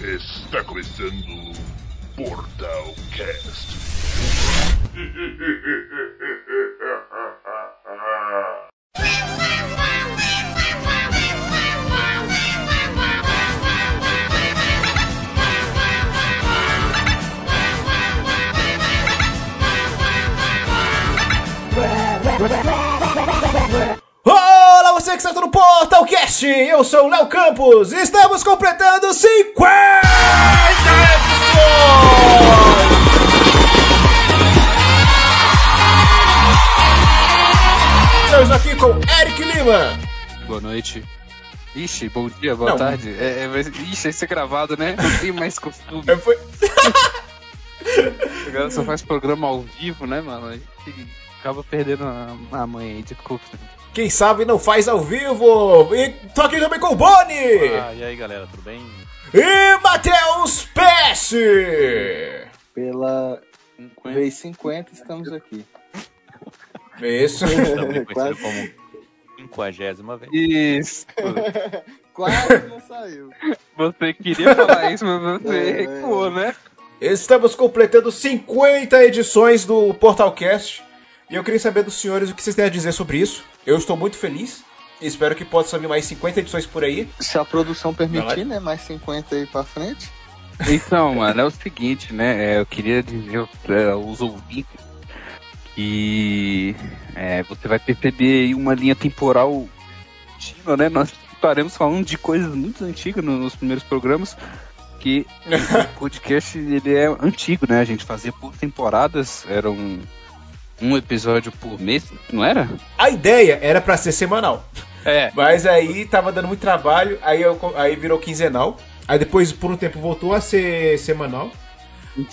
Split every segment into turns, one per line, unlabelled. Está começando Portal Cast.
Olá, você que está no Portalcast! Eu sou o Léo Campos e estamos completando 50 Estamos aqui com Eric Lima.
Boa noite. Ixi, bom dia, boa
Não.
tarde. É, é, mas- ixi, tem que ser gravado, né? Não tem mais costume.
Eu fui-
Agora só faz programa ao vivo, né, mano? A gente acaba perdendo a, a mãe aí, desculpa.
Quem sabe não faz ao vivo. E tô aqui também com o Boni
Ah, e aí galera, tudo bem?
e Matheus Pesce.
Pela
50.
vez 50 estamos aqui.
Isso.
Também conhecido
Quase.
como 50 vez.
Isso.
Quase não saiu.
Você queria falar isso, mas você
É,
recuou, né?
Estamos completando 50 edições do Portalcast. E eu queria saber dos senhores o que vocês têm a dizer sobre isso. Eu estou muito feliz. Espero que possa vir mais 50 edições por aí.
Se a produção permitir,
é?
né? Mais 50 aí pra frente.
Então, mano, é o seguinte, né? é, eu queria dizer é, aos ouvintes que é, você vai perceber aí uma linha temporal contínua, né? Nós estaremos falando de coisas muito antigas no- nos primeiros programas, que o podcast ele é antigo, né? A gente fazia por temporadas, era um, um episódio por mês, não era?
A ideia era pra ser semanal.
É.
Mas aí tava dando muito trabalho. Aí, eu, aí virou quinzenal. Aí depois, por um tempo, voltou a ser semanal.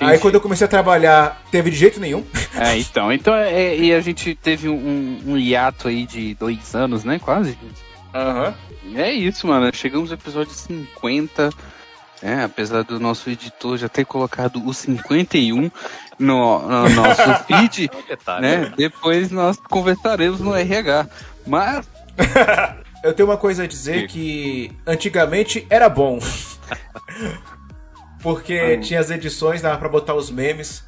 Aí quando eu comecei a trabalhar, teve de jeito nenhum.
É, então, então é, e a gente teve um, um hiato aí de dois anos, né? Quase, gente.
Aham.
É isso, mano. Chegamos ao episódio 50. É, apesar do nosso editor já ter colocado o 51 no, no nosso feed,
Detalhe.
né? Depois nós conversaremos no RH. Mas,
Eu tenho uma coisa a dizer que antigamente era bom. Porque tinha as edições, dava pra botar os memes.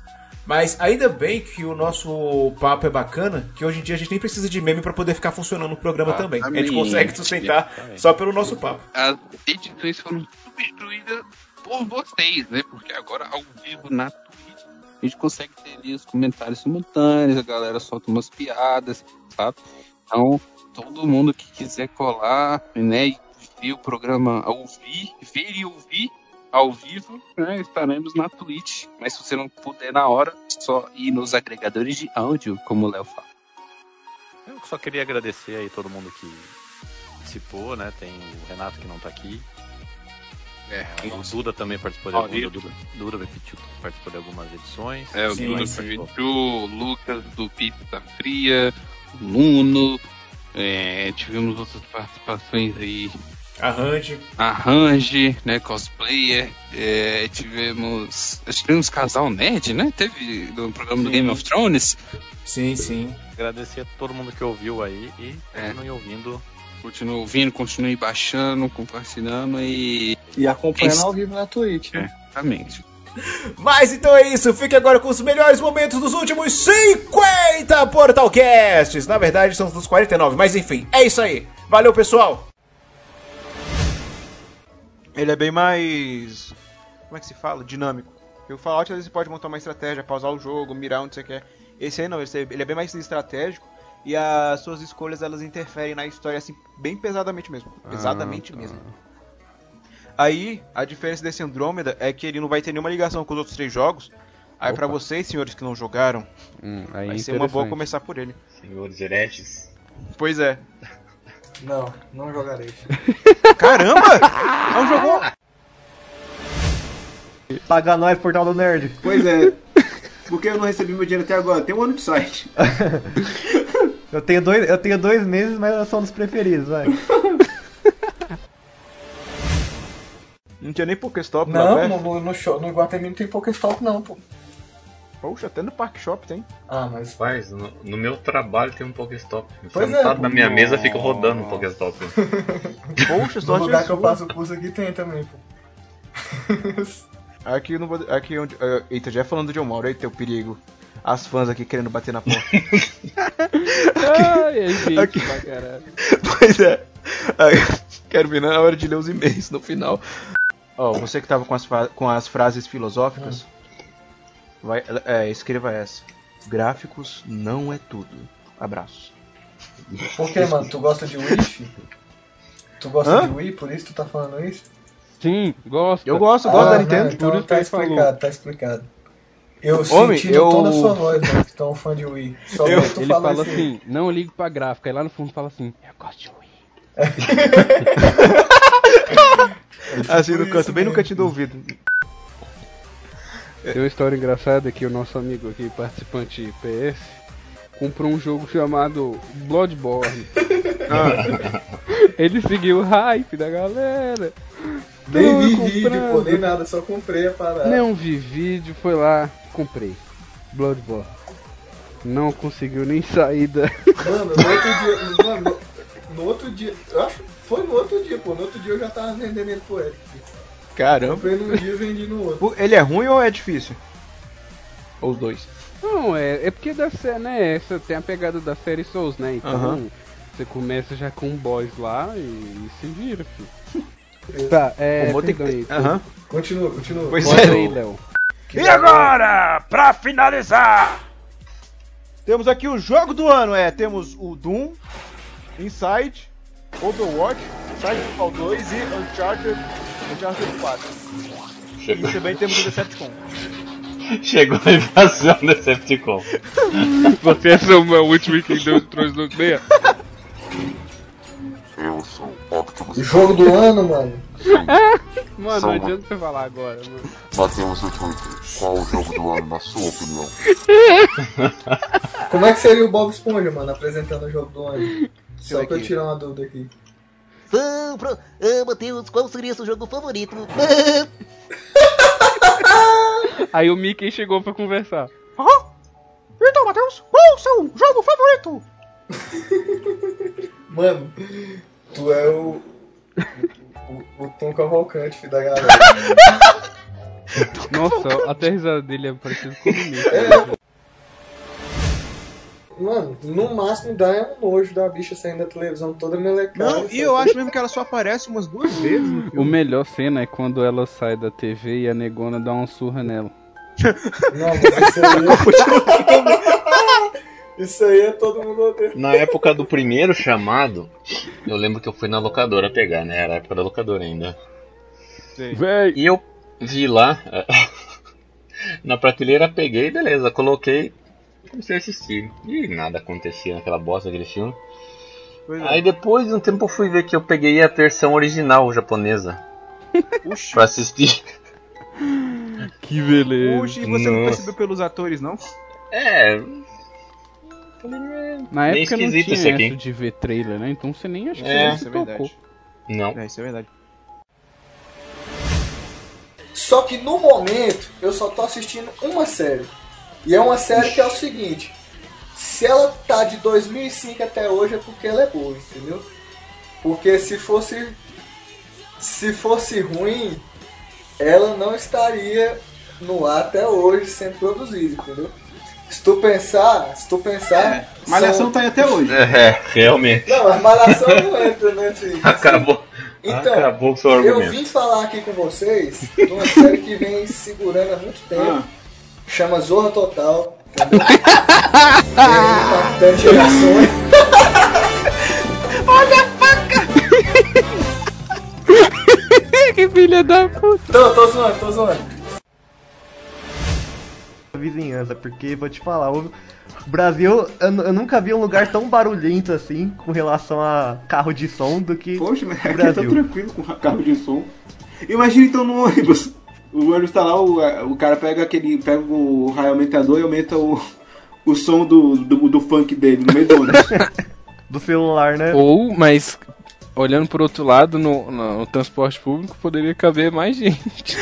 Mas ainda bem que o nosso papo é bacana, que hoje em dia a gente nem precisa de meme pra poder ficar funcionando o programa também. A gente
exatamente.
consegue sustentar só pelo nosso papo.
as edições foram substituídas por vocês, né? Porque agora, ao vivo, na Twitch, a gente consegue ter ali os comentários simultâneos, a galera solta umas piadas, sabe? Então, todo mundo que quiser colar, né, e ver o programa ouvir, ver e ouvir ao vivo, né, estaremos na Twitch. Mas se você não puder na hora, só ir nos agregadores de áudio, como o Léo fala.
Eu só queria agradecer aí todo mundo que participou, né? Tem o Renato que não tá aqui.
É,
O Duda também participou de
Ó,
algumas.
e-
O Duda, Duda repetiu, participou de algumas edições.
É, o
Sim,
Duda
sim.
Permitiu, o Lucas do Pizza Fria, o Luno, é, tivemos outras participações aí,
Arranje.
Arrange, né, Cosplayer, é, tivemos, acho que tivemos Casal Nerd, né, teve no programa do
Sim.
Game of Thrones,
Sim, sim.
Agradecer a todo mundo que ouviu aí e
É.
continue ouvindo.
continue ouvindo, continue baixando, compartilhando e...
E acompanhando
Isso.
ao vivo na Twitch, né?
Exatamente.
Mas então é isso, fique agora com os melhores momentos dos últimos 50 Portalcasts. Na verdade, são dos 49, mas enfim, é isso aí. Valeu, pessoal!
ele é bem mais. Como é que se fala? Dinâmico. Porque o Fallout às vezes você pode montar uma estratégia, pausar o jogo, mirar onde você quer. Esse aí não, esse aí- ele é bem mais estratégico e as suas escolhas elas interferem na história assim, bem pesadamente mesmo. Pesadamente mesmo. Aí, a diferença desse Andrômeda é que ele não vai ter nenhuma ligação com os outros três jogos. Aí pra vocês, senhores que não jogaram, vai ser uma boa começar por ele.
Senhores hereges.
Pois é.
Não, não jogarei.
Caramba! Não jogou?
Paga nós, Portal do Nerd.
Pois é. Porque eu não recebi meu dinheiro até agora. Tem um ano de site.
Eu tenho dois, eu tenho dois meses, mas são dos preferidos, vai.
Não tinha nem Pokéstop na
Não,
aberto.
no, no, no, show, no Iguatemi não tem Pokéstop não, pô.
Poxa, até no Park Shop tem.
Ah, mas...
Rapaz, no, no meu trabalho tem um Pokéstop.
Pois é.
Sentado na minha mesa fica rodando um Pokéstop.
Poxa,
No
sorte
lugar que eu
é sua.
faço o curso aqui tem também, pô.
Aqui eu não vou. Aqui onde. eh, Eita, já é falando de eu moro, eita, o perigo. As fãs aqui querendo bater na porta.
Ai, é gente
Aqui.
pra caralho.
pois é. Aí, Quero ver na hora de ler os e-mails no final. Ó, você que tava com as, fa- com as frases filosóficas,
Ah.
vai, é, escreva essa. Gráficos não é tudo. Abraços.
Por que, mano? Tu gosta de Wish? Tu gosta
Hã?
de Wii, por isso tu tá falando isso?
Sim, gosto.
Eu gosto, gosto
Ah,
da
não,
Nintendo.
então
por isso que
tá
ele falou.
explicado, tá explicado. Eu
Homem,
senti
eu-
no tom da sua voz, mano, que tu é um fã de Wii. Só
Eu-
eu... tu
Ele
falou
fala
isso aí.
assim, não ligue pra gráfica. Aí lá no fundo fala assim, eu gosto de Wii.
Assim no
isso
canto, bem no
mesmo.
cantinho do ouvido.
Tem uma história engraçada que o nosso amigo aqui, participante PS, comprou um jogo chamado Bloodborne.
Ah.
Ele seguiu o hype da galera.
Nem
Não, eu
vi vídeo, pô,
comprando.
nem nada, só comprei a parada.
Não vi vídeo, foi lá, comprei. Bloodborne. Não conseguiu nem sair da.
Mano, no outro dia. Mano, no outro dia. Eu acho que foi no outro dia, pô. No outro dia eu já tava vendendo ele pro Eric.
Caramba.
Comprei num dia e vendi no outro.
Pô, Ele é ruim ou é difícil? Ou os dois?
Não, é, é porque da série, né? Essa tem a pegada da série Souls, né? Então você começa já com um boss lá e, e se vira, filho. Tá, é.
O Mo tem que
perdão aí,
ter- Aham.
Continua, continua. né?
Pois
Bota
é.
aí, Léo.
E agora, pra finalizar, temos aqui o jogo do ano, é, temos o Doom, Inside, Overwatch, Titanfall 2 e Uncharted, Uncharted 4.
Chegou,
E também temos o Decepticon.
chegou a invasão do Decepticon.
Vocês são é o último que deu trouxe no meia.
Eu sou Optimus.
Jogo do ano, mano.
Mano, não
Salva.
adianta você falar agora, mano.
Batemos o Twitter. Qual o jogo do ano, na sua opinião?
Como é que seria o Bob Esponja, mano, apresentando o jogo do ano? Só pra eu
aqui.
tirar uma dúvida aqui.
São pro... Ah, meu Deus, qual seria seu jogo favorito?
Aí o Mickey chegou pra conversar.
Então, Matheus, qual o seu jogo favorito?
Mano, tu é o. O, o Tom Cavalcante, filho da galera.
Nossa, até a risada dele é parecida com o do Mickey.
Mano, no máximo dá um nojo da bicha saindo da televisão toda melecada.
Não, e eu acho mesmo que ela só aparece umas duas vezes. no
O
filme.
melhor cena é quando ela sai da TV e a negona dá uma surra nela.
Não, mas isso aí. isso aí é todo mundo odeia.
Na época do primeiro chamado, eu lembro que eu fui na locadora pegar, né? Era a época da locadora ainda.
Véi,
E eu vi lá, na prateleira, peguei, beleza, coloquei, comecei a assistir. E nada acontecia naquela bosta daquele filme.
Pois é.
Aí depois de um tempo eu fui ver que eu peguei a versão original japonesa
Oxi,
pra assistir.
que beleza.
oxi, e você não
Nossa.
percebeu pelos atores, não?
É,
Na
Meio
época não
esquisito
tinha
isso aqui.
essa de ver trailer, né? Então você nem acha que
É.
você nem se tocou.
não.
É, isso é verdade.
Só que no momento eu só tô assistindo uma série. E é uma série que é o seguinte: se ela tá de 2005 até hoje é porque ela é boa, entendeu? Porque se fosse se fosse ruim, ela não estaria no ar até hoje sendo produzida, entendeu? Se tu pensar, se tu pensar,
Malhação
são-
tá aí até hoje.
É, realmente.
não, a malhação não entra nesse.
Acabou.
Então,
acabou o seu
Eu
argumento.
vim falar aqui com vocês de uma série que vem segurando há muito tempo. Chama Zorra Total. entendeu? Vem impactando gerações.
que filha da puta.
Tô, tô zoando, tô zoando.
vizinhança, porque vou te falar, o Brasil, eu, nu- eu nunca vi um lugar tão barulhento assim com relação a carro de som do que
Poxa, mas
no
aqui eu tô
Brasil.
tranquilo com carro de som. Imagina então no ônibus. O ônibus tá lá, o, o cara pega aquele. pega o raio aumentador e aumenta o, o som do, do, do funk dele no meio do ônibus.
Do celular, né?
Ou, mas olhando por outro lado, no, no- no transporte público poderia caber mais gente.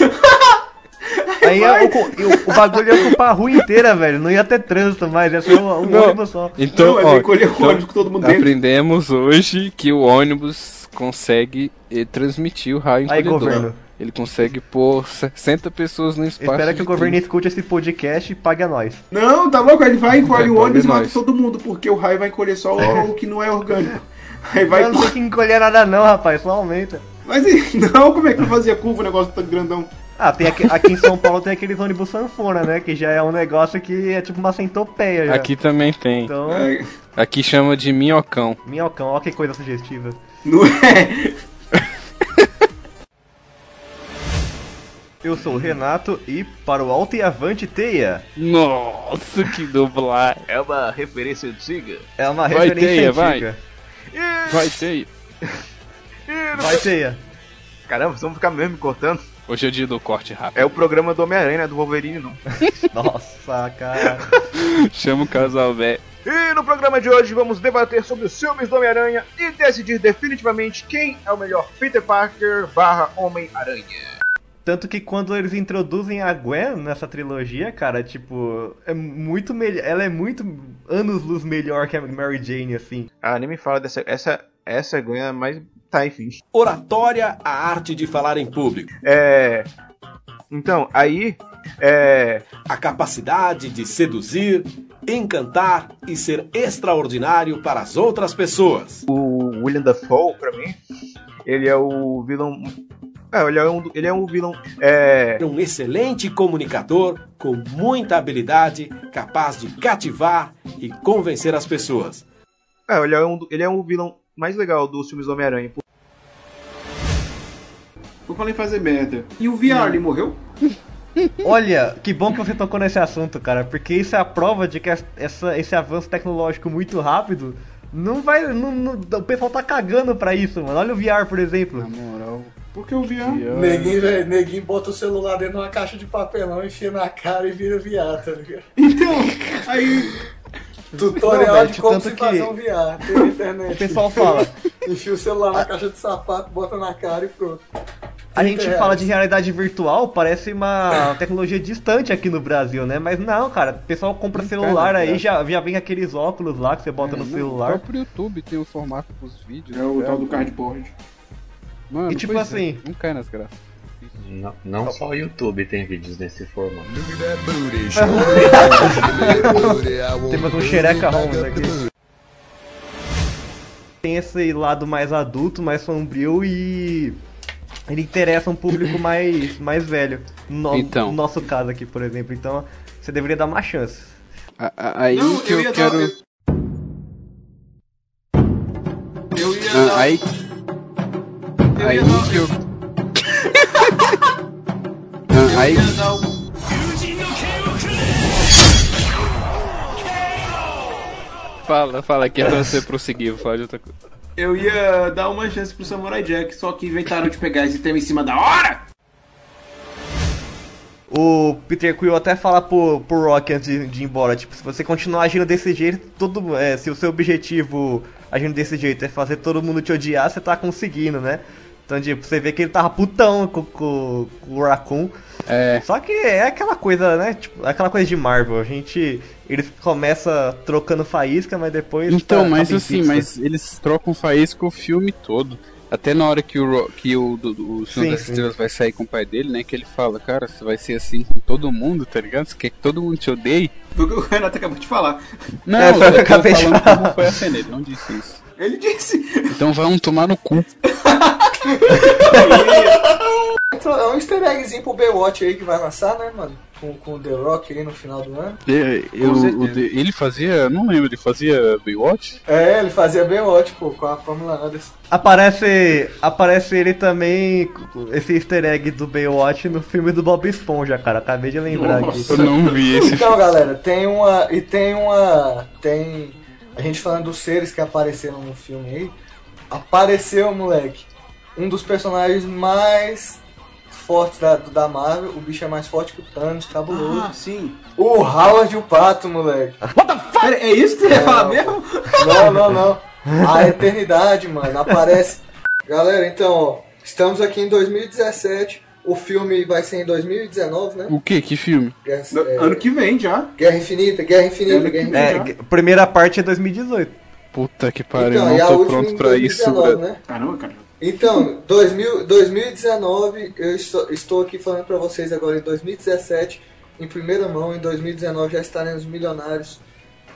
Aí é o, co- e o- o bagulho ia ocupar a rua inteira, velho. Não ia ter trânsito mais,
É
ia ser um, um
Não.
ônibus só.
Então,
não, é
ó,
vem colher o
então,
ônibus com todo mundo dentro.
aprendemos hoje que o ônibus consegue eh, transmitir o raio
Aí,
encolhedor.
governo.
Ele consegue pôr 60 pessoas no espaço.
Espera que
de
o governo
30.
escute esse podcast e pague a nós.
Não, tá louco? Ele vai, encolhe o
Vai,
ônibus e
pague
mata
nós.
todo mundo, porque o raio vai encolher só o que não é orgânico. Aí vai.
Eu não tem que encolher nada não, rapaz, só aumenta.
Mas e- não, como é que não fazia curva o negócio tão grandão?
Ah, tem aqui, aqui em São Paulo tem aqueles ônibus sanfona, né? Que já é um negócio que é tipo uma centopeia já.
Aqui também tem.
Então-
Aqui chama de minhocão.
Minhocão, ó que coisa sugestiva.
Não é?
Eu sou o Renato e para o Alto e Avante Teia.
Nossa, que dublar.
É uma referência antiga.
É uma
Vai,
referência
Teia, vai.
antiga.
Vai, Teia.
Vai, Teia.
Caramba, vocês vão ficar mesmo me cortando.
Hoje é o dia do corte rápido.
É o programa do Homem-Aranha, não é do Wolverine, não.
Nossa, cara.
Chama o casal velho.
E no programa de hoje vamos debater sobre os filmes do Homem-Aranha e decidir definitivamente quem é o melhor Peter Parker barra Homem-Aranha.
Tanto que quando eles introduzem a Gwen nessa trilogia, cara, tipo, é muito melhor. Ela é muito anos-luz melhor que a Mary Jane, assim.
Ah, nem me fala dessa. Essa, essa Gwen é mais. Tá, enfim.
Oratória, a arte de falar em público.
É. Então, aí. É.
A capacidade de seduzir, encantar e ser extraordinário para as outras pessoas.
O William Dafoe, pra mim, ele é o vilão. É, ele é um, do- ele é um vilão. É.
Um excelente comunicador com muita habilidade, capaz de cativar e convencer as pessoas.
É, ele é um, do- ele é um vilão mais legal dos filmes do Homem-Aranha.
Vou falar em fazer merda. E o VR, ele morreu?
Olha, que bom que você tocou nesse assunto, cara, porque isso é a prova de que es- essa, esse avanço tecnológico muito rápido não vai. não- não- o pessoal tá cagando pra isso, mano. Olha o VR, por exemplo.
Ah,
Na
moral. Por que o VR?
Neguinho, velho, neguinho bota o celular dentro de uma caixa de papelão, enfia na cara e vira viado, tá ligado?
Então, aí.
Tutorial
Não, velho,
de como
tanto
se
que-
fazer um viado, tem na internet.
O pessoal fala.
Enfia o celular na caixa de sapato, bota na cara e pronto.
A gente
30
fala
reais.
de realidade virtual, parece uma tecnologia distante aqui no Brasil, né? Mas não, cara, o pessoal compra celular
cara,
é.
aí,
cara.
já, já vem aqueles óculos lá que você bota no
O
celular.
próprio YouTube tem o formato dos vídeos.
É o
né,
tal do
cara?
cardboard.
Mano,
E tipo
pois é,
assim-
não cai nas graças.
Não, não só o YouTube tem vídeos nesse formato.
Temos um xereca Holmes aqui. Tem esse lado mais adulto, mais sombrio e. Ele interessa um público mais, mais velho. No,
Então.
no nosso caso aqui, por exemplo. Então, você deveria dar uma chance.
Aí que eu, quero. Ah, aí. aí que eu. Ah, aí. Fala, fala que é pra você prosseguir, vou falar de outra coisa.
Eu ia dar uma chance pro Samurai Jack, só que inventaram de pegar esse tema em cima da hora!
O Peter Quill até fala pro, pro Rock antes de, de ir embora, tipo, se você continuar agindo desse jeito, todo, é, se o seu objetivo agindo desse jeito é fazer todo mundo te odiar, você tá conseguindo, né? Então, tipo, você vê que ele tava putão com, com- com o Raccoon.
É.
Só que é aquela coisa, né? Tipo, é aquela coisa de Marvel. A gente. Eles começa trocando faísca, mas depois.
Então,
tá-
mas
tá bem
assim,
fixa.
mas eles trocam faísca o filme todo. Até na hora que o, Ro- que o, do, do- o Senhor
Sim,
das
sim.
Estrelas vai sair com o pai dele, né? Que ele fala, cara, você vai ser assim com todo mundo, tá ligado? Você quer que todo mundo te odeie?
Foi o que o Renato acabou de falar.
Não,
É,
eu
foi o que eu
tô
acabei de
falando
falar.
como foi a cena, ele não disse isso.
Ele disse.
Então vai um tomar no cu.
Então, É um easter eggzinho pro Baywatch aí que vai lançar, né, mano? Com, com o The Rock aí no final do ano.
É, eu-
Com
o de- ele fazia, não lembro, ele fazia Baywatch?
É, ele fazia Baywatch, pô, com a Pamela Anderson.
Aparece, aparece ele também, esse easter egg do Baywatch no filme do Bob Esponja, cara. Acabei de lembrar aqui.
Então, galera, tem uma. E tem uma. Tem. A gente falando dos seres que apareceram no filme aí. Apareceu, moleque. Um dos personagens mais fortes da, da Marvel. O bicho é mais forte que o Thanos, cabuloso.
Ah, sim.
O Howard e o Pato, moleque. What the fuck?
é isso que você ia falar mesmo?
Não, não, não. A eternidade, mano, aparece. Galera, então, ó, estamos aqui em 2017. O filme vai ser em 2019, né?
O que? Que filme?
Guerra- é,
Ano que vem já.
Guerra Infinita, Guerra Infinita, Guerra Infinita.
É, g- primeira parte é 2018.
Puta que pariu,
Então, e
não
a
tô
última em
pronto pra isso,
2019,
velho.
né?
Caramba, cara.
Então, 2000, 2019, eu estou, estou aqui falando pra vocês agora em 2017, em primeira mão, em 2019 já estaremos milionários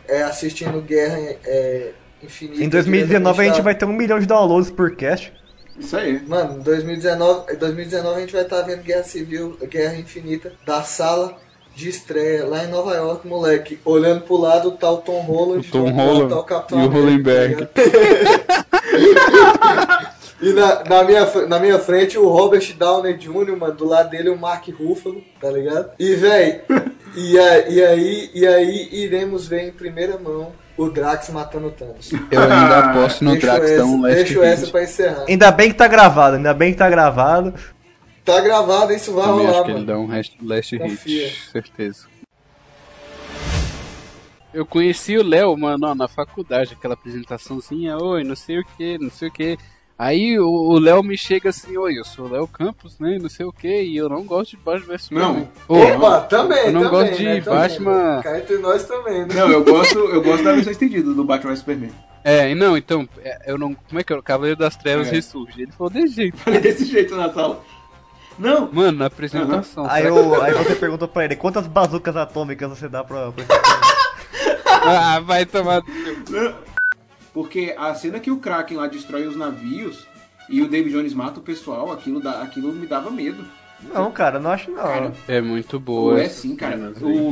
é, assistindo Guerra é, Infinita.
Em 2019 a gente vai ter um milhão de downloads por cast.
Isso aí.
Mano, em 2019, em 2019 a gente vai estar vendo Guerra Civil, Guerra Infinita, da sala de estreia lá em Nova York, moleque. Olhando pro lado tá o Tom Holland,
O Tom
olhando pro lado
Holland
tá o Capitão
e o
América,
Hollenberg.
tá ligado? E na, na minha, fr- na minha frente o Robert Downey Jr., mano, do lado dele o Mark Ruffalo, tá ligado? E, véi, e, a- e aí, e aí iremos ver em primeira mão o Drax matando o Thanos.
Eu ainda aposto no
Ah, Deixo
Drax,
essa-
então, Last
Deixo
Hit.
essa pra encerrar.
Ainda bem que tá gravado, ainda bem que tá gravado.
Tá gravado, isso vai
Também
rolar,
acho que ele
mano.
dá um rest- last
Confia.
hit, certeza. Eu conheci o Léo, mano, ó, na faculdade, aquela apresentaçãozinha, oi, não sei o que, não sei o que. Aí o- o Léo me chega assim, oi, eu sou o Léo Campos, né, não sei o que, e eu não gosto de Batman vs
Não.
Superman. Ô,
Opa, também,
um- Eu não
também,
gosto de
né, também.
Batman...
Cai entre nós também, né?
Não, eu gosto, eu gosto da versão estendida do Batman vs Superman.
É, não, então, é, eu não... Como é que é? O Cavaleiro das Trevas
É.
ressurge. Ele falou desse jeito.
Falei desse jeito na sala. Não!
Mano, na apresentação.
Aí,
saca?
eu- aí você perguntou pra ele, quantas bazucas atômicas você dá pra... pra...
ah, vai tomar...
Porque a cena que o Kraken lá destrói os navios e o David Jones mata o pessoal, aquilo, dá, aquilo me dava medo.
Não, cara, não acho não.
É muito boa.
é
essa
sim, cara.
cena, velho.
O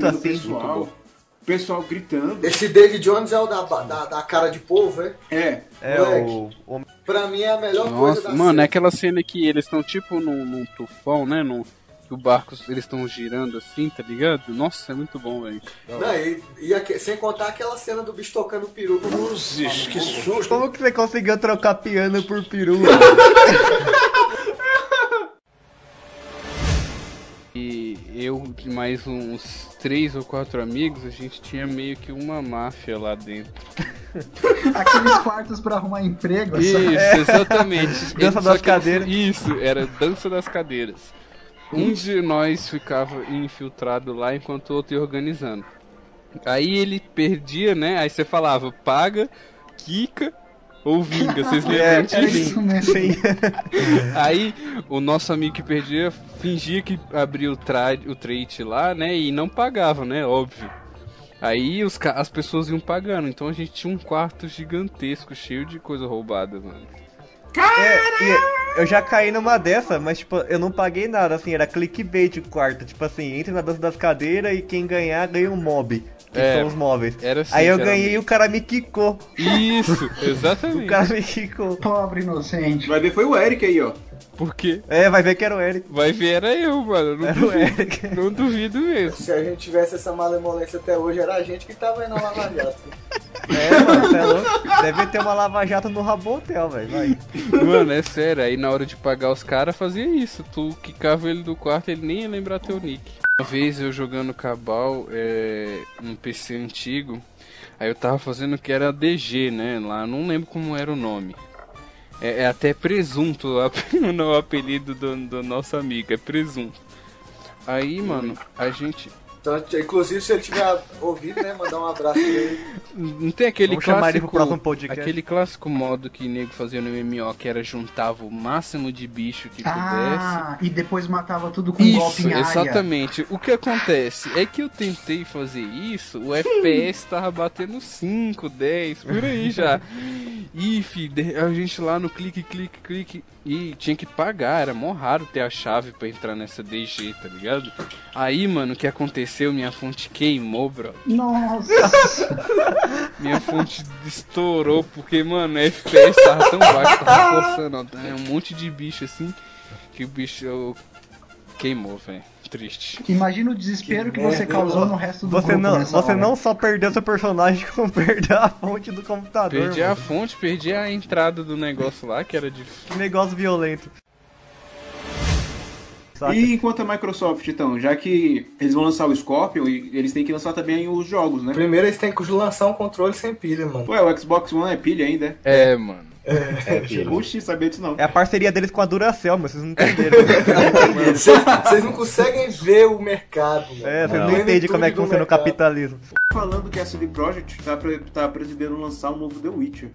Kraken comendo o
assim,
pessoal,
muito
o pessoal gritando.
Esse David Jones é o da, da, da cara de povo, é?
É.
É,
Moleque,
o... o...
Pra mim é a melhor coisa
Nossa,
da
mano, é
série.
aquela cena que eles estão tipo num, num tufão, né? Num, que o barco eles estão girando assim, tá ligado? Nossa, é muito bom, velho.
Não, e, e aque- sem contar aquela cena do bicho tocando peruca. Luzes, que susto!
Como que você conseguiu trocar piano por peru?
E eu e mais uns três ou quatro amigos, a gente tinha meio que uma máfia lá dentro.
Aqueles quartos pra arrumar emprego.
Isso,
sabe?
exatamente. Só
Dança das
que não-
cadeiras.
Isso, era dança das cadeiras. Um de nós ficava infiltrado lá enquanto o outro ia organizando. Aí ele perdia, né? Aí você falava, paga, quica ou vinga. Vocês lembram
É,
disso?
isso mesmo.
Aí o nosso amigo que perdia fingia que abria o, tra o trade lá, né? E não pagava, né? Óbvio. Aí os ca- as pessoas iam pagando, então a gente tinha um quarto gigantesco cheio de coisa roubada, mano.
É, e eu já caí numa dessa, mas tipo, eu não paguei nada, assim, era clickbait o quarto. Tipo assim, entre na dança das cadeiras e quem ganhar ganha um mob. Que
É,
são os móveis.
era assim,
Aí eu
geralmente.
ganhei e o cara me quicou.
Isso,
O
exatamente.
cara me quicou.
Pobre inocente.
Vai ver, foi o Eric aí, ó.
Por quê?
É, vai ver que era o Eric.
Vai ver, era eu, mano. Não, duvido, não duvido mesmo.
Se a gente tivesse essa malemolência até hoje, era a gente que tava indo lá na gata.
É, mano, tá louco? Deve ter uma lava-jato no Rabotel, velho. Vai.
Mano, é sério. Aí na hora de pagar os caras, fazia isso. Tu quicava ele do quarto, ele nem ia lembrar teu nick. Uma vez eu jogando Cabal, é, um PC antigo, aí eu tava fazendo o que era DG, né? Lá, não lembro como era o nome. É, é até presunto o ap- o apelido do, do nosso amigo, é presunto. Aí, mano, a gente.
Então, t- inclusive, se ele tiver ouvido, né, mandar um abraço pra ele.
Não tem aquele
Vamos
clássico,
chamar ele pro próximo podcast.
aquele clássico modo que nego fazia no MMO, que era juntava o máximo de bicho que pudesse.
Ah, e depois matava tudo com um golpe
Isso,
em área.
exatamente. O que acontece é que eu tentei fazer isso, o FPS tava batendo 5, 10, por aí já. E fi, de- a gente lá no clique, clique, clique. E tinha que pagar, era mó raro ter a chave pra entrar nessa DG, tá ligado? Aí, mano, o que aconteceu? Minha fonte queimou, bro.
Nossa.
Minha fonte estourou, porque, mano, o FPS tava tão baixo, tava forçando, ó, né, um monte de bicho assim, que o bicho eu- queimou, velho. Triste.
Imagina o desespero que, você causou no resto do
Você
grupo
não,
nessa
você
hora.
não só perdeu seu personagem, como perdeu a fonte do computador.
Perdi
mano.
a fonte, perdi a entrada do negócio lá, que era de.
Que negócio violento. Saca?
E enquanto a Microsoft, então, já que eles vão lançar o Scorpion, e eles têm que lançar também os jogos, né?
Primeiro eles têm que lançar um controle sem pilha, mano.
Ué, o Xbox One é pilha ainda?
É, mano.
É pilha. Oxi, sabia disso não. Tá
É a parceria deles com a Duracell, mas vocês não entenderam. né?
Vocês vocês não conseguem ver o mercado, mano.
É, vocês
A
não, entendem
plenitude
como é que
do
funciona o
mercado.
capitalismo.
Falando que a CD Projekt tá, pre- tá pretendendo lançar um novo The Witcher.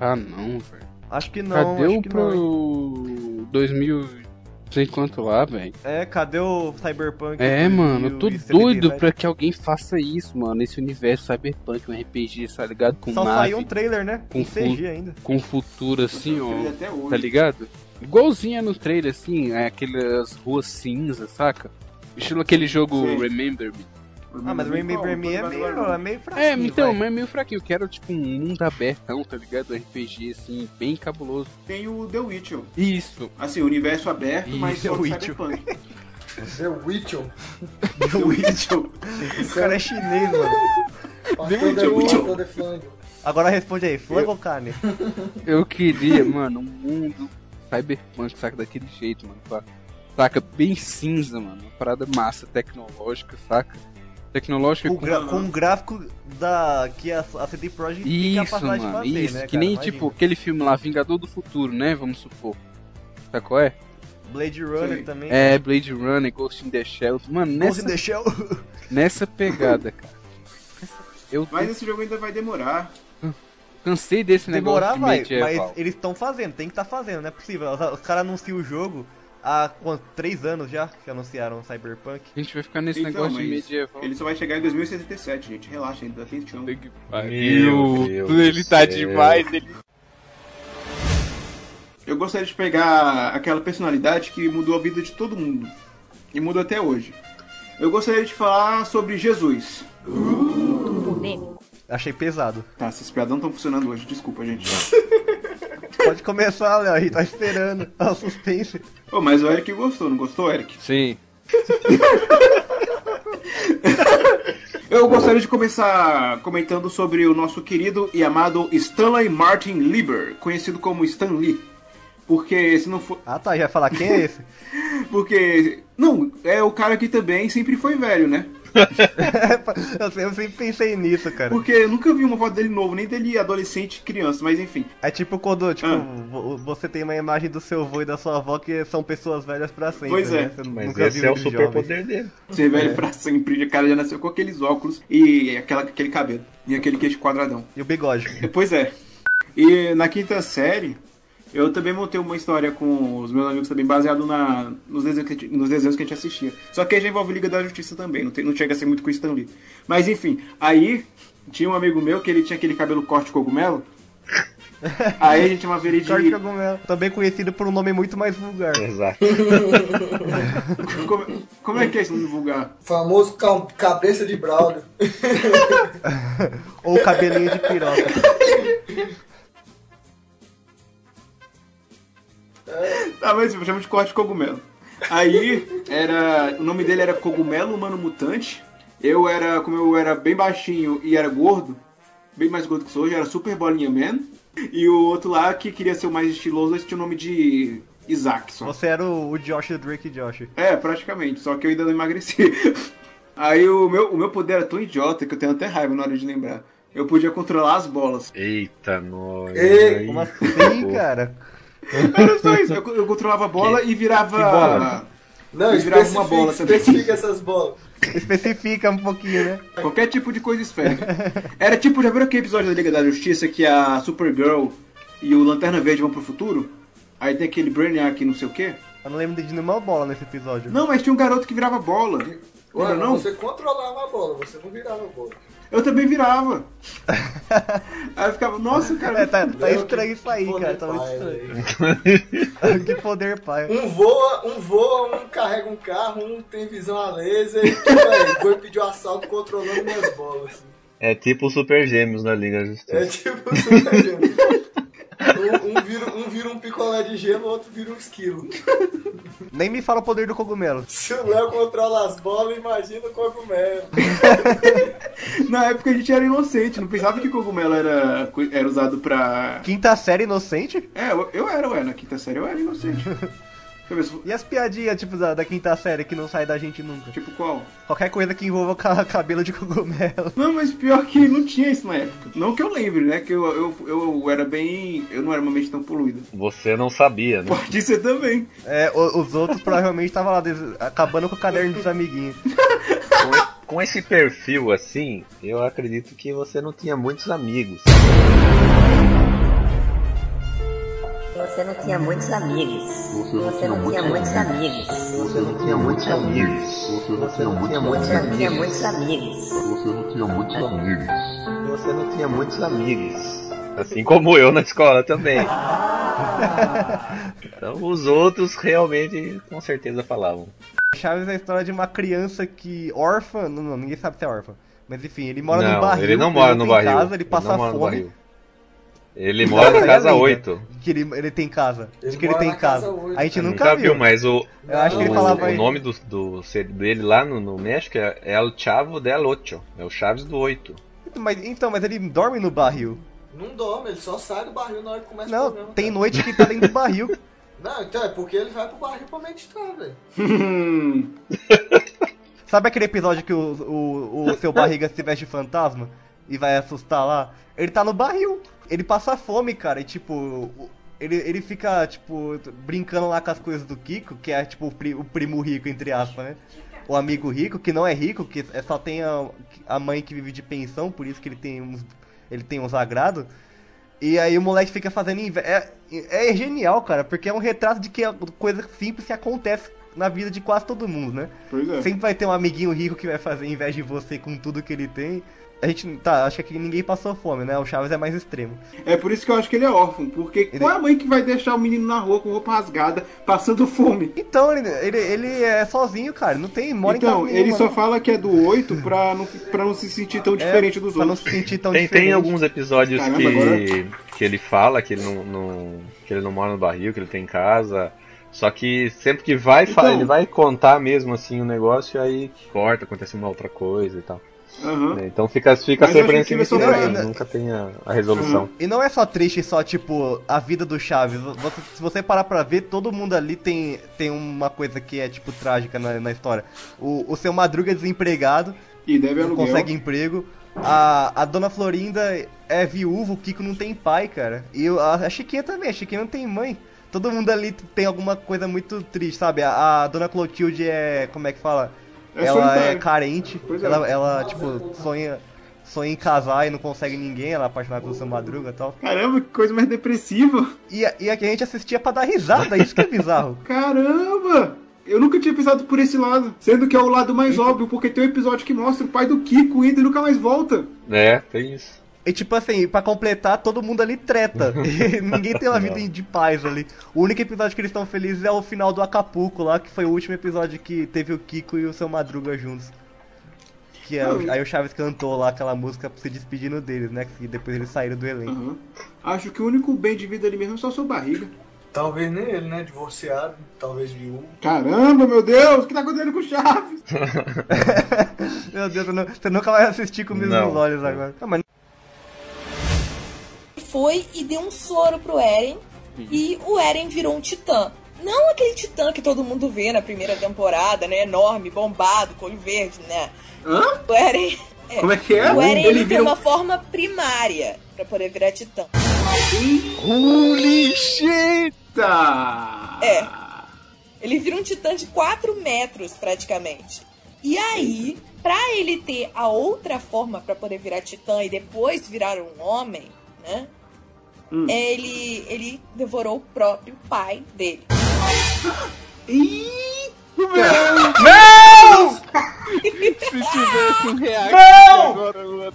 Ah, não, velho.
Acho que não,
Cadê
acho
o
que não.
pro 2000, não sei quanto lá, velho?
É, cadê o Cyberpunk?
É,
2000
mano, eu tô
e
doido
77?
pra que alguém faça isso, mano. Esse universo cyberpunk, um RPG, tá ligado? Com
Só
nave,
saiu um trailer, né?
com
Com CG
fu-
ainda.
Com futuro, assim, ó.
trailer até hoje.
Tá ligado? Igualzinho é no trailer, assim, é aquelas ruas cinzas, saca? Estilo aquele jogo
Sei.
Remember Me.
Ah, mas o Remember Me é meio, é meio fraquinho.
É, então,
vai.
mas é meio fraquinho. Eu quero, tipo, um mundo abertão, tá ligado? RPG, assim, bem cabuloso.
Tem o The Witcher.
Isso.
Assim, universo aberto, mas
Isso,
só de
Witcher.
cyberpunk.
The Witcher.
The Witcher.
O cara é chinês, mano.
Pastor
Deu um
de
tchau.
Pastor de Flango.
Agora responde aí, frango ou carne?
Eu queria, mano, um mundo cyberpunk, saca? Daquele jeito, mano. pá. Saca? Bem cinza, mano. Uma parada massa, tecnológica, saca? Tecnológica
Com, gra- com um gráfico da que a, a CD Projekt tem
Isso,
capacidade
mano,
de fazer,
isso.
né,
que
cara?
nem,
Imagina.
tipo, aquele filme lá, Vingador do Futuro, né? Vamos supor. Sabe qual é?
Blade Runner também.
É, Blade Runner, Ghost in the Shell. Mano, nessa...
Ghost in the Shell.
Nessa pegada, cara. Eu
Mas esse jogo ainda vai demorar.
cansei desse negócio
Demorar
de
vai,
medieval.
mas eles estão fazendo, tem que estar fazendo, não é possível. Os, os caras anunciam o jogo há quanto, três anos já que anunciaram o Cyberpunk.
A gente vai ficar nesse
Então,
negócio de
mas
medieval.
Ele só vai chegar em 2077, gente. Relaxa, ainda tem chão.
Meu Deus ele do tá céu. demais, ele-
Eu gostaria de pegar aquela personalidade que mudou a vida de todo mundo. E muda até hoje. Eu gostaria de falar sobre Jesus.
Achei pesado.
Tá, essas piadas não estão funcionando hoje, desculpa, gente.
Pode começar, Léo, a gente tá esperando. Tá suspense.
Ô, mas o Eric gostou, não gostou, Eric?
Sim.
Eu gostaria de começar comentando sobre o nosso querido e amado Stanley Martin Lieber, conhecido como Stan Lee. Porque se não for.
Ah tá, já ia falar quem é esse?
porque. Não, é o cara que também sempre foi velho, né?
eu sempre pensei nisso, cara.
Porque eu nunca vi uma foto dele novo, nem dele adolescente, criança, mas enfim.
É tipo quando tipo,
Ah.
vo- você tem uma imagem do seu avô e da sua avó que são pessoas velhas pra sempre.
Pois é.
né? Você
Mas
nunca
esse
viu
é o
eles
superpoder
jovens.
dele. Ser velho
É.
pra sempre. O cara já nasceu com aqueles óculos e aquela, aquele cabelo. E aquele queixo quadradão.
E o bigode.
Pois é. E na quinta série, eu também montei uma história com os meus amigos também, baseado na, nos, desenhos que, a gente- nos desenhos que a gente assistia. Só que aí já envolve Liga da Justiça também, não, tem- não chega a ser muito com o Stan Lee. Mas enfim, aí tinha um amigo meu que ele tinha aquele cabelo corte cogumelo. Aí a gente chamava ele de...
Jorge Cogumelo, é também conhecido por um nome muito mais vulgar.
Exato.
como, como é que é esse nome vulgar?
Famoso ca- cabeça de Braulio.
Ou cabelinho de piroca.
Tá, mas eu chamo de corte cogumelo. Aí era. O nome dele era Cogumelo Humano Mutante. Eu era, como eu era bem baixinho e era gordo, bem mais gordo que sou hoje, era Super Bolinha Man. E o outro lá que queria ser o mais estiloso, esse tinha o nome de Isaac só.
Você era o, o Josh do Drake Josh.
É, praticamente, só que eu ainda não emagreci. Aí o meu, o meu poder era tão idiota que eu tenho até raiva na hora de lembrar. Eu podia controlar as bolas.
Eita, noia.
Ei,
como assim, cara?
Era só isso, eu, eu controlava a bola e virava.
Que bola?
Não,
e virava
especifica,
uma bola também.
especifica essas bolas.
Especifica um pouquinho, né?
Qualquer tipo de coisa esférica. Era tipo, já viram aquele episódio da Liga da Justiça que a Supergirl e o Lanterna Verde vão pro futuro? Aí tem aquele Brainiac e não sei o quê?
Eu não lembro de nenhuma bola nesse episódio.
Não, mas tinha um garoto que virava bola. Lembra
Mano,
não?
você controlava a bola, você não virava a bola.
Tá
Eu também virava. Aí eu ficava, nossa, cara.
É, tá, tá
Não,
estranho isso aí, cara. Tá muito
pai,
estranho. que poder, pai.
Um voa, um voa, um carrega um carro, um tem visão a laser e tudo aí. Foi pedir um assalto controlando minhas bolas.
É tipo os Super Gêmeos da Liga da Justiça.
É tipo super gêmeo. Um, um vira, um vira um picolé de gelo, o outro vira um esquilo.
Nem me fala o poder do cogumelo.
Se o Léo controla as bolas, imagina o cogumelo.
Na época a gente era inocente, não pensava que cogumelo era, era usado pra.
Quinta série inocente?
É, eu, eu era, ué, na quinta série eu era inocente.
E as piadinhas, tipo, da, da quinta série que não sai da gente nunca?
Tipo qual?
Qualquer coisa que envolva ca- cabelo de cogumelo.
Não, mas pior que não tinha isso na época. Não que eu lembre, né? Que eu, eu, eu era bem. Eu não era uma mente tão poluída.
Você não sabia, né?
Pode ser também.
É, o- os outros provavelmente estavam lá des- acabando com o caderno dos amiguinhos.
Com esse perfil assim, eu acredito que você não tinha muitos amigos.
Você não tinha muitos amigos. Você não tinha muitos amigos.
Você não tinha muitos amigos. Você não tinha muitos
Você não tinha
amigos.
muitos amigos.
Você não tinha muitos amigos.
Você não tinha muitos amigos.
Assim como eu na escola também. Então os outros realmente com certeza falavam.
Chaves é a história de uma criança que órfã, não, não, ninguém sabe se é órfã. Mas enfim, ele mora
não,
no barril.
ele não mora no
tem
barril.
Casa, ele passa
não mora no
fome.
barril. Ele mora na casa
Ainda
8.
Que ele, ele tem casa. de que ele
mora
tem
na
casa.
casa oito.
A gente
Eu
nunca,
nunca viu, mas o,
Ah,
Eu acho que ele
Ah, o-
falava
o
aí.
nome do, do CD dele lá no, no México é é El Chavo del Ocho. É o Chaves do Oito.
Mas, então, mas ele dorme no barril.
Não dorme, ele só sai do barril na hora que começa o
Não,
programa.
tem noite que tá dentro do barril.
Não, então é porque ele vai pro barril pra meditar, velho.
Sabe aquele episódio que o, o, o seu barriga se veste de fantasma e vai assustar lá? Ele tá no barril. Ele passa fome, cara. E tipo, o- ele, ele fica, tipo, brincando lá com as coisas do Kiko, que é tipo o, pri- o primo rico, entre aspas, né? O amigo rico, que não é rico, que é- só tem a, a mãe que vive de pensão, por isso que ele tem uns. Ele tem uns agrado. E aí o moleque fica fazendo inve- é, é genial, cara, porque é um retrato de que é coisa simples que acontece na vida de quase todo mundo, né?
Pois é.
Sempre vai ter um amiguinho rico que vai fazer inveja de você com tudo que ele tem. A gente, tá, acho que aqui ninguém passou fome, né? O Chaves é mais extremo.
É por isso que eu acho que ele é órfão, porque qual é a mãe que vai deixar o menino na rua com roupa rasgada, passando fome?
Então, ele, ele, ele é sozinho, cara, não tem, mora em
Então,
casa
ele
nenhuma,
só
né? É,
fala que é do 8 pra não, pra não se sentir tão diferente dos
pra não
outros.
se sentir tão
Tem, tem alguns episódios
Caramba,
que,
agora-
que ele fala que ele não, não- que ele não mora no barril, que ele tem casa. Só que sempre que vai, fa-
Então-
ele vai contar mesmo assim o negócio, aí corta, acontece uma outra coisa e tal.
Aham.
Né, Então fica, fica
Mas
sempre
eu
nesse
senti que ele
mistério,
sofreu.
né, nunca tem a, a resolução.
E não é só triste só, tipo, a vida do Chaves. Você- se você parar pra ver, todo mundo ali tem, tem uma coisa que é, tipo, trágica na, na história. O, o seu Madruga é desempregado.
E deve
não
aluguel.
consegue emprego. A, a Dona Florinda é viúva, o Kiko não tem pai, cara. E o- a, a Chiquinha também, a Chiquinha não tem mãe. Todo mundo ali tem alguma coisa muito triste, sabe? A, a Dona Clotilde é, como é que fala?
É
ela é
solitária.
carente,
Pois é.
ela, ela, tipo, sonha, sonha em casar e não consegue ninguém, ela é apaixonada pelo seu Madruga e tal.
Caramba, que coisa mais depressiva.
E, a- e a que a gente assistia pra dar risada, isso que é bizarro.
Caramba! Eu nunca tinha pensado por esse lado, sendo que é o lado mais óbvio, porque tem um episódio que mostra o pai do Kiko indo e nunca mais volta.
É, tem isso.
E tipo assim, pra completar, todo mundo ali treta. E Ninguém tem uma vida de paz ali. O único episódio que eles estão felizes é o final do Acapulco lá, que foi o último episódio que teve o Kiko e o seu Madruga juntos. Que é
Hum.
o- aí o Chaves cantou lá aquela música se despedindo deles, né? Que depois eles saíram do
Uhum.
elenco.
Acho que o único bem de vida ali mesmo é só a sua barriga.
Talvez nem ele, né? Divorciado, talvez um. viúvo.
Caramba, meu Deus, o que tá acontecendo com o Chaves?
Meu Deus, eu não- você nunca vai assistir com os mesmos
Não.
olhos agora. Não, mas
foi e deu um soro pro Eren. E o Eren virou um titã. Não aquele titã que todo mundo vê na primeira temporada, né? Enorme, bombado, com olho verde, né?
Hã?
O Eren.
Como é que é?
O Eren ele
Ele
tem
vira um-
uma forma primária pra poder virar titã.
Holy shit!
É. Ele vira um titã de 4 metros, praticamente. E aí, pra ele ter a outra forma pra poder virar titã e depois virar um homem, né?
Hum.
Ele, ele devorou o próprio pai dele.
Não!
Se tivesse um react
Não!
agora, mano.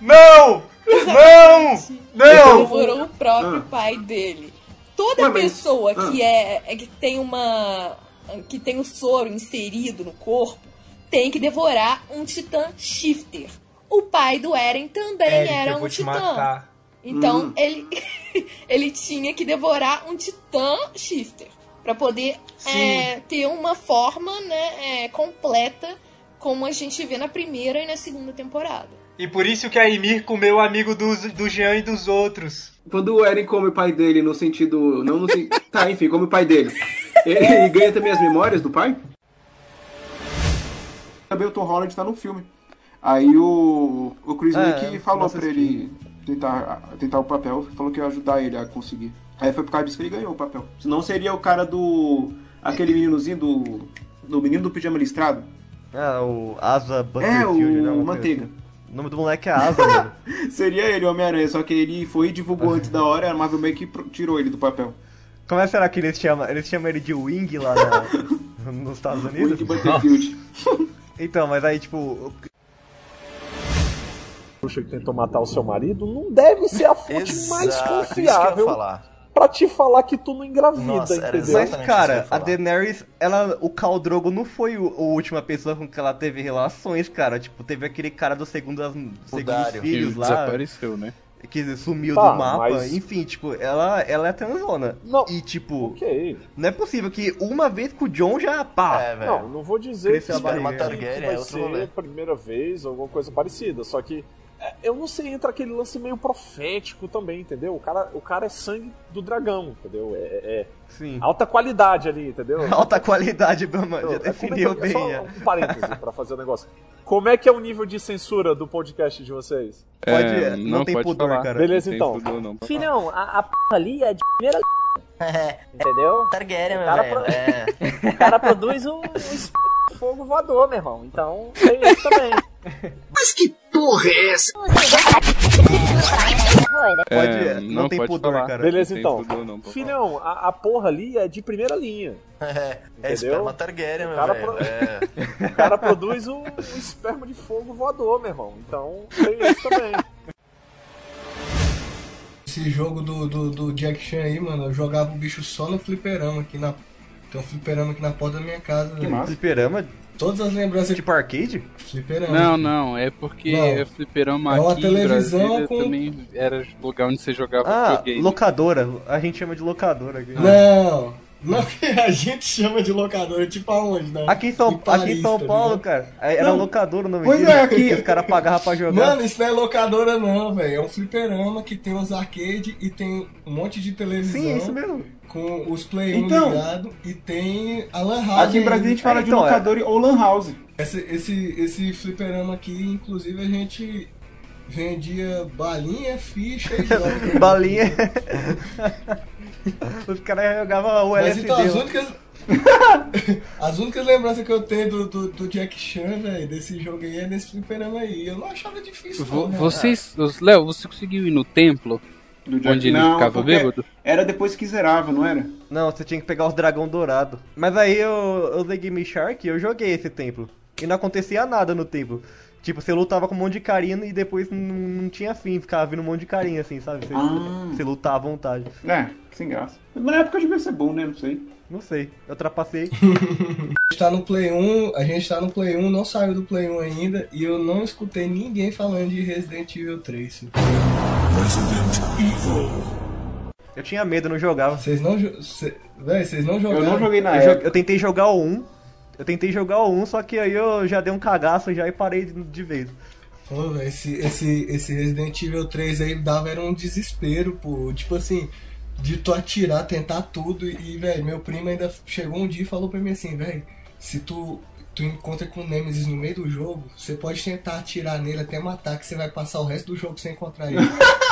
Não! Não!
Ele
Não!
devorou Então, o próprio pai dele. Toda pessoa que é, é que tem uma que tem o soro inserido no corpo tem que devorar um titã shifter. O pai do Eren também era um titã. Então
Hum.
ele ele tinha que devorar um titã shifter pra poder é, ter uma forma né, é, completa como a gente vê na primeira e na segunda temporada.
E por isso que a Ymir comeu o amigo dos, do Jean e dos outros.
Quando o Eren come o pai dele no sentido. Não no sentido. Tá, enfim, come o pai dele. Ele, ele ganha também as memórias do pai? Também o Tom Holland tá no filme. Aí o. O Chris
É,
Mick
eu
falou
assisti.
pra ele tentar, tentar o papel, falou que ia ajudar ele a conseguir. Aí foi por causa disso que ele ganhou o papel. Senão seria o cara do. aquele meninozinho do. do menino do pijama listrado.
Ah, o Asa
É,
Butterfield,
o
né? uma coisa
Manteiga.
assim. O nome do moleque é Asa, mano.
Seria ele, o Homem-Aranha, só que ele foi e divulgou antes da hora e a Marvel meio que pro- tirou ele do papel.
Como é que será que eles chamam? Eles chamam ele de Wing lá na- nos Estados Unidos?
Wing Butterfield.
Então, mas aí, tipo,
bruxa que tentou matar o seu marido não deve ser a fonte mais
Exato, isso que eu ia
confiável
falar.
pra te falar que tu não engravida, entendeu?
Mas, cara, a Daenerys, ela, o Khal Drogo não foi o, a última pessoa com que ela teve relações, cara. Tipo, teve aquele cara do segundo, as- segundos
Dario.
filhos
Que
lá.
desapareceu, né?
Que sumiu
Tá,
do mapa.
mas-
Enfim, tipo, ela, ela é transona. E, tipo, não é possível que uma vez com o John já pá.
Não, não vou dizer que
Cresceu a
vai,
barriga.
que
É
vai ser a primeira vez ou alguma coisa parecida, só que é, eu não sei, entra aquele lance meio profético também, entendeu? O cara, o cara é sangue do dragão, entendeu? É, é- é alta qualidade ali, entendeu?
Alta qualidade, Brahma, já
Entendeu? É, como é que-
definiu
é
bem.
só
é.
um parêntese pra fazer o negócio. Como é que é o nível de censura do podcast de vocês?
É, Pode- não não tem pode pudor, falar.
É,
cara.
Beleza,
Não tem
então.
pudor, não.
Filhão, a, a p ali é de primeira. Entendeu? Targaryen,
meu velho,
O cara produz um, um es- fogo voador, meu irmão. Então tem isso também. Mas que porra é essa?
Pode-
não, tem pode pudor, falar. cara.
Beleza,
Não tem
então.
pudor, não, pode
Filhão, a, a porra ali é de primeira linha.
É,
Entendeu?
esperma Targaryen,
O
meu
cara
velho.
pro-
É.
O cara produz um, um esperma de fogo voador, meu irmão. Então tem isso também.
Esse jogo do, do, do Jack Chan aí, mano, eu jogava o bicho só no fliperama aqui na. Tem um fliperama aqui na porta da minha casa, velho.
Fliperama?
Todas as lembranças.
Tipo arcade?
Fliperama.
Não, não, é porque
Não.
o fliperama
É uma
aqui
televisão
em Brasília
com-
também era lugar onde você jogava
Ah,
videogame.
locadora. A gente chama de locadora aqui.
Não! Não, a gente chama de locadora, tipo aonde, né?
Aqui em São, aqui em São
tá
Paulo,
ligado?
cara, é, era
Não.
locador o nome
Pois
disso,
é, aqui-
que os caras pagavam pra jogar.
Mano, isso não é locadora não, velho. É um fliperama que tem os arcade e tem um monte de televisão.
Sim, isso mesmo.
Com os play 1 Então. ligado e tem a Lan House.
Aqui em Brasília a gente
É,
fala de
então,
locador e- ou lan house.
Esse, esse, esse fliperama aqui, inclusive, a gente vendia balinha, ficha e jogos.
Balinha. Os caras jogavam o
Mas
LSD.
então, as únicas, as únicas lembranças que eu tenho do, do, do Jack Chan, velho, desse jogo aí, é desse fliperama aí. Eu não achava difícil.
Vo-
não, né?
Vocês, os- Léo, você conseguiu ir no templo onde ele
Não,
ficava
porque-
bêbado?
Era depois que zerava, não era?
Não, você tinha que pegar os dragão dourado. Mas aí eu, eu usei Game Shark e eu joguei esse templo. E não acontecia nada no templo. Tipo, você lutava com um monte de carinha e depois não, não tinha fim, ficava vindo um monte de carinha assim, sabe? Você,
Ah.
você lutava à vontade.
É, sem graça. Mas na época devia ser bom, né? Não sei.
Não sei, eu trapacei.
A gente tá no Play 1, a gente tá no Play 1, não saiu do Play 1 ainda, e eu não escutei ninguém falando de Resident Evil 3.
Eu tinha medo, eu não jogava.
Vocês não, jo- cê- véi, vocês não jogaram?
É.
eu, jo- eu tentei jogar o 1. Eu tentei jogar o 1, só que aí eu já dei um cagaço já e parei de, de vez.
Pô, véi, esse, esse, esse Resident Evil 3 aí dava era um desespero, pô. Tipo assim, de tu atirar, tentar tudo. E, velho, meu primo ainda chegou um dia e falou pra mim assim, velho, se tu, tu encontra com o Nemesis no meio do jogo, você pode tentar atirar nele até matar, que você vai passar o resto do jogo sem encontrar ele.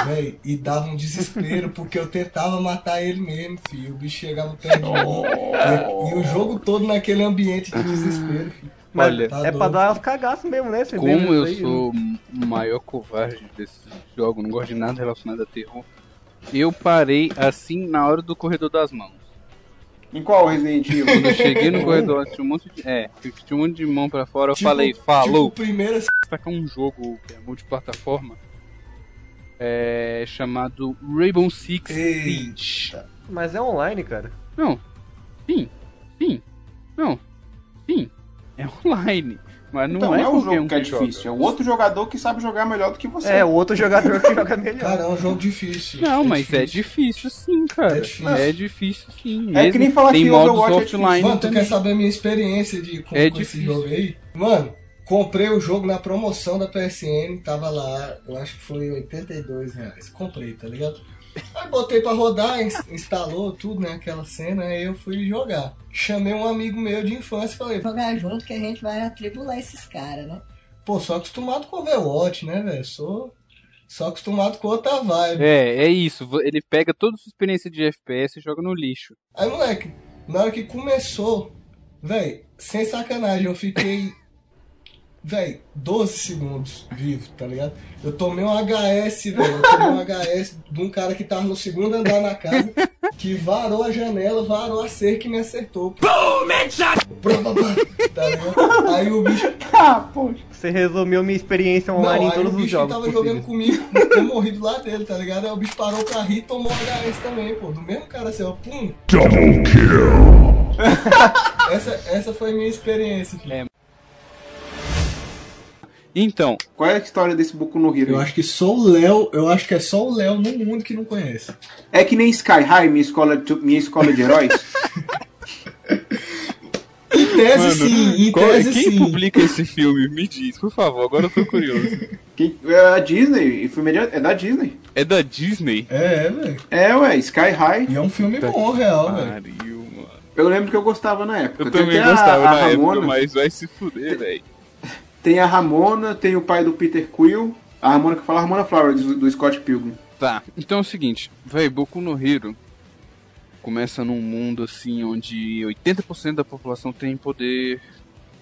véi, e dava um desespero, porque eu tentava matar ele mesmo, filho. O bicho chegava perto de mim.
Oh.
E, e o jogo todo naquele ambiente
Hum.
de desespero, filho.
Mas
Olha,
Tá
é pra dar uns cagaços mesmo, né? Você
Como
lembra
eu
disso aí?
sou o maior covarde desse jogo, não gosto de nada relacionado a terror, eu parei assim na hora do corredor das mãos.
Em qual Resident Evil?
Quando eu cheguei no corredor, tinha um monte de. É, tinha um monte de mão pra fora, eu
Tipo-
falei, falou.
tipo, primeiro assim-
Vai ficar um jogo que é multiplataforma é, chamado Rainbow Six Siege.
Mas é online, cara.
Não. Sim. Sim. Não. Sim. É online. Mas não
Então,
é,
não é um
qualquer
jogo
um
que é
joga.
difícil, é um outro jogador que sabe jogar melhor do que você.
É, o outro jogador que joga melhor.
Cara, é um jogo difícil.
Não, mas é difícil sim, cara. É difícil, sim. mesmo. Tem modos offline.
Mano, tu
também.
quer saber a minha experiência de com,
É
com esse
difícil.
jogo aí? Mano, comprei o jogo na promoção da PSN, tava lá, eu acho que foi 82 reais. Comprei, tá ligado? Aí botei pra rodar, ins- instalou tudo, né? Aquela cena, aí eu fui jogar. Chamei um amigo meu de infância e falei,
Jogar junto que a gente vai atribular esses caras, né?
pô, sou acostumado com Overwatch, né, velho? Sou, sou acostumado com outra vibe.
É, é isso. Vo- Ele pega toda a sua experiência de FPS e joga no lixo.
Aí, moleque, na hora que começou, velho, sem sacanagem, eu fiquei Véi, 12 segundos vivo, tá ligado? Eu tomei um HS, velho. Eu tomei um HS de um cara que tava no segundo andar na casa, que varou a janela, varou a cerca e me acertou. Boom, headshot! Tá ligado? Aí o bicho.
Ah, poxa. Você resumiu minha experiência online em
Não, aí o
todos os
bicho que
jogos.
tava
possíveis.
jogando comigo, eu morri do lado dele, tá ligado? Aí o bicho parou pra rir e tomou um HS também, pô. Do mesmo cara assim, ó, pum.
Double kill.
Essa, essa foi a minha experiência, tipo. filho.
Então.
Qual é a história desse Boku no Hero?
Eu acho que só o Léo, eu acho que é só o Léo no mundo que não conhece.
É que nem Sky High, minha escola, de- minha escola de heróis.
em tese sim, em
qual-
tese
quem
sim.
publica esse filme? Me diz, por favor, agora eu tô curioso.
Quem- é a Disney, e filme é de- é da Disney.
É da Disney?
É, velho.
É, ué, Sky High.
E é um filme
bom,
real,
velho.
Eu lembro que eu gostava na época.
Eu
Tem
também
até a-
gostava
a
na época,
Ramona.
mas vai se fuder, velho.
Tem a Ramona, tem o pai do Peter Quill. A Ramona que fala, a Ramona Flower, do, do Scott Pilgrim.
Tá, então é o seguinte, véi, Boku no Hero começa num mundo assim onde 80% da população tem poder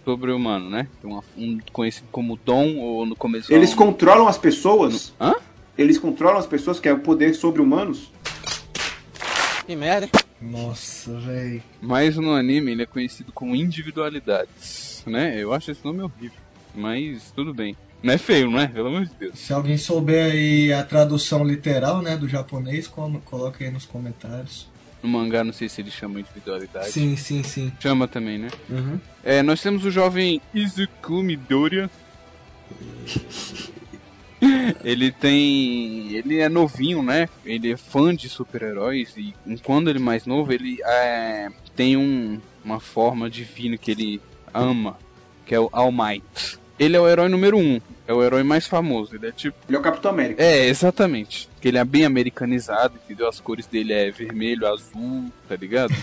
sobre-humano, né? Tem uma- um conhecido como Dom ou no começo
Eles
um-
controlam as pessoas.
Hã?
Eles controlam as pessoas, que é o poder sobre humanos.
Que merda.
Nossa, velho.
Mas no anime ele é conhecido como individualidades, né? Eu acho esse nome horrível, mas tudo bem. Não é feio, não é? Pelo amor de Deus.
Se alguém souber aí a tradução literal, né, do japonês, como, coloca aí nos comentários.
No mangá não sei se ele chama individualidade.
Sim, sim, sim.
Chama também, né?
Uhum.
É, nós temos o jovem Izuku Midoriya. ele tem. Ele é novinho, né? Ele é fã de super-heróis. E quando ele é mais novo, ele é, tem um- uma forma divina que ele ama, que é o All Might. Ele é o herói número um, é o herói mais famoso. Ele é tipo.
Ele é o Capitão América.
É, exatamente. Que ele é bem americanizado, entendeu? As cores dele é vermelho, azul, tá ligado?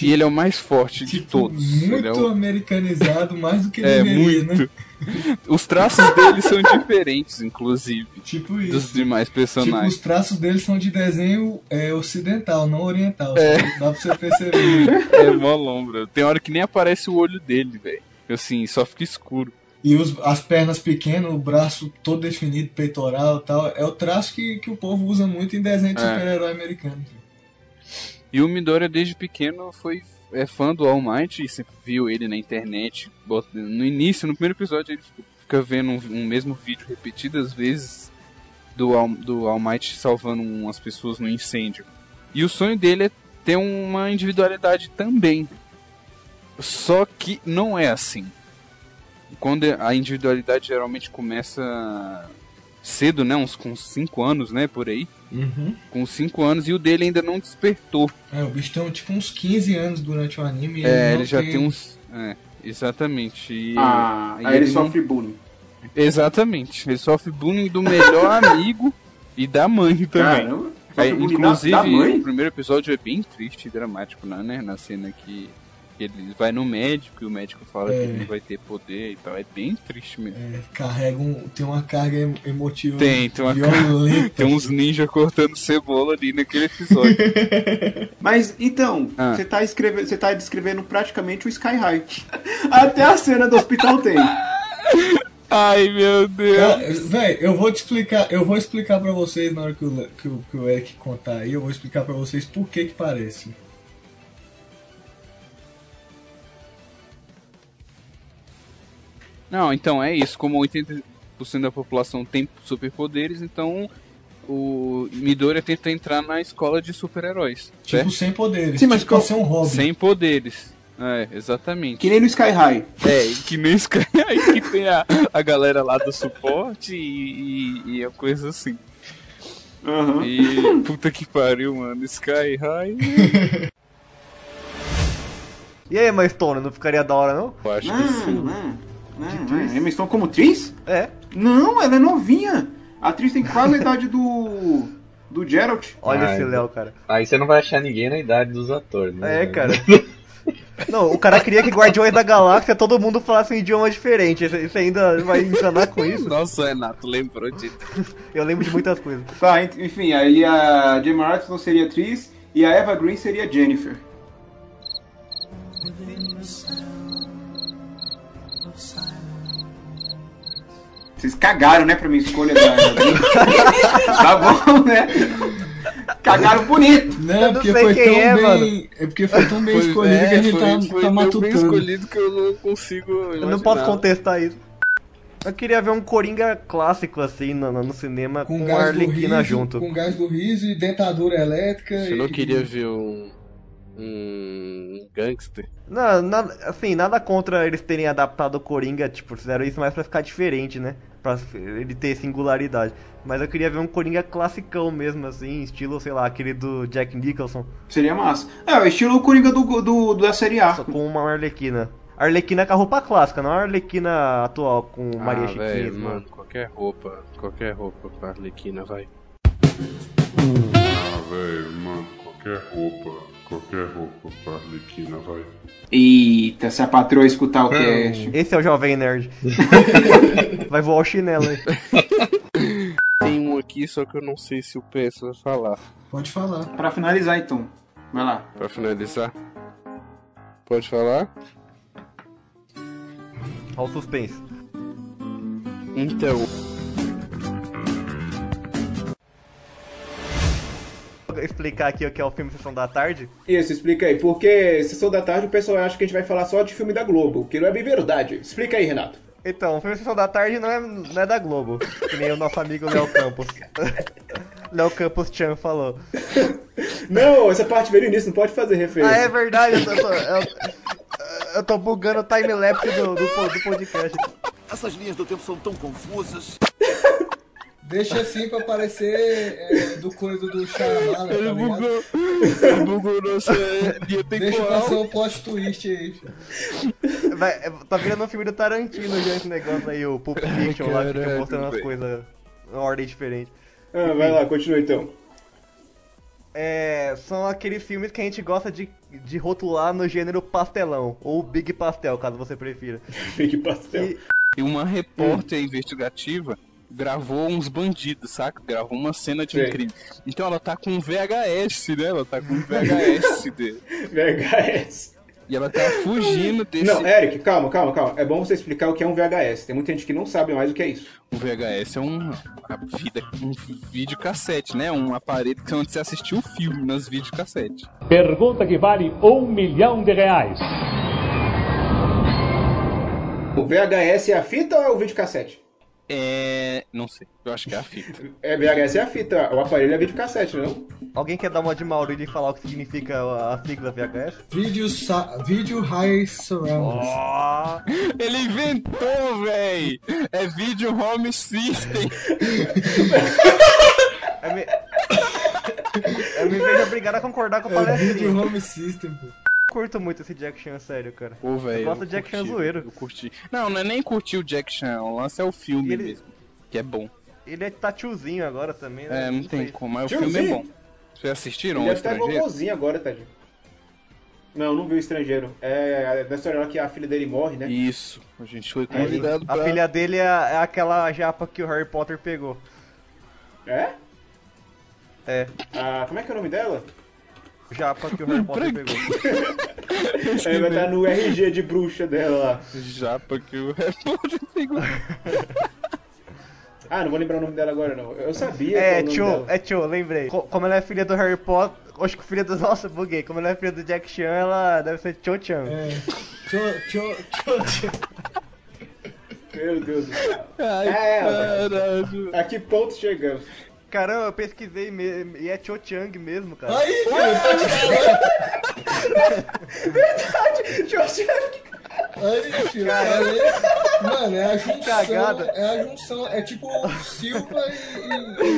E ele é o mais forte de todos. ele é
Tipo, Muito
o-
americanizado, mais do que
é,
deveria, né?
muito. Os traços dele são diferentes, inclusive.
Tipo
Dos
isso.
demais
Tipo, os
personagens.
traços dele são de desenho é, ocidental, não oriental.
É.
sabe? Dá pra você perceber.
É mó lombra. Tem hora que nem aparece o olho dele, velho. Assim, só fica escuro.
E os- as pernas pequenas, o braço todo definido, peitoral e tal. É o traço que, que o povo usa muito em desenho de
É.
super-herói americano.
E o Midoriya, desde pequeno, foi é fã do All Might e sempre viu ele na internet. Bota- No início, no primeiro episódio, ele fica vendo um, um mesmo vídeo repetidas vezes do, All- do All Might salvando umas pessoas no incêndio. E o sonho dele é ter uma individualidade também. Só que não é assim. Quando a individualidade geralmente começa cedo, né? Uns com 5 anos, né? Por aí.
Uhum.
Com 5 anos e o dele ainda não despertou.
É, o bicho tem tipo uns 15 anos durante o anime. e
É,
não
ele já tem uns. É, exatamente. E-
Ah,
e
aí ele
não-
sofre bullying.
Exatamente. Ele sofre bullying do melhor amigo e da mãe também.
Caramba,
Aí,
sofre bullying da-
inclusive,
da mãe?
o primeiro episódio é bem triste e dramático, lá, né? Na cena que ele vai no médico e o médico fala
É.
que ele não vai ter poder e tal. É bem triste mesmo.
Carrega um, tem uma carga emo- emotiva
Tem, tem, uma...
violenta.
tem um uns ninjas cortando cebola ali naquele episódio.
Mas então,
Ah.
você tá, escreve- você tá descrevendo praticamente o Sky High. Até a cena do hospital tem.
Ai, meu
Cara, Véi, eu vou te explicar, eu vou explicar pra vocês na hora que o, Le- que o, que o Eric contar aí, eu vou explicar pra vocês por que que parece.
Não, então é isso. Como 80% da população tem superpoderes, então o Midoriya tenta entrar na escola de super-heróis.
Tipo,
certo?
sem poderes. Sim, mas tipo, pra ser um Robin.
Sem poderes. É, exatamente.
Que nem no Sky High.
É, e que nem Sky High, que tem a, a galera lá do suporte e, e, e a coisa assim. E puta que pariu, mano. Sky High.
E aí, Maestona, não ficaria da hora, não?
Eu acho
que sim. Ah, Emma Stone como atriz?
É.
Não, ela é novinha. A atriz tem quase a idade do. do Geralt.
Ah, Aí você não vai achar ninguém na idade dos atores, né?
É, cara. Não, o cara queria que Guardiões da Galáxia todo mundo falasse um idioma diferente. Você você ainda vai enganar com
Ah.
isso?
Nossa, Renato, lembrou de.
Eu lembro de muitas coisas.
Tá, ent- enfim, aí a Gemma Arterton seria atriz e a Eva Green seria Jennifer. Vocês cagaram, né, pra minha escolha da. tá bom, né? Cagaram bonito.
Não, é porque foi tão bem. É porque foi tão bem
Pois
escolhido
é,
que a gente
foi-
tá,
foi
tá
tão bem
matutando.
escolhido que eu não consigo
Eu não posso contestar isso. Eu queria ver um Coringa clássico assim no, no cinema com, a
do
Arlequina
riso,
junto.
Com gás do riso e dentadura elétrica.
Você
e-
não queria ver um. um gangster?
Não, nada- assim, nada contra eles terem adaptado o Coringa, tipo, fizeram isso mais pra ficar diferente, né? Pra ele ter singularidade. Mas eu queria ver um Coringa classicão mesmo, assim, estilo, sei lá, aquele do Jack Nicholson.
Seria massa. É, o estilo Coringa do, do, da série A.
Só com uma Arlequina. Arlequina com a roupa clássica, não a Arlequina atual com Um Maria
ah,
Chiquinha.
velho,
mano.
mano, qualquer roupa, qualquer roupa pra Arlequina, vai.
Ah, velho, mano, qualquer roupa, qualquer roupa pra Arlequina, vai.
Eita, se a patroa escutar o
Não.
cast.
Esse é o Jovem Nerd. Vai voar o chinelo aí.
Tem um aqui, só que eu não sei se o PS vai falar.
Pode falar.
Pra finalizar, então. Vai lá.
Pra finalizar. Pode falar?
Olha o suspense.
Então.
Vou explicar aqui o que é o filme Sessão da Tarde.
Isso, explica aí. Porque sessão da tarde o pessoal acha que a gente vai falar só de filme da Globo, o que não é bem verdade. Explica aí, Renato.
Então, o filme Sessão da Tarde não é, não é da Globo, que nem o nosso amigo Léo Campos. Léo Campos Chan falou.
Não, essa parte veio no início, não pode fazer referência.
Ah, é verdade, eu tô, eu tô- eu- eu tô bugando o timelapse do, do, po- do podcast.
Essas linhas do tempo são tão confusas.
Deixa assim pra parecer é, do coisa do Xaramala, tá
Ele
ligado?
bugou, ele bugou nossa linha
Deixa passar
é temporal.
o plot twist aí. filho.
Vai- é, tá virando um filme do Tarantino já esse negócio aí, o Pulp Fiction lá, que fica
Caraca,
mostrando as
velho.
coisas em ordem diferente.
Ah, vai lá, continua então.
É, são aqueles filmes que a gente gosta de, de rotular no gênero pastelão, ou Big Pastel, caso você prefira.
Big Pastel.
E uma repórter investigativa gravou uns bandidos, saca? Gravou uma cena de um
Sim.
crime. Então ela tá com um VHS, né? Ela tá com um VHS dele.
VHS.
E ela tá fugindo desse.
Não, Eric, calma, calma, calma. É bom você explicar o que é um VHS. Tem muita gente que não sabe mais o que é isso.
O VHS é um, a vida, um videocassete, né? Um aparelho que é onde você assistiu o filme nas videocassete.
Pergunta que vale um milhão de reais.
O VHS é a fita ou é o videocassete?
É. Não sei. Eu acho que é a fita.
É, VHS é a fita, o aparelho é videocassete, não?
Alguém quer dar uma de Maurílio e falar o que significa a a sigla VHS?
Vídeo, sa... Vídeo High Surrounds.
Ele inventou, véi! É vídeo home system!
Eu É me... Eu me vejo obrigado a concordar com o
É
palestrinha.
vídeo home system, pô.
curto muito esse Jack Chan, sério, cara.
Pô, velho.
Eu gosto
eu
do Jack Chan
curti,
zoeiro.
Eu curti. Não, não é nem curtir o Jack Chan, o lance é o filme
Ele-
mesmo. Que é bom.
Ele é tá tiozinho agora também, né?
É, não tem
sei.
como, mas o
Tiozinho.
filme é bom. Vocês assistiram o
Ele deve estar
é estrangeiro?
vovozinho agora, tadinho. Não, não viu o estrangeiro. É, é da história lá que a filha dele morre, né?
Isso. A gente foi
Aí,
convidado
a
pra...
filha dele é, é aquela japa que o Harry Potter pegou.
É?
É,
Ah, como é que é o nome dela?
japa que o Harry Potter pegou.
Aí vai
Né?
estar no RG de bruxa dela lá.
Japa que o é repórter pegou.
Ah, não vou lembrar o nome dela agora, não. Eu sabia. qual o
É,
nome
tio,
dela.
é tio, lembrei. Co- como ela é filha do Harry Potter. Acho que filha do. Nossa, buguei. Como ela é filha do Jack Chan, ela deve ser Cho Chan.
É. Tchô, tchô, tchô, tchô.
Meu Deus do céu.
Ai,
é,
caralho.
A que ponto chegamos?
Caramba, eu pesquisei mesmo. E é Cho Chang mesmo, cara.
Aí, filho, tá de
Verdade! Tio Chang!
Aí, filho,
Caralho.
aí- Mano, é a junção.
Cagada.
É a junção. É tipo Silva e. e,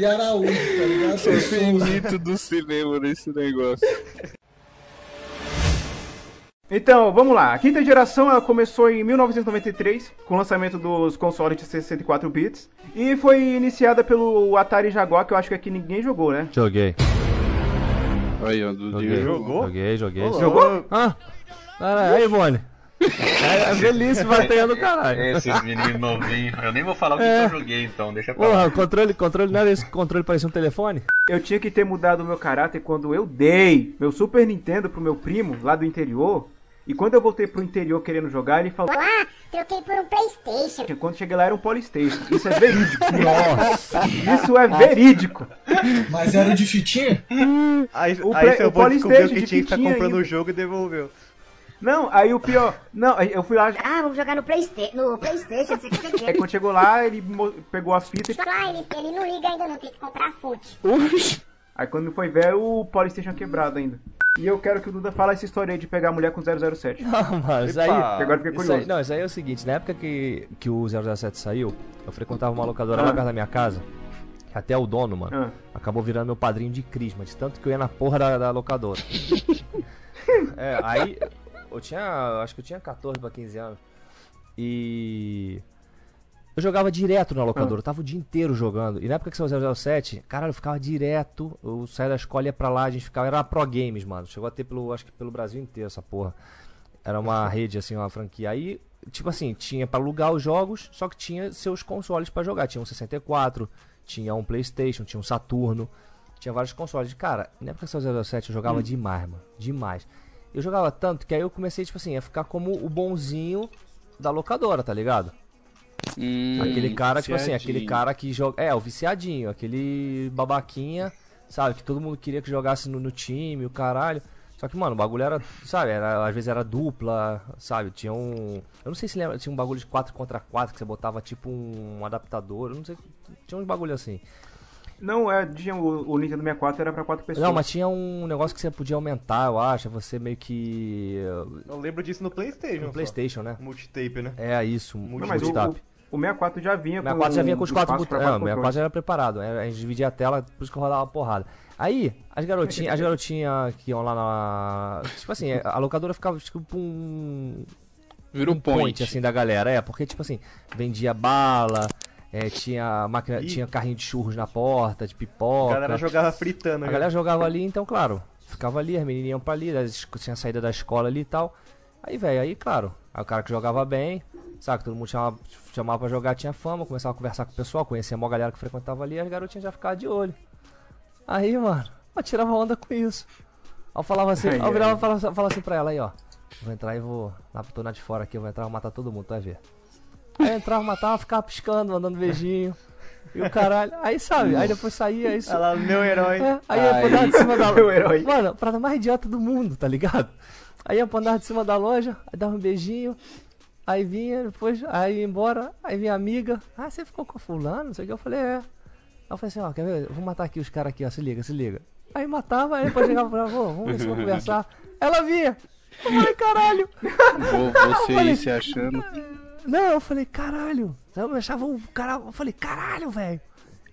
e Araújo, tá ligado?
Sou
é
finito um do cinema nesse negócio.
Então, vamos lá. A quinta geração ela começou em 1993, com o lançamento dos consoles de 64 bits, e foi iniciada pelo Atari Jaguar, que eu acho que aqui ninguém jogou, né?
Joguei.
Aí, ó, do
Joguei.
Jogou?
Joguei, joguei.
Ô, Jogou?
Ah! Caralho, aí, Ivone. É, é velhice batendo, caralho.
Esses meninos novinhos. Eu nem vou falar o que,
É.
que eu joguei, então. Deixa pra lá.
Porra, controle, controle, não era esse controle parecia um telefone?
Eu tinha que ter mudado o meu caráter quando eu dei meu Super Nintendo pro meu primo lá do interior.
E quando eu voltei pro interior querendo jogar, ele falou.
Olá, troquei por um Playstation.
Quando cheguei lá era um Polystation. Isso é verídico. Nossa. Isso
Ah.
é verídico.
Mas era de fitinha?
Aí,
O
aí
Play-
seu
o
avô descobriu
Polystation
que
de
tinha que tá
fitinha
comprando
ainda.
o jogo e devolveu.
Não, aí o pior. Não, aí eu fui lá.
Ah, vamos jogar no Playstation, no Playstation, não sei o que você
Aí quando chegou lá, ele mo- pegou as fitas. tá.
Ah, ele, ele não liga ainda não, tem que comprar fute.
Aí quando foi ver, o Polystation é quebrado ainda. E eu quero que o Duda fale essa história aí de pegar a mulher com 007.
Não, mano, isso aí.
Que agora eu fiquei
Ah, isso
curioso.
aí- não, isso aí é o seguinte: na época que, que o 007 saiu, eu frequentava uma locadora
Ah.
lá perto da minha casa. que Até o dono, mano,
Ah.
acabou virando meu padrinho de crisma, de tanto que eu ia na porra da, da locadora. é, aí eu tinha. Acho que eu tinha 14 pra 15 anos. E. Eu jogava direto na locadora, eu tava o dia inteiro jogando. E na época que saiu o 007, caralho, eu ficava direto. Eu saía da escola ia pra lá, a gente ficava. Era a Pro Games, mano. Chegou a ter pelo, acho que pelo Brasil inteiro essa porra. Era uma rede, assim, uma franquia. Aí, tipo assim, tinha pra alugar os jogos, só que tinha seus consoles pra jogar. Tinha um 64, tinha um PlayStation, tinha um Saturno, tinha vários consoles. Cara, na época que saiu o 007, eu jogava
Hum.
demais, mano. Demais. Eu jogava tanto que aí eu comecei, tipo assim, a ficar como o bonzinho da locadora, tá ligado? aquele cara, tipo
é
assim, aquele
viciadinho.
cara que joga. É, o viciadinho, aquele babaquinha, sabe? Que todo mundo queria que jogasse no, no time, o caralho. Só que, mano, o bagulho era, sabe? Era, às vezes era dupla, sabe? Tinha um. Eu não sei se lembra, tinha um bagulho de 4 contra 4 que você botava tipo um adaptador, eu não sei. Tinha uns bagulho assim.
Não, é, tinha o, o Nintendo 64 era pra quatro pessoas.
Não, mas tinha um negócio que você podia aumentar, eu acho. Você meio que.
Eu lembro disso no Playstation.
No Playstation, né?
Multitape, né?
É isso,
Não, mas o,
multitap.
o, o 64 já vinha
Minha 4 já vinha com os quatro é,
espaço pra
botões. Não,
quatro
minha
controles.
4 já era preparado. era- A gente dividia a tela, por isso que eu rodava uma porrada. Aí, as garotinhas, as garotinhas que iam lá na. Tipo assim, a locadora ficava tipo um.
Virou
um point.
point.
assim, da galera. É, porque, tipo assim, vendia bala. é, tinha máquina,
Ih.
tinha carrinho de churros na porta, de pipoca.
A galera jogava fritando,
A
né?
galera jogava ali, então, claro, ficava ali, as menininhas iam pra ali, as esco- tinha a saída da escola ali e tal. Aí, velho, aí, claro, aí o cara que jogava bem, sabe, todo mundo chamava, chamava pra jogar, tinha fama, começava a conversar com o pessoal, conhecia a maior galera que frequentava ali, as garotinhas já ficavam de olho. Aí, mano, eu tirava onda com isso. Aí eu falava assim,
Ai,
aí eu virava
ai.
e falava, falava assim pra ela aí, ó. Vou entrar e vou. Na tô na de fora aqui, eu vou entrar e vou matar todo mundo, tu vai ver. Aí eu entrava, matava, ficava piscando, mandando beijinho. E o caralho. Aí sabe, aí depois saía isso.
Olha lá, meu herói.
É, aí ia
Ai.
pra andar de cima da
Meu herói.
Mano, a parada mais idiota do mundo, tá ligado? Aí ia pra andar de cima da loja, aí dava um beijinho. Aí vinha, depois, aí ia embora, aí vinha a amiga. Ah, você ficou com fulano, não sei o que. Eu falei, é. Aí eu falei assim, ó, quer ver? Eu vou matar aqui os caras aqui, ó, se liga, se liga. Aí matava, aí depois chegava pra pô, vamos ver se vão conversar. Ela vinha. Eu falei, caralho.
Vou- Você
Olha.
aí se achando.
Não, eu falei, caralho. Eu achava o cara. Eu falei, caralho, velho.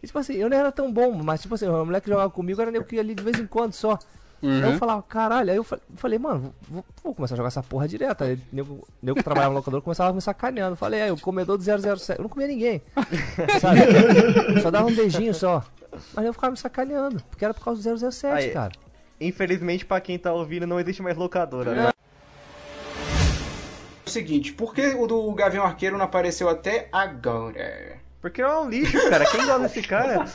E, Tipo assim, eu não era tão bom, mas tipo assim, o moleque que jogava comigo era eu que ia ali de vez em quando só.
Uhum.
Aí eu falava, caralho, aí eu fa- falei, mano, vou, vou começar a jogar essa porra direto. Aí o nego, nego que trabalhava no locador começava a me sacaneando. Falei, aí, o comedor do 007. Eu não comia ninguém. Sabe? só dava um beijinho só. Mas eu ficava me sacaneando, porque era por causa do 007,
Aí,
cara.
Infelizmente, pra quem tá ouvindo, não existe mais locadora, né?
É o seguinte, por que o do Gavião Arqueiro não apareceu até agora?
Porque é um lixo, cara. Quem gosta desse cara?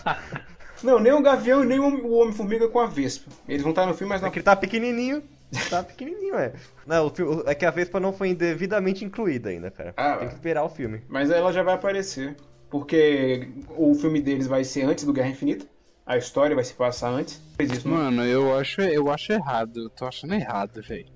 Não, nem o Gavião e nem o Homem-Formiga com a Vespa. Eles vão estar no filme, mas não...
É que ele tá pequenininho. Tá pequenininho, é. Não, o fi- o- é que a Vespa não foi devidamente incluída ainda, cara.
Ah,
Tem que esperar o filme.
Mas ela já vai aparecer. Porque o filme deles vai ser antes do Guerra Infinita. A história vai se passar antes. Fez isso, né?
Mano, eu acho, eu acho errado. Eu tô achando errado, velho.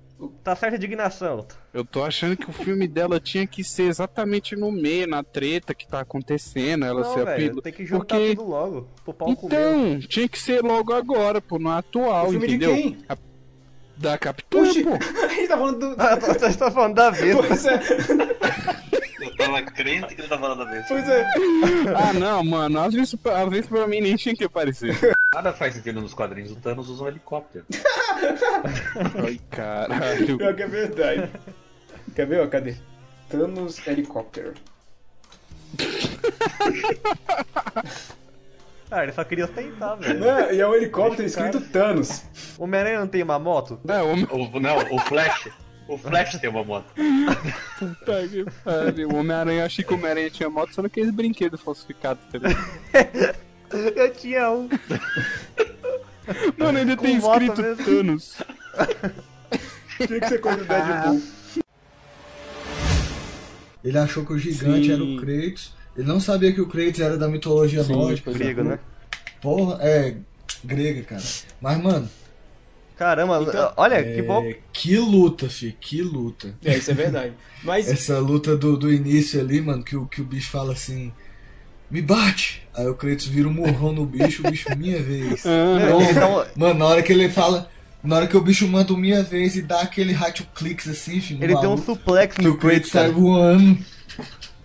Tá certa a indignação.
Eu tô achando que o filme dela tinha que ser exatamente no meio, na treta que tá acontecendo, ela
não,
ser a
velho,
pílula.
Tem que juntar
Porque-
tudo logo. Pro pau comer.
Então, tinha que ser logo agora, pô, no atual,
O filme de
entendeu?
quem?
A- Da Capitã, pô.
A gente tá falando
Ah,
do...
Você tá falando da Vespa.
Pois é.
Eu tava crente que ele tava falando da vez.
Pois é.
Ah, não, mano, às vezes, às vezes pra mim nem tinha que aparecer.
Nada faz sentido nos quadrinhos. O Thanos usa um helicóptero.
Ai, caralho.
Pior que é verdade. Quer ver, ó? Cadê? Thanos Helicóptero.
Ah, ele só queria tentar, velho.
Não, e é um helicóptero escrito Thanos.
O Homem-Aranha não tem uma moto?
Não,
O, não, o Flash. O Flash tem uma moto.
Puta que pariu. O Homem-Aranha, eu achei que o Homem-Aranha tinha moto, só naqueles brinquedos falsificados, tá ligado?
Eu tinha um.
Mano, ainda
Com
tem
moto
escrito
mesmo.
Thanos.
Tinha que ser coisa do
Ah,
Deadpool.
Ele achou que o gigante
Sim.
era o Kratos. Ele não sabia que o Kratos era da mitologia
Sim,
nórdica.
grego,
sacou?
né?
Porra, é. Grega, cara. Mas, mano.
Caramba, olha, que bom.
É, Que luta, fi, que luta.
É, isso é verdade. Mas-
Essa luta do, do início ali, mano, que, o- que o bicho fala assim. Me bate! Aí o Kratos vira um morrão no bicho, o bicho, minha vez.
Ah.
Não,
Ele dá um-
Mano, na hora que ele fala. Na hora que o bicho manda o minha vez e dá aquele hatch cliques assim, filho.
Ele deu um suplex
Que
no
o Kratos
Kratos, cara.
sai voando.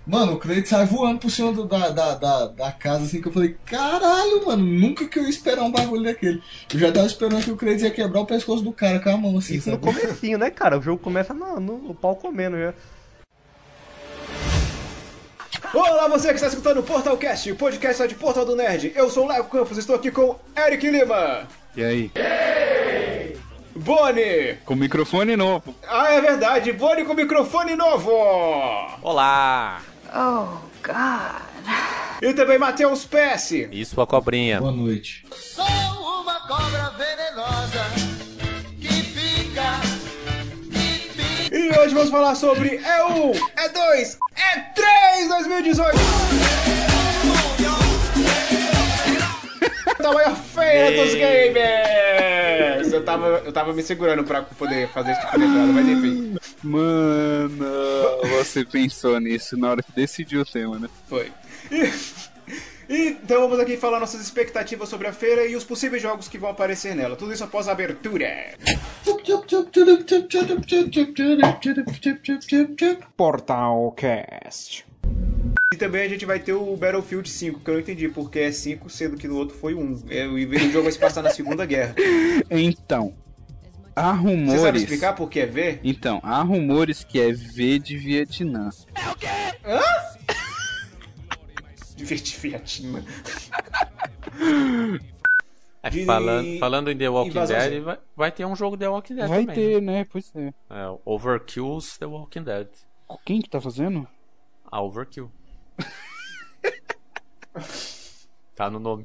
Mano, o Kratos sai voando por cima do- da, da, da, da casa, assim, que eu falei, caralho, mano, nunca que eu ia esperar um bagulho daquele. Eu já tava esperando que o Kratos ia quebrar o pescoço do cara com a mão, assim,
Isso no
sabe?
comecinho, né, cara? O jogo começa no, no pau comendo já.
Olá, você que está escutando o Portalcast, o podcast site Portal do Nerd. Eu sou o Lago Campos, estou aqui com Eric Lima,
E aí?
Boni.
Com o microfone novo.
Ah, é verdade, Boni com microfone novo.
Olá!
Oh, God. E também Matheus PS.
Isso, a cobrinha.
Boa noite.
Sou uma cobra venenosa que pica.
E hoje vamos falar sobre é 1, é 2, é 3 2018. Tamanho feia dos gamers! Eu tava, eu tava me segurando pra poder fazer esse tipo de entrada, mas enfim.
Mano, você pensou nisso na hora que decidiu o tema, né?
Foi. Então vamos aqui falar nossas expectativas sobre a feira e os possíveis jogos que vão aparecer nela. Tudo isso após a abertura. Portalcast. E também a gente vai ter o Battlefield 5, que eu não entendi porque é 5, sendo que no outro foi 1. É, o o jogo vai se passar na Segunda Guerra.
Então, há rumores.
Você sabe explicar por que é V?
Então, há rumores que é V de Vietnã.
Hã? Diverti Fiatina.
É, Falando, falando em The Walking
invasão
Dead,
zumbi.
vai, vai ter um jogo The Walking Dead
Vai
também.
ter, né? Pois é.
É, o Overkill's The Walking Dead.
Quem que tá fazendo?
A Overkill. tá no nome.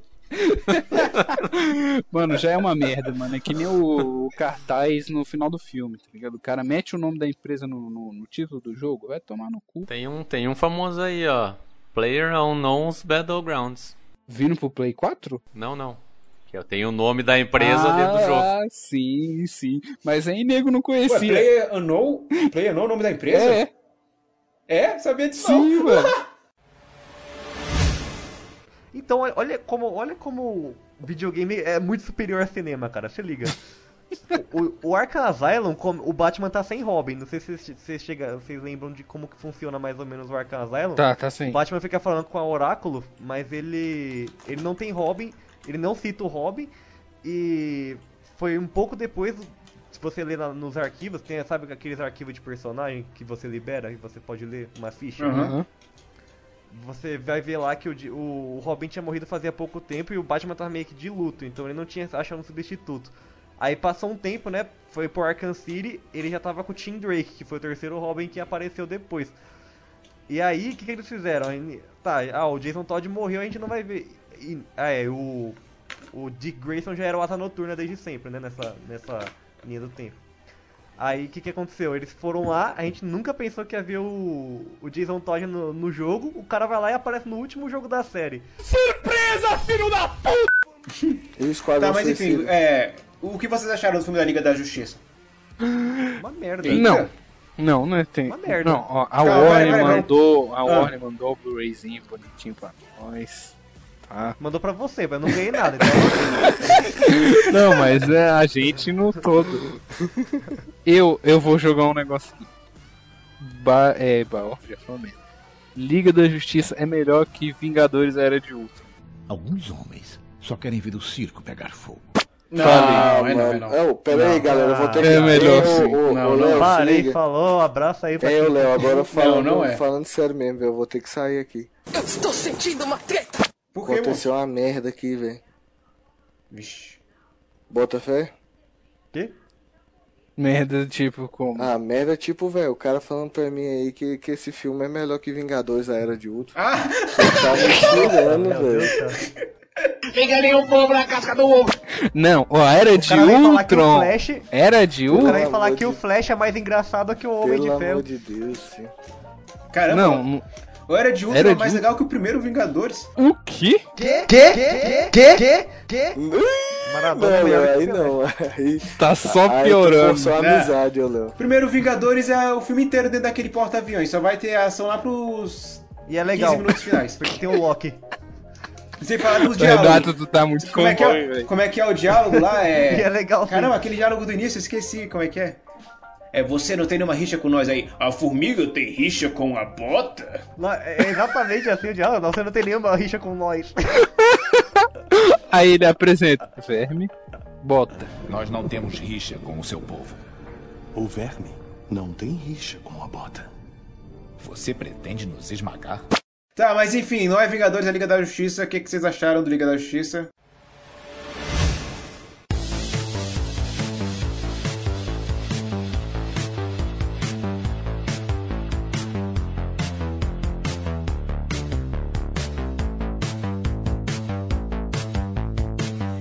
Mano, já é uma merda, mano. É que nem o, o cartaz no final do filme, tá ligado? O cara mete o nome da empresa no, no- no título do jogo, vai tomar no cu.
Tem um, tem um famoso aí, ó. Player Unknown's Battlegrounds.
Vindo pro Play 4?
Não, não. Que eu tenho o nome da empresa dentro do jogo.
Ah, sim, sim. Mas aí nego não conhecia.
Ué, Player Unknown? Player Unknown é o nome da empresa?
É.
É? Sabia disso
Sim, mano.
Então, olha- olha como, olha como o videogame é muito superior ao cinema, cara. Se liga. o, o Arkham Asylum, como- o Batman tá sem Robin. Não sei se vocês- vocês, chega- vocês lembram de como que funciona mais ou menos o Arkham Asylum.
Tá, tá sim.
O Batman fica falando com a Oráculo, mas ele ele não tem Robin, ele não cita o Robin. E foi um pouco depois, se você ler na- nos arquivos, tem, sabe aqueles arquivos de personagem que você libera e você pode ler uma ficha?
Aham.
Você vai ver lá que o, di- o Robin tinha morrido fazia pouco tempo e o Batman tava meio que de luto, então ele não tinha achado um substituto. Aí passou um tempo, né? Foi pro Arkham City, ele já tava com o Tim Drake, que foi o terceiro Robin que apareceu depois. E aí, o que, que eles fizeram? Aí, Tá, ah, o Jason Todd morreu, a gente não vai ver. E- ah, é, o, o Dick Grayson já era o Asa Noturna desde sempre, né? Nessa, nessa linha do tempo. Aí, o que, que aconteceu? Eles foram lá, a gente nunca pensou que ia ver o, o Jason Todd no, no jogo, o cara vai lá e aparece no último jogo da série. Surpresa, filho da puta!
Tá, mas enfim, é, o que vocês acharam do filme da Liga da Justiça?
Uma merda.
Não. Não, não é tem.
Uma merda.
Não, ó, a
Calma,
Warner
vai, vai, vai.
mandou, a
Ah.
Warner mandou o Blu-rayzinho bonitinho pra nós. Tá.
Mandou pra você, mas eu não ganhei nada. então-
Não, mas é a gente no todo. Eu, eu vou jogar um negócio. Ba é, ba ó, já falou mesmo. Liga da Justiça é melhor que Vingadores Era de Ultron.
Alguns homens só querem ver o circo pegar fogo.
Não, Falei.
é não, é não. Não, peraí, galera, eu vou ter que-
É melhor
Ô,
assim.
sim.
ô, ô, Léo, se
Ah, Parei,
liga.
falou, abraço aí pra
É, o Léo, agora falando,
Não, não é.
falando sério mesmo, velho, eu vou ter que sair aqui.
Eu estou sentindo uma treta.
que,
é
Aconteceu uma merda aqui, velho.
Vixe.
Bota fé?
Quê?
Merda, tipo, como?
Ah,
é
merda, tipo, velho, o cara falando pra mim aí que, que esse filme é melhor que Vingadores, a Era de Ultron.
Ah!
Você tá me tirando, velho.
Pegaria o povo na casca do ovo.
Não, ó, era de
cara vai falar que
é.
o
Ultron.
Flash-
Era de
O cara ia
Ultron.
falar que o Flash é mais engraçado que o Homem de Ferro.
de Deus, sim.
Caramba,
Não, não-
o Era de Ultron
Era
é
de
mais
Ultron.
legal que o primeiro Vingadores.
O quê?
Que?
Que? Que? Que? Que? é
Maradona não, aí não. Aí,
Tá só
aí tu
piorando.
forçou a
Né?
amizade, ô Léo.
Primeiro Vingadores é o filme inteiro dentro daquele porta-aviões. Só vai ter ação lá pros
E é legal.
15 minutos finais.
Porque tem o Loki.
Sem falar dos
Renato,
diálogos.
tu tá muito
Como é, que
fanboy,
é,
velho.
como é que é o diálogo lá? É...
E é legal, sim.
Caramba, aquele diálogo do início, eu esqueci como é que é. É, você não tem nenhuma rixa com nós aí. A formiga tem rixa com a bota?
Não, É exatamente assim o diálogo. Você não tem nenhuma rixa com nós.
Aí ele apresenta. Verme, bota.
Nós não temos rixa com o seu povo. O verme não tem rixa com a bota. Você pretende nos esmagar?
Tá, mas enfim, não é Vingadores, é Liga da Justiça. O que, que vocês acharam do Liga da Justiça?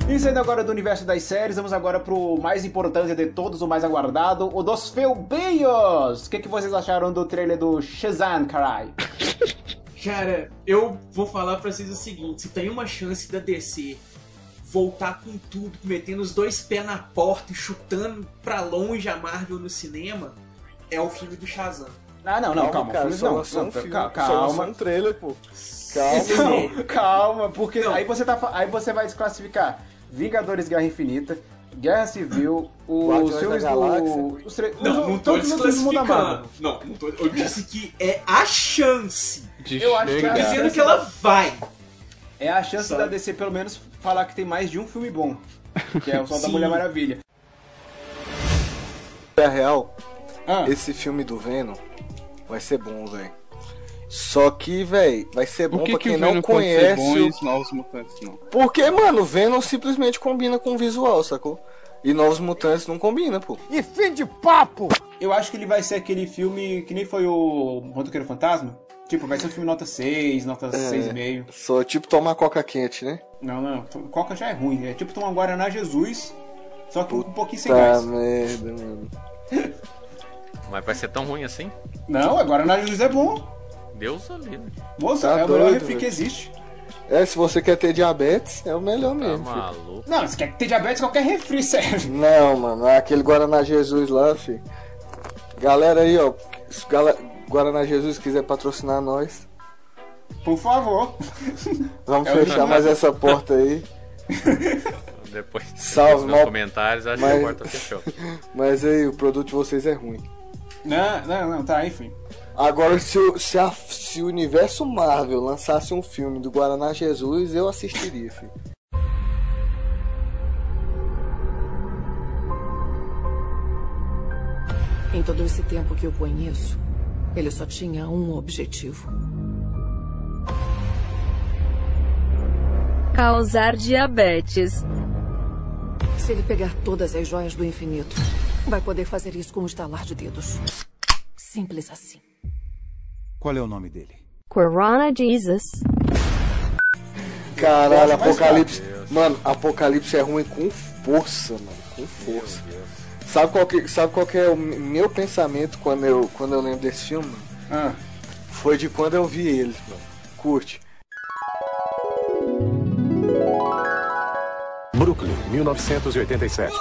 E saindo agora do universo das séries, vamos agora pro mais importante de todos, o mais aguardado, o dos Felbinhos! O que, que vocês acharam do trailer do Shazam, carai?
Cara, eu vou falar pra vocês o seguinte: se tem uma chance da DC voltar com tudo, metendo os dois pés na porta e chutando pra longe a Marvel no cinema, é o filme do Shazam.
Ah, não, não, calma,
cara,
filme
só
não,
lançou um
não,
filme,
ca-
só lançou
calma.
um
trailer, pô.
Calma,
Calma, calma, porque aí você tá fa- aí você vai desclassificar Vingadores Guerra Infinita, Guerra Civil, os
Guardiões
filmes
da
do
Galáxia.
os tre- os-
Não, não tô
todos os filmes do mundo
desclassificando.
amado.
Não, não tô, eu disse que é a chance.
De Eu acho que é a
Tô
chance
dizendo que
da-
ela vai.
É a chance
Sabe?
da DC pelo menos falar que tem mais de um filme bom, que é o Sol da
Sim.
Mulher Maravilha.
É real,
Ah.
esse filme do Venom vai ser bom, velho. Só que, velho, vai ser bom
O que
pra
que
quem
o
não
Venom pode ser
conhece.
bom
o-
e os novos mutantes, não?
Porque, mano, Venom simplesmente combina com o visual, sacou? E Novos Mutantes não combina, pô.
E fim de papo! Eu acho que ele vai ser aquele filme que nem foi o Motoqueiro Fantasma. Tipo, vai ser um filme nota 6, nota
É.
6,5.
Só tipo tomar coca quente, né?
Não, não, to- Coca já é ruim. É tipo tomar um Guaraná Jesus, só que um pouquinho sem
Tá
gás.
merda, mano.
Mas vai ser tão ruim assim?
Não, é Guaraná Jesus é bom.
Deus o livre.
Moça,
Tá
é o melhor
doido,
refri que
velho.
existe.
É, se você quer ter diabetes, é o
Tá
melhor mesmo. filho.
Não, se quer ter diabetes, qualquer refri serve.
Não, mano, é aquele Guaraná Jesus lá, filho. Galera aí, ó. Se o Gala- Guaraná Jesus quiser patrocinar nós,
Por favor.
vamos
É o
fechar
Guaraná.
mais essa porta aí.
Depois dos
Salve,
meus
mal-
comentários, acho que
mas-
a porta fechou.
Mas aí, o produto de vocês é ruim.
Não, não, não, tá, enfim.
Agora, se, o- se, a- se o universo Marvel lançasse um filme do Guaraná Jesus, eu assistiria, filho.
Em todo esse tempo que o conheço, ele só tinha um objetivo.
Causar diabetes.
Se ele pegar todas as joias do infinito, vai poder fazer isso com um estalar de dedos. Simples assim.
Qual é o nome dele?
Corona Jesus.
Caralho,
Nossa, mas-
Apocalipse.
Meu Deus.
Mano, Apocalipse é ruim com força, mano. Com força. Sabe qual que, sabe qual que é o me- meu pensamento quando eu, quando eu lembro desse filme?
Ah.
Foi de quando eu vi ele, mano. Curte.
Brooklyn, 1987.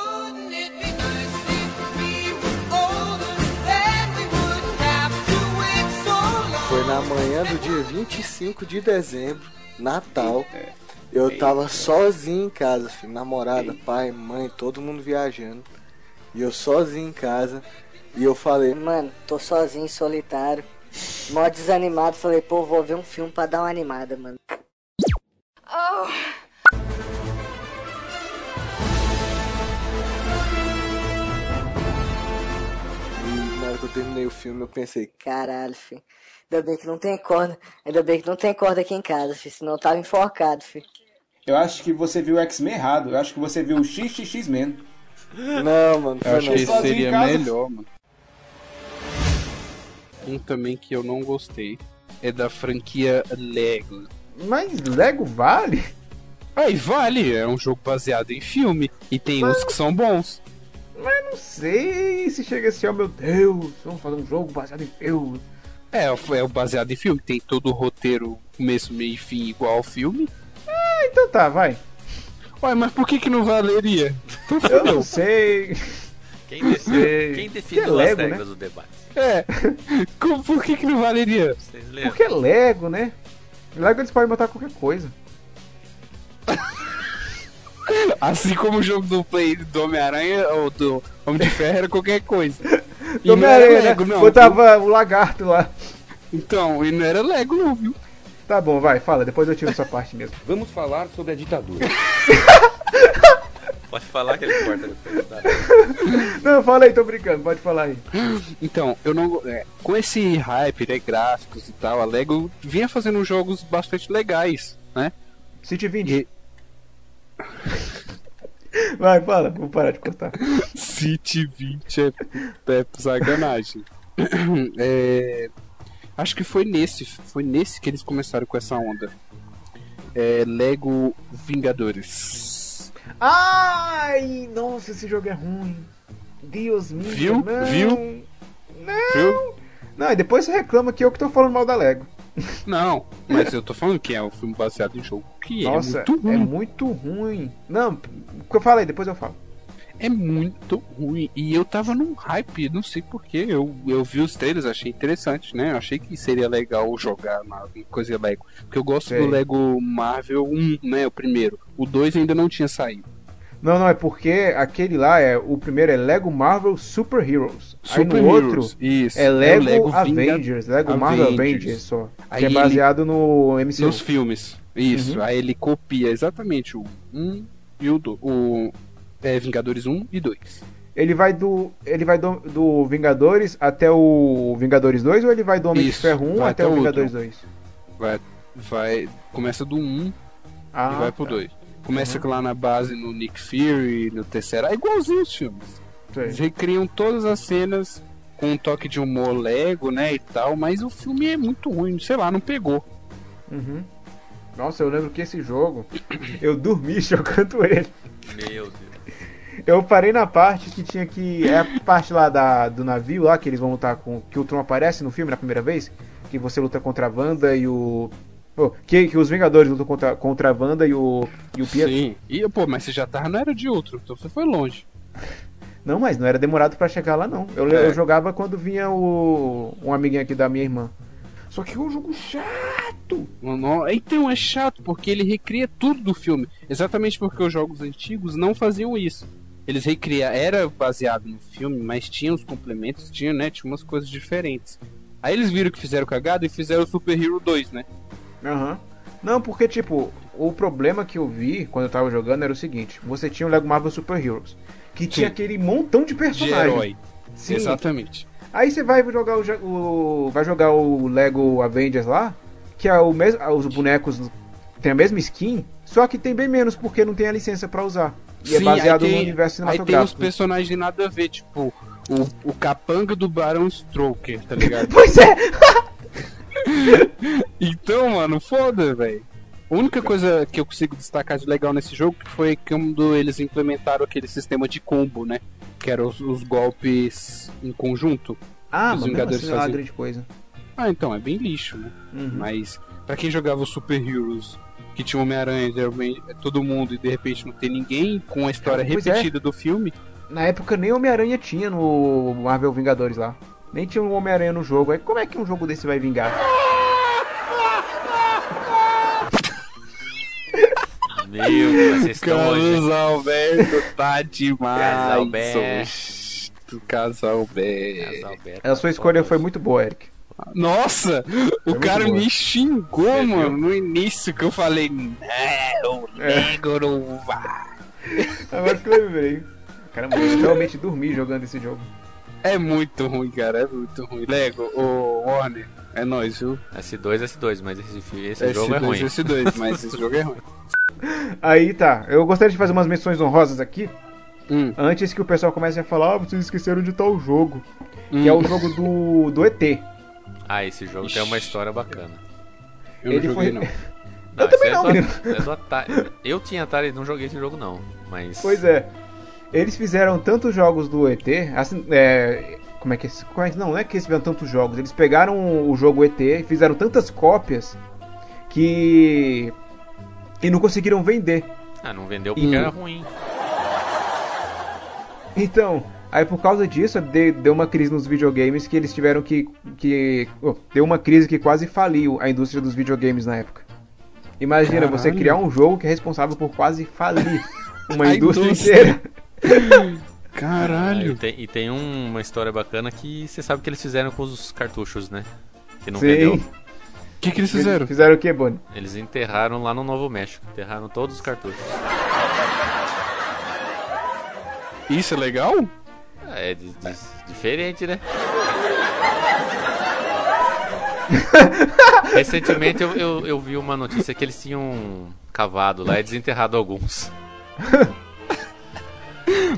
Foi na manhã do dia 25 de dezembro, Natal.
É.
Eu tava sozinho em casa, filho. Namorada, pai, mãe, todo mundo viajando. E eu sozinho em casa. E eu falei,
Mano, tô sozinho, solitário. Mó desanimado, falei, pô, vou ver um filme pra dar uma animada, mano.
e na hora que eu terminei o filme, eu pensei,
Caralho, filho. Ainda bem que não tem corda. Ainda bem que não tem corda aqui em casa, filho. Senão eu tava enforcado, filho.
Eu acho que você viu o X-Men errado. Eu acho que você viu o XXX-Men.
Não, mano,
Eu achei que
Sozinho em
seria
casa.
melhor, mano. Um também que eu não gostei é da franquia Lego.
Mas Lego vale?
Aí vale, é um jogo baseado em filme e tem uns que são bons.
Mas não sei se chega assim, ó, meu Deus, vamos fazer um jogo baseado em filme.
É, é o baseado em filme, tem todo o roteiro, começo, meio e fim igual ao filme.
Ah, então tá, vai.
Ué, mas por que que não valeria?
Eu não sei.
Quem definiu, quem definiu
Que é Lego,
as regras
né?
do debate?
É, como- por que que não valeria?
lembram?
Porque é Lego, né? Lego eles podem botar qualquer coisa.
Assim como o jogo do Play do Homem-Aranha ou do Homem de Ferro era qualquer coisa. E
Do
não era
Homem-Aranha, né?
Lego, não.
Botava o lagarto lá.
Então, e não era Lego não, viu?
Tá bom, vai, fala, depois eu tiro essa parte mesmo.
Vamos falar sobre a ditadura.
Pode falar que ele corta depois. Tá?
Não, fala aí, tô brincando, pode falar aí.
Então, eu não. é, com esse hype, né, gráficos e tal, a Lego vinha fazendo jogos bastante legais, né?
City 20. Vai, fala, vou parar de cortar.
City 20 é, é sacanagem. É, acho que foi nesse, foi nesse que eles começaram com essa onda. É, Lego Vingadores.
Ai, nossa, esse jogo é ruim. Deus me
Viu?
Não.
Viu?
Não.
Viu?
Não, e depois você reclama que eu que tô falando mal da Lego.
Não, mas eu tô falando que é um filme baseado em jogo que
Nossa,
é muito ruim.
é muito ruim. Não, o que eu falei, depois eu falo.
É muito ruim. E eu tava num hype, não sei porquê. Eu, eu vi os trailers, achei interessante, né? Eu achei que seria legal jogar na em coisa Lego. Porque eu gosto
Sei.
do Lego Marvel 1, né? O primeiro. O 2 ainda não tinha saído.
Não, não, é porque aquele lá é. O primeiro é Lego Marvel Super Heroes. Aí no
Super
outro
Heroes, isso.
é
É o
Lego,
Lego Vinga-
Avengers, Lego Marvel
Avengers.
Avengers só.
Aí
que é
ele-
baseado no MCU.
Nos filmes. Isso.
Uhum.
Aí ele copia exatamente o 1 e o 2. O é, Vingadores 1 e 2.
Ele vai do. Ele vai do, do Vingadores até o Vingadores 2 ou ele vai do Homem de
Isso,
Ferro 1
vai
até, o
outro.
Vingadores 2?
Vai, vai, começa do 1
Ah,
e vai pro
tá.
2. Começa lá na base no Nick Fury, no terceiro. É igualzinho os filmes.
Sei.
Eles recriam todas as cenas com um toque de humor Lego, né? E tal, mas o filme é muito ruim, sei lá, não pegou.
Uhum. Nossa, eu lembro que esse jogo eu dormi jogando ele.
Meu Deus.
Eu parei na parte que tinha que. É a parte lá da, do navio lá que eles vão lutar com. Que o Tron aparece no filme na primeira vez. Que você luta contra a Wanda e o. oh, que, que os Vingadores lutam contra, contra a Wanda e o. E o Pietro.
Sim. E, pô, mas você já tava, não era de outro, então você foi longe.
Não, mas não era demorado pra chegar lá, não. Eu,
É.
eu jogava quando vinha o. Um amiguinho aqui da minha irmã. Só que é um jogo chato.
Não, não- Então é chato, porque ele recria tudo do filme. Exatamente porque os jogos antigos não faziam isso. Eles recriam, era baseado no filme, mas tinha os complementos, tinha, né, tinha umas coisas diferentes. Aí eles viram que fizeram cagada e fizeram o Super Hero 2, né?
Aham. Não, porque, tipo, o problema que eu vi quando eu tava jogando era o seguinte: você tinha o Lego Marvel Super Heroes, que tinha aquele montão de
De
personagens.
herói.
Sim.
Exatamente.
Aí você vai jogar o, ja- o- vai jogar o Lego Avengers lá, que é o mesmo, os bonecos tem a mesma skin, só que tem bem menos porque não tem a licença pra usar. E é
Sim,
baseado
aí tem-
no universo
Aí tem os
cinematográfico.
personagens nada a ver, tipo, o, o capanga do Barão Stroker, tá ligado?
pois é!
Então, mano, foda, velho. A única coisa que eu consigo destacar de legal nesse jogo foi quando eles implementaram aquele sistema de combo, né? Que eram os, os golpes em conjunto.
Ah,
que os
mas mesmo
Vingadores
assim não é uma
faziam.
grande coisa.
Ah, então, é bem lixo, né?
Uhum.
Mas, pra quem jogava os Super Heroes, que tinha Homem-Aranha, Iron Man, todo mundo, e de repente não tem ninguém, com a história
Pois é.
repetida do filme,
Na época nem Homem-Aranha tinha no Marvel Vingadores lá. Nem tinha um Homem-Aranha no jogo. Aí como é que um jogo desse vai vingar?
Meu Deus, vocês estão
Carlos
hoje.
Alberto tá demais.
Carlos Alberto.
hoje. Do Casal Alberto.
A sua escolha foi muito boa, Eric.
É
Nossa, o
muito
cara
boa.
me xingou, mano, no início que eu falei, não, o
É.
Lego não vai.
Agora que eu lembrei. Caramba, eu realmente dormi jogando esse jogo.
É muito ruim, cara, é muito ruim. Lego, ô Warner, é nóis, viu?
S2, S2, mas esse, fi- esse
S2,
jogo é ruim.
S2, mas esse jogo é ruim.
Aí tá, eu gostaria de fazer umas menções honrosas aqui. Antes que o pessoal comece a falar, ah, vocês esqueceram de tal jogo. Que é o jogo do, do ET.
Ah, esse jogo tem uma história bacana.
ele foi...
Não,
eu também
isso
não,
é
menino.
do, é do Atari. Eu tinha Atari, não joguei esse jogo não, mas...
Pois é. Eles fizeram tantos jogos do ET, assim, é, como é que é? esse- como é que- Não, não é que eles fizeram tantos jogos, eles pegaram o jogo ET e fizeram tantas cópias que e não conseguiram vender.
Ah, não vendeu porque
E-
era ruim. Ah,
Então, aí por causa disso, de- deu uma crise nos videogames que eles tiveram que. que oh, deu uma crise que quase faliu a indústria dos videogames na época. Imagina
Caralho.
você criar um jogo que é responsável por quase falir uma
A
indústria
indústria.
inteira.
Ah, e tem, e tem um- uma história bacana que você sabe o que eles fizeram com os cartuchos, né? Que não
Sim.
vendeu.
O
que,
eles fizeram?
Fizeram o que, Boni?
Eles enterraram lá no Novo México. Enterraram todos os cartuchos.
Isso é legal?
Ah, É di- di- diferente, né? Recentemente eu, eu, eu vi uma notícia que eles tinham cavado lá e desenterrado alguns.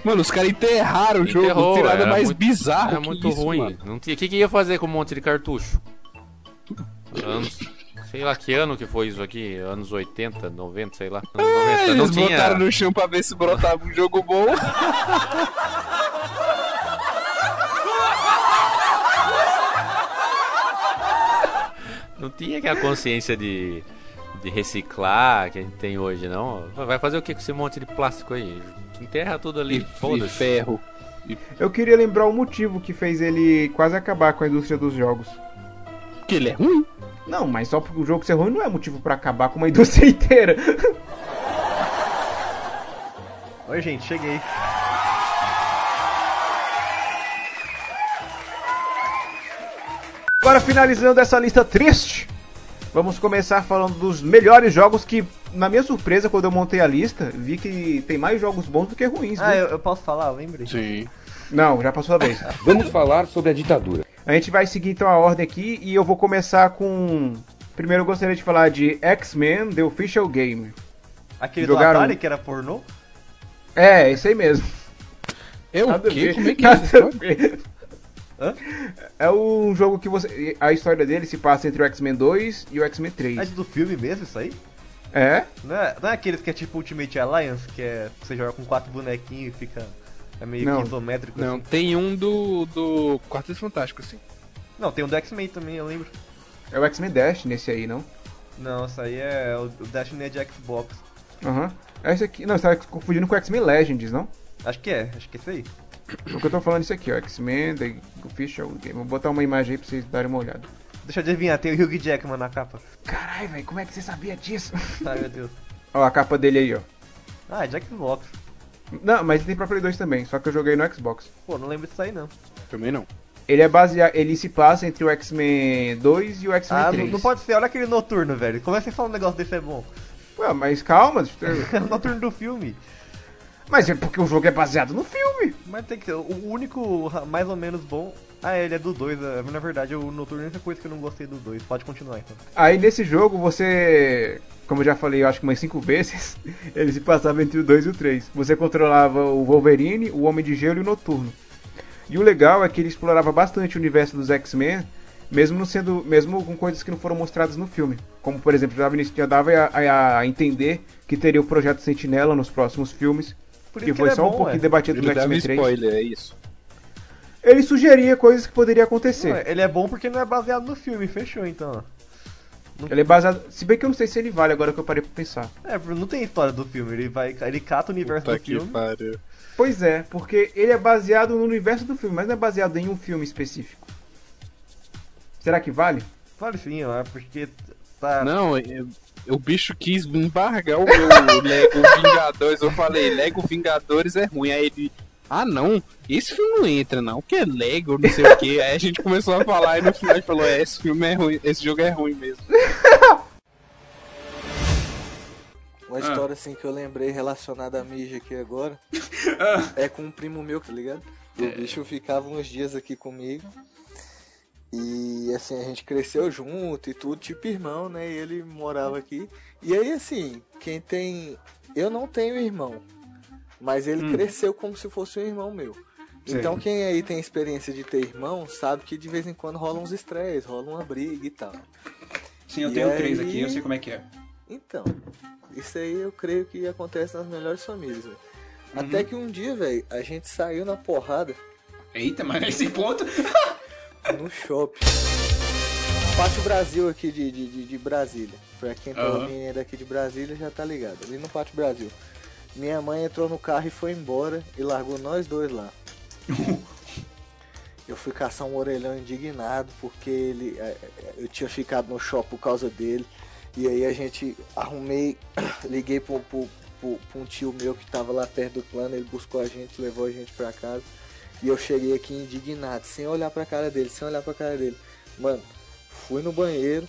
Mano, os caras enterraram o jogo.
Enterrou,
Tirada
era
mais
muito-
bizarro.
Era
que
muito
isso,
ruim.
mano.
Não tinha, o que, que ia fazer com um monte de cartucho? Anos. Sei lá que ano que foi isso aqui? Anos 80, 90, sei lá. Anos 90.
Eles
não
botaram
tinha.
no chão pra ver se brotava um jogo bom.
Não tinha aquela consciência de, de reciclar que a gente tem hoje, não. Vai fazer o que com esse monte de plástico aí? Enterra tudo ali, foda-se.
ferro.
Eu queria lembrar o motivo que fez ele quase acabar com a indústria dos jogos.
Que ele é ruim?
Não, mas só porque o jogo ser ruim não é motivo pra acabar com uma indústria inteira.
Oi, gente, cheguei.
Agora finalizando essa lista triste, vamos começar falando dos melhores jogos que, na minha surpresa, quando eu montei a lista, vi que tem mais jogos bons do que ruins.
Ah,
viu?
eu, eu posso falar, lembrei.
Sim.
Não, já passou a vez.
Vamos falar sobre a ditadura.
A gente vai seguir então a ordem aqui e eu vou começar com. Primeiro eu gostaria de falar de X-Men The Official Game.
Aquele
Jogaram-
do Atari que era pornô?
É, esse aí mesmo.
É
o quê? Como é que é essa
é? É um jogo que você. A história dele se passa entre o X-Men 2 e o X-Men 3.
É do filme mesmo isso aí?
É?
Não é, não é aqueles que é tipo Ultimate Alliance, que é que você joga com quatro bonequinhos e fica é meio
Não.
que isométrico
Não,
assim.
tem um do, do Quarteto Fantástico, assim.
Não, tem um do X-Men também, eu lembro.
É o X-Men Dash nesse aí, não?
Não, isso aí é o, o Dash é de Xbox.
Aham. É esse aqui. Não, você tá confundindo com o X-Men Legends, não?
Acho que é, acho que é isso aí.
O que eu tô falando é isso aqui, ó. X-Men The Official Game. Vou botar uma imagem aí pra vocês darem uma olhada.
Deixa eu adivinhar, tem o Hugh Jackman na capa.
Caralho, velho, como é que você sabia disso?
Ai, meu Deus.
Ó, a capa dele aí, ó.
Ah, é de Xbox.
Não, mas tem pra Play 2 também, só que eu joguei no Xbox.
Pô, não lembro disso aí não.
Também não.
Ele é baseado. Ele se passa entre o X-Men 2 e o X-Men
Ah, não,
3.
não pode ser, olha aquele noturno, velho. Como é que você fala um negócio desse é bom?
Ué, mas calma,
É o noturno do filme.
mas é porque o jogo é baseado no filme.
Mas tem que ser, o único ra- mais ou menos bom. Ah, ele é do 2, na verdade o Noturno é a única coisa que eu não gostei do 2. Pode continuar então.
Aí nesse jogo você, como eu já falei, eu acho que umas cinco vezes, ele se passava entre o 2 e o 3. Você controlava o Wolverine, o Homem de Gelo e o Noturno. E o legal é que ele explorava bastante o universo dos X-Men, mesmo não sendo, mesmo com coisas que não foram mostradas no filme. Como por exemplo, já dava, já dava a, a- a entender que teria o projeto Sentinela nos próximos filmes.
Por
que
isso que
foi
ele é
só um
bom,
pouquinho
ué.
debatido no
Ele dava
X-Men 3.
spoiler, é isso.
Ele sugeria coisas que poderiam acontecer.
Ué, ele é bom porque não é baseado no filme, fechou então.
Ele é baseado. Se bem que eu não sei se ele vale agora que eu parei pra pensar.
É, não tem história do filme, ele vai. Ele cata o universo do filme.
Pois é, porque ele é baseado no universo do filme, mas não é baseado em um filme específico. Será que vale?
Claro sim, ó, é porque. Tá.
Não, é- é- o bicho quis embargar o meu Lego Vingadores. Eu falei, Lego Vingadores é ruim. Aí ele, ah não, esse filme não entra não, porque é Lego, não sei o que. Aí a gente começou a falar e no final ele falou, é, esse filme é ruim, esse jogo é ruim mesmo.
Uma
Ah.
história assim que eu lembrei relacionada a mídia aqui agora é com um primo meu, tá ligado? O bicho ficava uns dias aqui comigo. E assim, a gente cresceu junto e tudo, tipo irmão, né? E ele morava aqui. E aí, assim, quem tem. Eu não tenho irmão, mas ele
Hum.
cresceu como se fosse um irmão meu.
Sim.
Então, quem aí tem experiência de ter irmão sabe que de vez em quando rolam uns estresses, rola uma briga e tal.
Sim, eu
E
tenho
aí-
três aqui, eu sei como é que é.
Então, isso aí eu creio que acontece nas melhores famílias, velho. Até que um dia, velho, a gente saiu na porrada.
Eita, mas nesse ponto.
no shopping. Pátio Brasil aqui de, de, de, de Brasília. Pra quem tá
Aham.
ouvindo é daqui de Brasília já tá ligado. Ali no Pátio Brasil. Minha mãe entrou no carro e foi embora e largou nós dois lá. Eu fui caçar um orelhão indignado porque ele, eh, eh, eu tinha ficado no shopping por causa dele. E aí a gente arrumei, liguei pro, pro, pro- pra um tio meu que tava lá perto do plano, ele buscou a gente, levou a gente pra casa. E eu cheguei aqui indignado, sem olhar pra cara dele, sem olhar pra cara dele. Mano, fui no banheiro,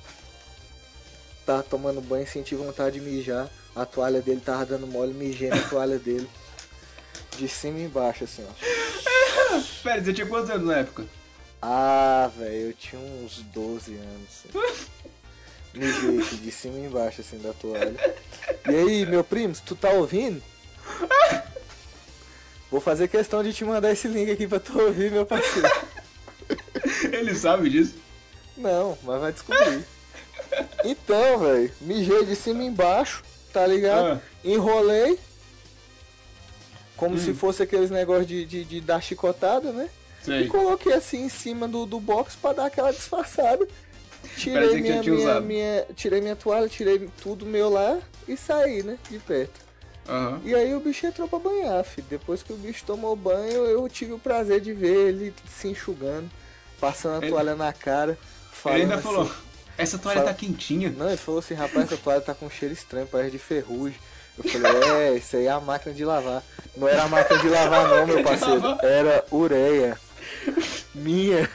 tava tomando banho, senti vontade de mijar. A toalha dele tava dando mole, mijei na toalha dele. De cima e embaixo, assim, ó.
Pera, você tinha quantos anos na época?
Ah, velho, eu tinha uns 12 anos. Assim. Me jeito, de cima e embaixo, assim, da toalha. E aí, meu primo, se tu tá ouvindo? Vou fazer questão de te mandar esse link aqui pra tu ouvir, meu parceiro.
Ele sabe disso?
Não, mas vai descobrir. Então, velho, mijei de cima e embaixo, tá
Ah.
ligado? Enrolei. Como
Hum.
se fosse aqueles negócios de, de, de dar chicotada, né?
Sei.
E coloquei assim em cima do, do box pra dar aquela disfarçada.
Parecia
Tirei
que
minha,
já tinha
minha,
usado.
minha, tirei minha toalha, tirei tudo meu lá e saí, né? De perto.
Aham.
E aí o bicho entrou pra banhar, filho. Depois que o bicho tomou banho, eu tive o prazer de ver ele se enxugando, passando a toalha na cara.
Ele ainda
falando
falou,
assim-
essa toalha
Fala-
tá quentinha.
Não, ele falou assim, rapaz, essa toalha tá com um cheiro estranho, parece de ferrugem. Eu falei, é, isso aí é a máquina de lavar. Não era a máquina de lavar não, meu parceiro. Era ureia. Minha.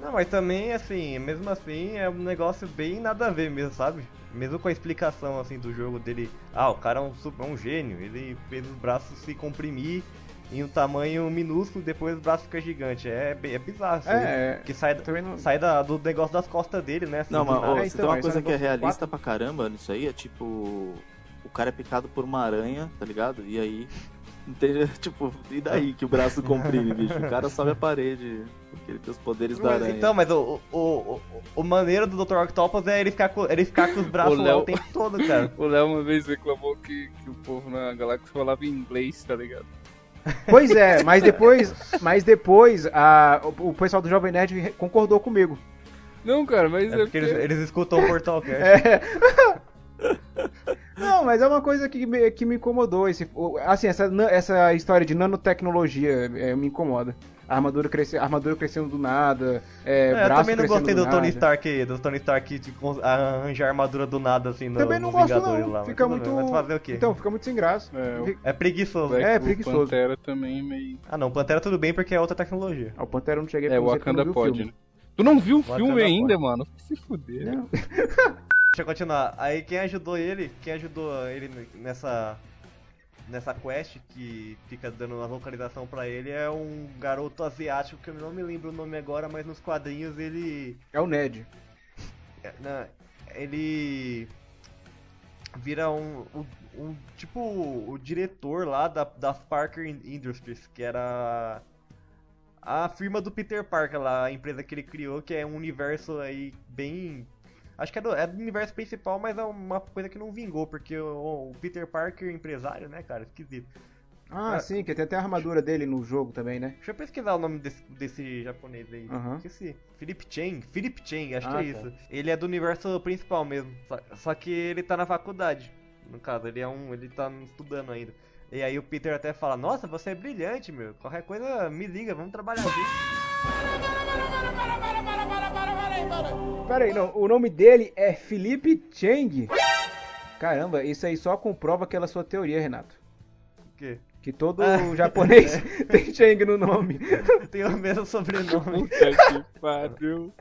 Não, mas também, assim, mesmo assim, é um negócio bem nada a ver mesmo, sabe? Mesmo com a explicação, assim, do jogo dele. Ah, o cara é um, super, um gênio, ele fez os braços se comprimir em um tamanho minúsculo, depois o braço fica gigante. É, bi- é bizarro, assim,
É,
Que sai, sai da- do negócio das costas dele, né? assim,
Não,
do
mas
nada.
ô, se tem uma coisa que é realista pra caramba nisso aí, é tipo. O cara é picado por uma aranha, tá ligado? E aí. não tem- Tipo, e daí que o braço comprime, bicho? O cara sobe a parede, porque ele tem os poderes da
Mas,
aranha.
então, mas o, o, o, o- o maneiro do Dr. Octopus é ele ficar com, ele ficar com os braços lá o tempo todo, cara.
O Léo uma vez reclamou que, que o povo na Galáxia falava em inglês, tá ligado?
Pois é, mas depois, mas depois a, o, o pessoal do Jovem Nerd re- concordou comigo.
Não, cara, mas
É porque eles, eles escutam o Portal Cast.
É. Não, mas é uma coisa que me, que me incomodou. Esse, o- assim, essa, na- essa história de nanotecnologia é, me incomoda. A armadura, cresce, a armadura crescendo do nada, é,
É, eu
braço
também não
crescendo
gostei do, Tony
nada.
Stark, do Tony Stark de cons- arranjar armadura do nada assim no,
Também não
nos
gosto
Vingadores
não.
lá. mas
fica
tudo
muito...
bem, Mas fazer o quê?
Então, fica muito sem graça.
É preguiçoso.
É, é preguiçoso.
Pantera também é meio.
Ah não, Pantera tudo bem porque é outra tecnologia.
Ah, o Pantera eu não cheguei
É,
pra você,
Wakanda
tu não viu
pode,
o filme. É,
né? Tu não viu o
Wakanda
filme ainda,
pode.
mano? Vai se fuder. né?
Deixa eu continuar. Aí quem ajudou ele, quem ajudou ele nessa nessa quest que fica dando uma localização pra ele é um garoto asiático que eu não me lembro o nome agora, mas nos quadrinhos ele
né?
É o Ned.
É, não, ele vira um, um- um- tipo o diretor lá da, da Parker In- Industries, que era a firma do Peter Parker lá, a empresa que ele criou, que é um universo aí bem acho que é do, é do universo principal, mas é uma coisa que não vingou porque o, o Peter Parker empresário, né, cara, esquisito.
Ah,
É,
sim, que tem até a armadura dele no jogo também, né?
Deixa eu pesquisar o nome desse, desse japonês aí.
Aham.
Esqueci. Philip Chen. Philip Chen, acho
Ah,
que é
tá.
isso. Ele é do universo principal mesmo. Só, só que ele tá na faculdade. No caso, ele é um. Ele tá estudando ainda. E aí o Peter até fala, nossa, você é brilhante, meu. Qualquer coisa me liga, vamos trabalhar junto.
Pera aí, não. O nome dele é Felipe Cheng. Caramba, isso aí só comprova aquela sua teoria, Renato.
O quê?
Que todo
Ah.
japonês tem Cheng no nome.
Tem o mesmo sobrenome.
Puta que pariu.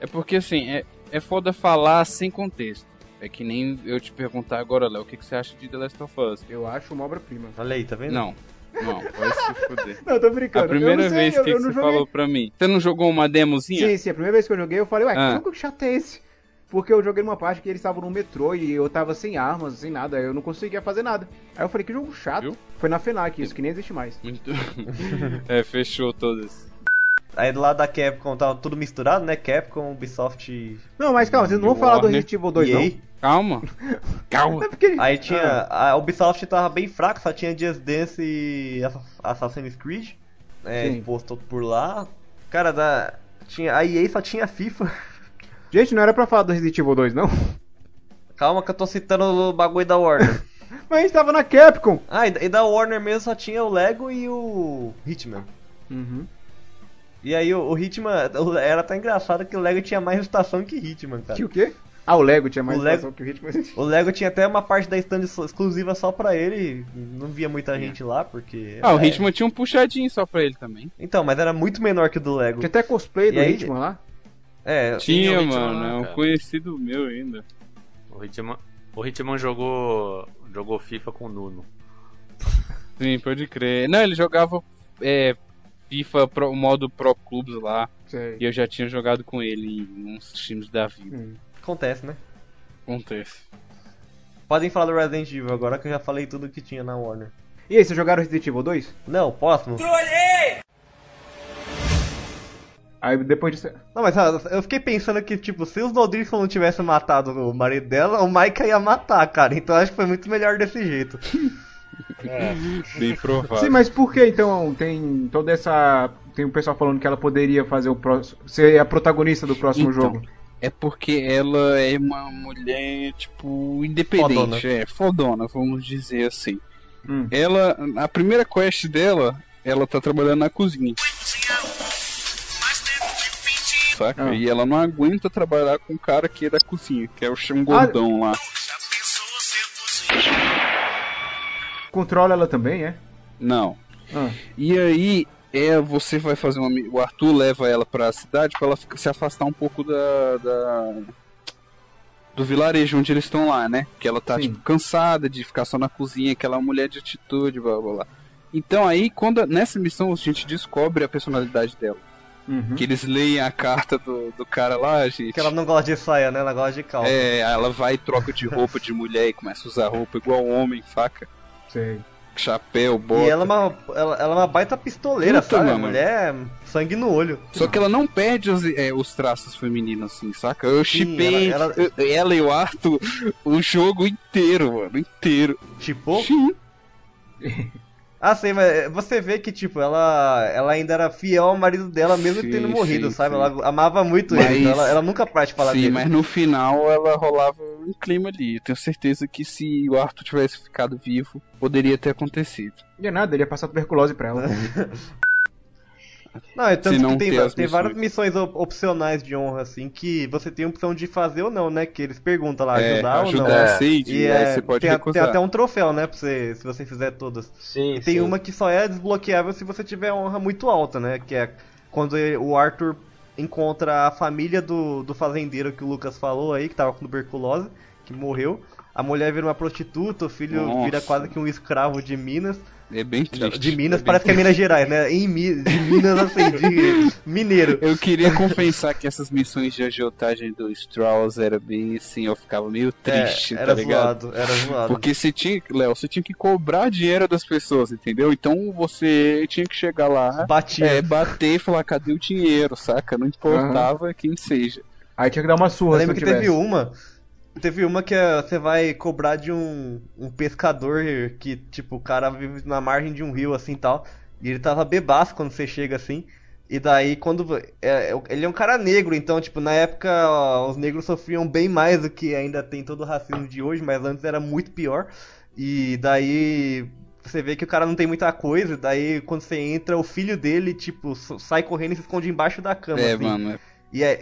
É porque assim, é, é foda falar sem contexto. É que nem eu te perguntar agora, Léo, o que, que você acha de The Last of Us?
Eu acho uma obra-prima.
Olha aí, tá vendo?
Não, não, vai se fuder.
Não, eu tô brincando.
A primeira
Eu não sei,
vez
eu-
que,
eu
que
não
você
joguei.
falou pra mim. Você não jogou uma demozinha?
Sim, sim, a primeira vez que eu joguei, eu falei, ué,
Ah.
que jogo chato é esse? Porque eu joguei numa parte que eles estavam no metrô e eu tava sem armas, sem nada, eu não conseguia fazer nada. Aí eu falei, que jogo chato. Foi na FENAC, isso que nem existe mais.
Muito. é, fechou todas.
Aí do lado da Capcom tava tudo misturado, né? Capcom, Ubisoft. e-
Não, mas calma, vocês não vão falar do Resident Evil 2,
EA.
não. É Calma.
Calma. Aí tinha. A Ubisoft tava bem fraca, só tinha Just Dance e Assa- Assassin's Creed. É,
Sim.
exposto por lá. Cara, da, tinha, a EA só tinha FIFA.
Gente, não era pra falar do Resident Evil 2, não?
Calma que eu tô citando o bagulho da Warner.
Mas a gente tava na Capcom.
ah, e, da- e da Warner mesmo só tinha o Lego e o Hitman.
Uhum.
E aí o, o Hitman. o- Era até engraçado que o Lego tinha mais estação que Hitman, cara.
Que o quê? Ah, o Lego tinha mais
O Lego-
estação que o Hitman.
O Lego tinha até uma parte da stand só- exclusiva só pra ele, não via muita gente lá, porque.
Ah, o
é,
Hitman tinha um puxadinho só pra ele também.
Então, mas era muito menor que o do Lego.
Tinha até
cosplay
do Hitman
lá?
É,
Tinha,
tinha o Hitman
mano.
lá,
é um
cara.
conhecido meu ainda.
O Hitman, o Hitman jogou, jogou FIFA com o Nuno.
Sim, pode crer. Não, ele jogava é, FIFA pro, modo Pro Clubs lá.
Sei.
E eu já tinha jogado com ele em uns times da vida.
Acontece, né?
Acontece.
Podem falar do Resident Evil agora que eu já falei tudo que tinha na Warner.
E aí, vocês jogaram Resident Evil 2?
Não, próximo.
Aí depois disso.
Não, mas ah, eu fiquei pensando que, tipo, se os Nodrifon não tivessem matado o marido dela, o Micah ia matar, cara. Então acho que foi muito melhor desse jeito.
Bem provável.
Sim, mas por que então tem toda essa. Tem o pessoal falando que ela poderia fazer o próximo. ser a protagonista do próximo
Então,
jogo.
É porque ela é uma mulher, tipo, independente,
Fodona.
é, fodona, vamos dizer assim. Ela, a primeira quest dela, ela tá trabalhando na cozinha. Saca?
Ah.
E ela não aguenta trabalhar com o cara que é da cozinha, que é o chão gordão
Ah,
lá.
Controla ela também, é?
Não.
Ah.
E aí, é, você vai fazer uma. mi- O Arthur leva ela pra cidade pra ela fica- se afastar um pouco da. da- do vilarejo onde eles estão lá, né? Que ela tá, tipo, cansada de ficar só na cozinha, que ela é uma mulher de atitude, blá blá blá. Então aí, quando nessa missão a gente descobre a personalidade dela. Que eles leem a carta do, do cara lá, gente.
Porque ela não gosta de saia, né? Ela gosta de calça.
É, ela vai e troca de roupa de mulher e começa a usar roupa igual homem, faca.
Sei.
Chapéu, bota.
E ela é uma, ela, ela é uma baita pistoleira,
Puta,
sabe? A
mano.
mulher é sangue no olho.
Só que ela não perde os, é, os traços femininos, assim, saca? Eu
Sim,
chipei
ela-
ela,
ela-
e o Arthur o jogo inteiro, mano, inteiro.
Tipo?
Sim.
Ah, sei, mas você vê que, tipo, ela, ela ainda era fiel ao marido dela, mesmo
Sim,
tendo morrido,
sim,
sabe?
sim.
Ela amava muito ele, então ela, ela nunca para de falar
Sim,
dele.
mas no final ela rolava um clima ali. Eu tenho certeza que se o Arthur tivesse ficado vivo, poderia ter acontecido.
Não é nada, ele ia passar tuberculose pra ela.
Não, é tanto
Se não
que tem,
ter
va-
as
tem
missões.
várias missões op- opcionais de honra, assim, que você tem a opção de fazer ou não, né? Que eles perguntam lá,
É,
ajudar ou não.
ajudar, aceite,
e
aí
é,
você pode
tem, a-
recusar.
tem até um troféu, né? Pra você, se você fizer todas.
Sim,
e tem
sim.
uma que só é desbloqueável se você tiver honra muito alta, né? Que é quando ele- o Arthur encontra a família do, do fazendeiro que o Lucas falou aí, que tava com tuberculose, que morreu. A mulher vira uma prostituta, o filho vira
Nossa.
quase que um escravo de Minas.
É bem triste.
um De Minas,
É bem
parece que é
triste.
Minas Gerais, né? Em Mi- de Minas, assim, de mineiro.
Eu queria compensar que essas missões de agiotagem do Strauss era bem assim, eu ficava meio triste,
É,
tá
era
ligado?
zoado, era zoado.
Porque você tinha, Léo, você tinha que cobrar dinheiro das pessoas, entendeu? Então você tinha que chegar lá,
Batia.
é, bater e falar, cadê o dinheiro, saca? Não importava quem seja.
Aí tinha que dar uma
Eu
surra,
lembro
se
que
não
teve um.
tivesse.
uma. Teve uma que é, você vai cobrar de um, um pescador que, tipo, o cara vive na margem de um rio assim e tal. E ele tava bebaço quando você chega assim. E daí, quando. vo- é, é, ele é um cara negro, então, tipo, na época ó, os negros sofriam bem mais do que ainda tem todo o racismo de hoje, mas antes era muito pior. E daí. Você vê que o cara não tem muita coisa, e daí quando você entra, o filho dele, tipo, so- sai correndo e se esconde embaixo da cama.
É,
assim.
mano, é
E aí,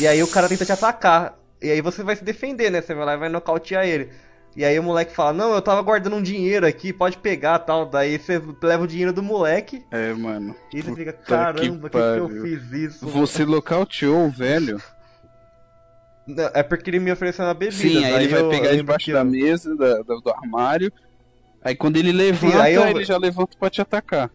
e aí o cara tenta te atacar. E aí você vai se defender, né? Você vai lá e vai nocautear ele. E aí o moleque fala, não, eu tava guardando um dinheiro aqui, pode pegar tal. Daí você leva o dinheiro do moleque.
É, mano.
E você fica,
Puta
caramba, que, que eu
pariu.
fiz isso?
Você nocauteou o velho?
Não, é porque ele me ofereceu uma bebida.
Sim, aí
daí
ele vai
eu-
pegar
eu-
debaixo da mesa, da- da- do armário. Aí quando ele levanta,
aí eu-
ele já levanta pra te atacar.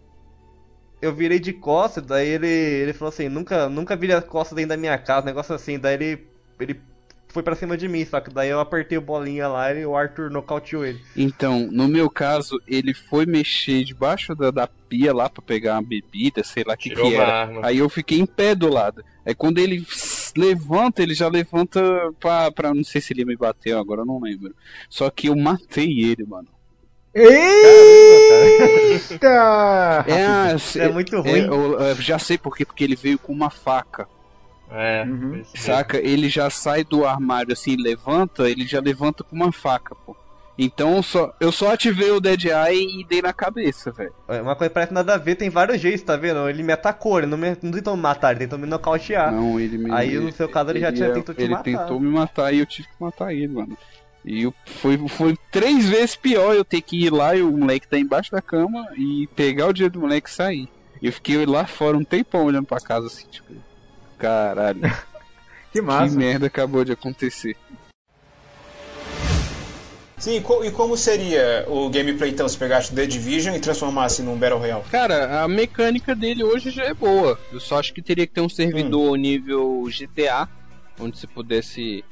Eu virei de costas, daí ele, ele falou assim, nunca, nunca virei as costas dentro da minha casa, um negócio assim. Daí ele, ele foi pra cima de mim, só que daí eu apertei o bolinha lá e o Arthur nocauteou ele.
Então, no meu caso, ele foi mexer debaixo da, da pia lá pra pegar uma bebida, sei lá o que,
Tirou
que
uma
era.
arma.
Aí eu fiquei em pé do lado. Aí quando ele s- levanta, ele já levanta pra, pra. Não sei se ele me bateu agora, eu não lembro. Só que eu matei ele, mano.
Eita!
É, a-
é muito ruim.
eu, eu já sei por quê, porque ele veio com uma faca.
É,
Uhum.
Saca? Ele já sai do armário assim, levanta, ele já levanta com uma faca, pô. Então eu só, eu só ativei o Dead Eye e dei na cabeça, velho.
É, Uma coisa que parece nada a ver, tem vários jeitos, tá vendo? Ele me atacou, ele não, me, não tentou me matar, ele tentou me nocautear.
Não, ele me.
Ah. Aí no seu caso ele, já tinha
é-
tentou te
ele
matar.
tentou me matar e eu tive que matar ele, mano. E eu- foi, foi três vezes pior eu ter que ir lá e o moleque tá embaixo da cama e pegar o dinheiro do moleque e sair. Eu fiquei lá fora um tempão olhando pra casa assim, tipo, caralho.
que massa.
Que merda acabou de acontecer.
Sim, e co- e como seria o gameplay então se pegasse o The Division e transformasse num Battle Royale?
Cara, a mecânica dele hoje já é boa. Eu só acho que teria que ter um servidor nível GTA, onde você pudesse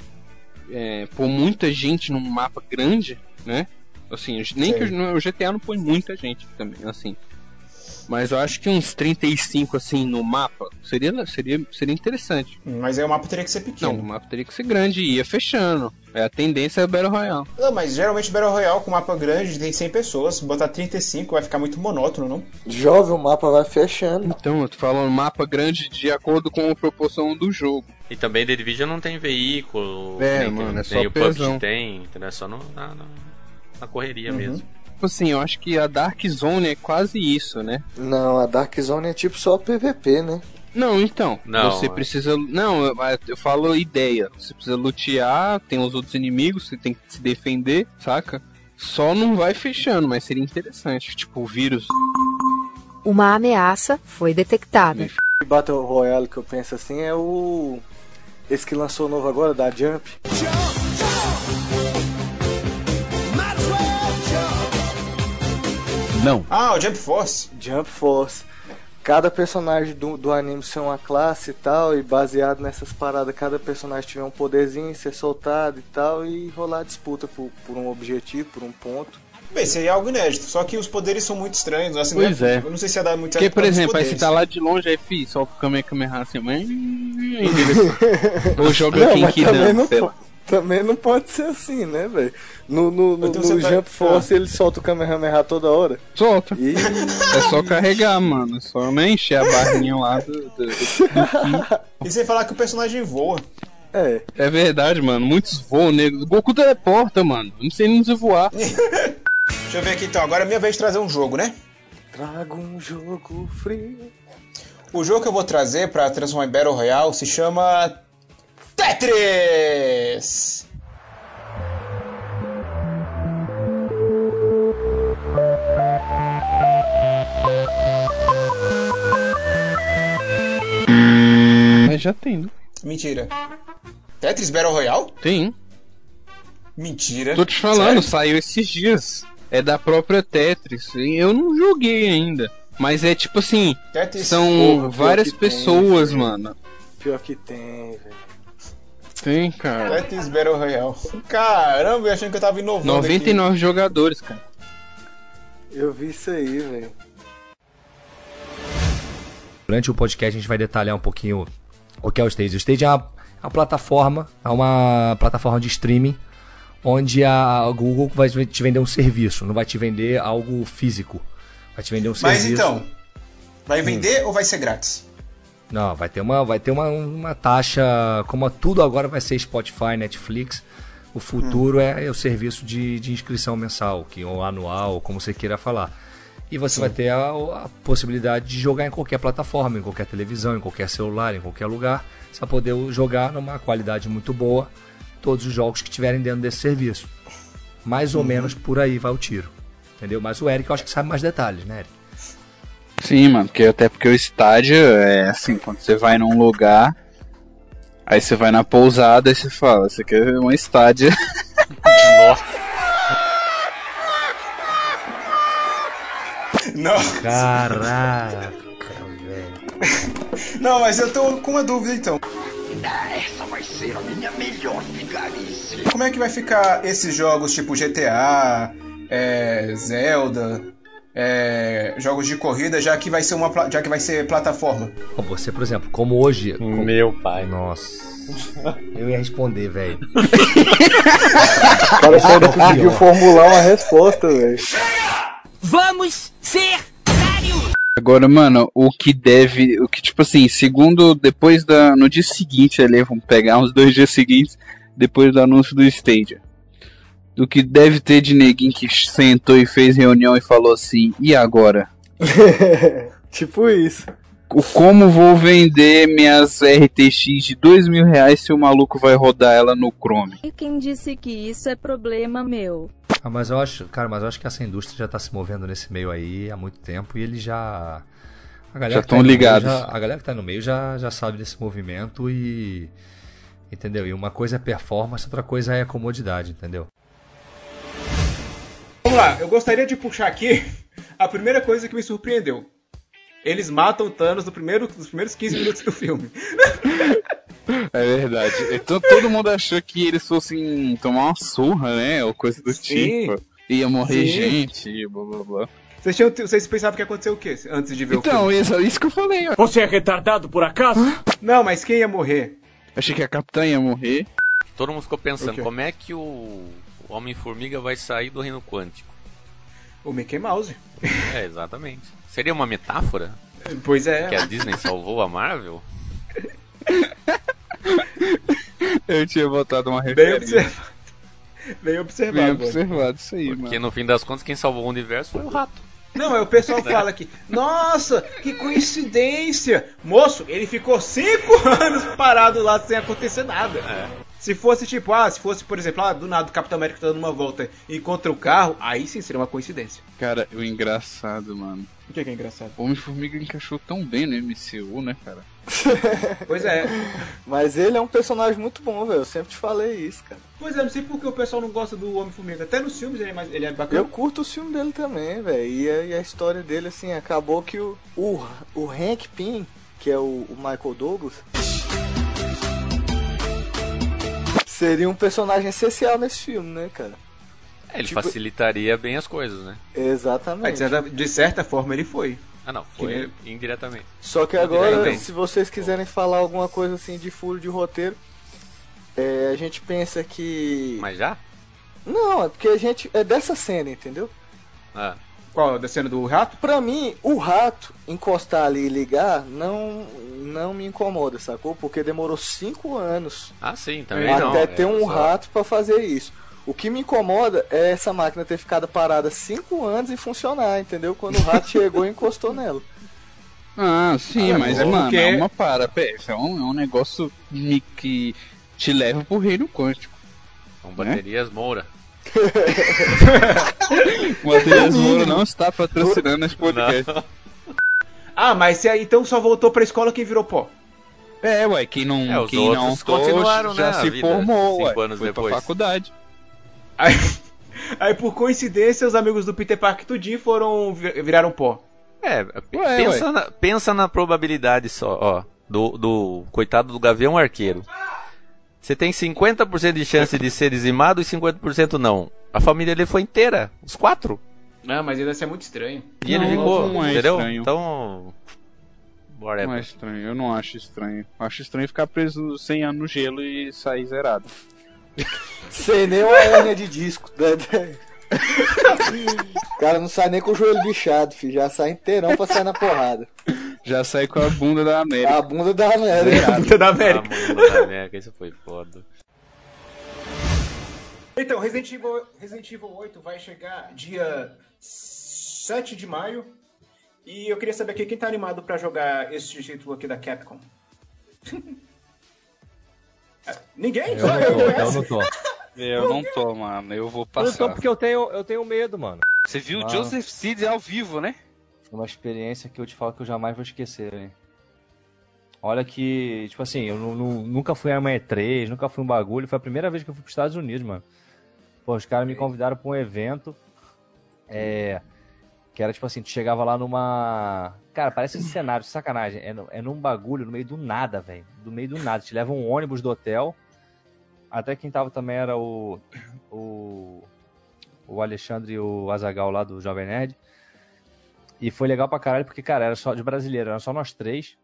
é, pôr muita gente num mapa grande, né? Assim, nem
Sei.
que o o GTA não põe muita gente também, assim. Mas eu acho que uns 35 assim no mapa seria, seria, seria interessante.
Hum, Mas aí o mapa teria que ser pequeno.
Não, o mapa teria que ser grande e ia fechando. É, a tendência é o Battle Royale.
Não, mas geralmente Battle Royale com mapa grande tem 100 pessoas, botar 35 vai ficar muito monótono, não?
Jovem, o mapa vai fechando.
Então, eu tô falando
um
mapa grande de acordo com a proporção do jogo.
E também The Division não tem veículo.
É,
nem,
mano, é só
nem o
pesão.
PUBG tem, entendeu? É só no, na, na- na correria mesmo.
Tipo assim, eu acho que a Dark Zone é quase isso, né?
Não, a Dark Zone é tipo só PVP, né?
Não, então.
Não,
você
é.
precisa. Não, eu, eu falo ideia. Você precisa lutear, tem os outros inimigos, você tem que se defender, saca? Só não vai fechando, mas seria interessante. Tipo, o vírus.
Uma ameaça foi detectada.
O Battle Royale que eu penso assim é o. Esse que lançou novo agora, da Jump.
Não. Ah, o Jump Force.
Jump Force. Cada personagem do, do anime ser uma classe e tal, e baseado nessas paradas, cada personagem tiver um poderzinho, ser soltado e tal, e rolar disputa por, por um objetivo, por um ponto.
Bem, seria algo inédito, só que os poderes são muito estranhos, assim,
Pois é.
né? Eu não sei se ia dar muito
Porque,
certo
por
causa dos
exemplo, aí você
poderes.
tá lá de longe, aí, fi, só o Kamehameha Kamehameha assim, mãe. Ou joga aqui em
também
Kidan,
não,
sei lá.
po- também não pode ser assim, né, velho? No, no, no,
Então
no
você vai-
Ah.
Jump Force ele solta o Kamehameha toda hora.
Solta.
E...
É só carregar, mano. É só nem encher a barrinha lá do. do- do-
E sem falar que o personagem voa.
É.
É verdade, mano. Muitos voam, nego. Goku teleporta, mano. Não sei nem se voar.
Deixa eu ver aqui então, agora é minha vez de trazer um jogo, né?
Trago um jogo frio.
O jogo que eu vou trazer pra transformar em Battle Royale se chama Tetris!
Mas já tem, né?
Mentira. Tetris Battle Royale?
Tem.
Mentira.
Tô te falando,
Sério?
saiu esses dias. É da própria Tetris. E Eu não joguei ainda. Mas é tipo assim,
Tetris,
são
porra,
várias
pior que tem,
pessoas,
velho.
mano.
Pior que tem, velho.
Tem, cara.
Tetris Battle Royale. Caramba, eu achando que eu tava inovando.
99 jogadores, cara.
Eu vi isso aí, velho.
Durante o podcast a gente vai detalhar um pouquinho o que é o Stage. O Stage é uma, é uma plataforma, é uma plataforma de streaming onde a Google vai te vender um serviço, não vai te vender algo físico. Vai te vender um
Mas
serviço.
então, vai vender ou vai ser grátis?
Não, vai ter uma, vai ter uma, uma taxa, como tudo agora vai ser Spotify, Netflix. O futuro é, é o serviço de, de inscrição mensal, que ou anual, como você queira falar. E você vai ter a, a possibilidade de jogar em qualquer plataforma, em qualquer televisão, em qualquer celular, em qualquer lugar. Você vai poder jogar numa qualidade muito boa todos os jogos que tiverem dentro desse serviço. Mais ou menos por aí vai o tiro. Entendeu? Mas o Eric eu acho que sabe mais detalhes, né, Eric?
Sim, mano, porque até porque o estádio é assim, quando você vai num lugar, aí você vai na pousada e você fala, você quer um estádio.
Não.
Caraca, velho.
Não, mas eu tô com uma dúvida então.
vida, essa vai ser a minha melhor vigarice.
Como é que vai ficar esses jogos tipo GTA, é, Zelda, é, jogos de corrida, já que vai ser uma, pla- já que vai ser plataforma?
Como Você, por exemplo, como hoje.
Meu pai.
Nossa. Eu ia responder, velho.
O cara só ainda conseguiu formular uma resposta, velho.
Vamos ser.
Agora, mano, o que deve. O que, tipo assim, segundo. Depois da. No dia seguinte ali, vamos pegar uns dois dias seguintes. Depois do anúncio do Stadia. O que deve ter de neguinho que sentou e fez reunião e falou assim: e agora?
tipo isso.
O como vou vender minhas RTX de dois mil reais se o maluco vai rodar ela no Chrome?
E quem disse que isso é problema meu?
Ah, mas eu acho, cara, mas eu acho que essa indústria já tá se movendo nesse meio aí há muito tempo e eles já. A galera
Já
que tá
tão
no meio
ligados.
já- a galera que tá no meio já, já sabe desse movimento e. Entendeu? E uma coisa é performance, outra coisa é comodidade, entendeu?
Vamos lá, eu gostaria de puxar aqui a primeira coisa que me surpreendeu. Eles matam o Thanos no primeiro, nos primeiros 15 minutos do filme.
É verdade. Então todo mundo achou que eles fossem tomar uma surra, né? Ou coisa do
Sim.
tipo. Ia morrer
Sim.
gente, e blá blá blá.
Vocês, tinham, vocês pensavam que ia acontecer o quê antes de ver o
Então,
filme?
isso, isso que eu falei, ó.
Você é retardado por acaso? Não, mas quem ia morrer?
Achei que a capitã ia morrer.
Todo mundo ficou
O
pensando,
quê?
como é que o Homem-Formiga vai sair do reino quântico?
O Mickey Mouse.
É, exatamente. Seria uma metáfora?
Pois é.
Que a Disney salvou a Marvel?
Eu tinha botado uma
Bem
referência.
observado. Bem observado.
Bem
mano.
observado, isso aí,
Porque
mano.
no fim das contas, quem salvou o universo foi o rato.
Não, é o pessoal fala aqui, nossa, que coincidência! Moço, ele ficou cinco anos parado lá sem acontecer nada. Se fosse tipo, ah, se fosse, por exemplo, ah, do nada o Capitão América tá dando uma volta e encontra o carro, aí sim seria uma coincidência.
Cara, o engraçado, mano.
O que é, que é engraçado?
Homem-Formiga encaixou tão bem no MCU, né, cara?
Pois é.
Mas ele é um personagem muito bom, velho. Eu sempre te falei isso, cara.
Pois é, não sei porque o pessoal não gosta do Homem-Formiga. Até nos filmes ele é, mais, ele é bacana.
Eu curto o filme dele também, velho. E, a- e a história dele, assim, acabou que o, o, o Hank Pym, que é o, o Michael Douglas, seria um personagem essencial nesse filme, né, cara?
É, ele
Tipo-
facilitaria bem as coisas, né?
Mas, de,
é-
Exatamente.
certa, É, de certa forma ele foi.
Ah, não, foi indiretamente.
Só que agora, se vocês quiserem falar alguma coisa assim de furo de roteiro, é, a gente pensa que.
Mas já?
Não, é porque a gente. É dessa cena, entendeu?
Ah.
Qual? Da cena do rato?
Pra mim, o rato encostar ali e ligar não, não me incomoda, sacou? Porque demorou cinco anos
Ah, sim, também
até
não.
ter
é,
um
só-
rato pra fazer isso. O que me incomoda é essa máquina ter ficado parada cinco anos e funcionar, entendeu? Quando o rato chegou e encostou nela.
Ah, sim,
Ah,
mas,
porque-
mano, é uma para. pé, isso É um, é um negócio me- que te leva pro reino quântico.
né?
Com baterias Moura.
O Matheus Moura não está patrocinando esse podcast.
Ah, mas se, aí então só voltou pra escola quem virou pó.
É, ué, quem não,
É, os
quem
outros
não tô,
continuaram,
já
né, a
se
vida,
formou,
cinco
ué,
anos
foi
depois.
pra faculdade.
Aí por coincidência os amigos do Peter Park tudinho foram vi- viraram pó.
É, pensa, Na, pensa na probabilidade só, ó. Do, do coitado do Gavião Arqueiro. Você tem 50% de chance de ser dizimado e 50% não. A família dele foi inteira, os quatro.
Não, mas ainda assim é muito estranho.
E ele ficou,
não é
entendeu?
estranho.
Então. Whatever.
Não é estranho, eu não acho estranho. Acho estranho ficar preso 100 anos no gelo e sair zerado.
Sem nem uma hérnia de disco. né? O cara não sai nem com o joelho bichado, filho. Já sai inteirão pra sair na porrada.
Já sai com a bunda da América.
A bunda da América.
Zerado.
Ah, mano, da América, isso foi foda.
Então, Resident Evil, Resident Evil 8 vai chegar dia 7 de maio. E eu queria saber aqui quem tá animado pra jogar esse título aqui da Capcom. É,
É,
Ninguém? Só eu, conheço.
Eu não tô, mano. Eu vou
Eu não tô
passar.
porque eu tenho, eu tenho medo, mano.
Você viu
o
o Joseph Seeds ao vivo, né?
Uma experiência que eu te falo que eu jamais vou esquecer, velho. Olha que, tipo assim, eu nu- nu- nunca fui a uma E3, nunca fui um bagulho. Foi a primeira vez que eu fui pros Estados Unidos, mano. Pô, os caras me convidaram pra um evento. É.
Que era tipo assim, tu chegava lá numa. Cara, parece um cenário, sacanagem. É, no- é num bagulho, no meio do nada, velho. Do meio do nada. Te leva um ônibus do hotel. Até quem tava também era o. O. O Alexandre e o Azagal lá do Jovem Nerd. E foi legal pra caralho, porque, cara, era só de brasileiro, era só nós três.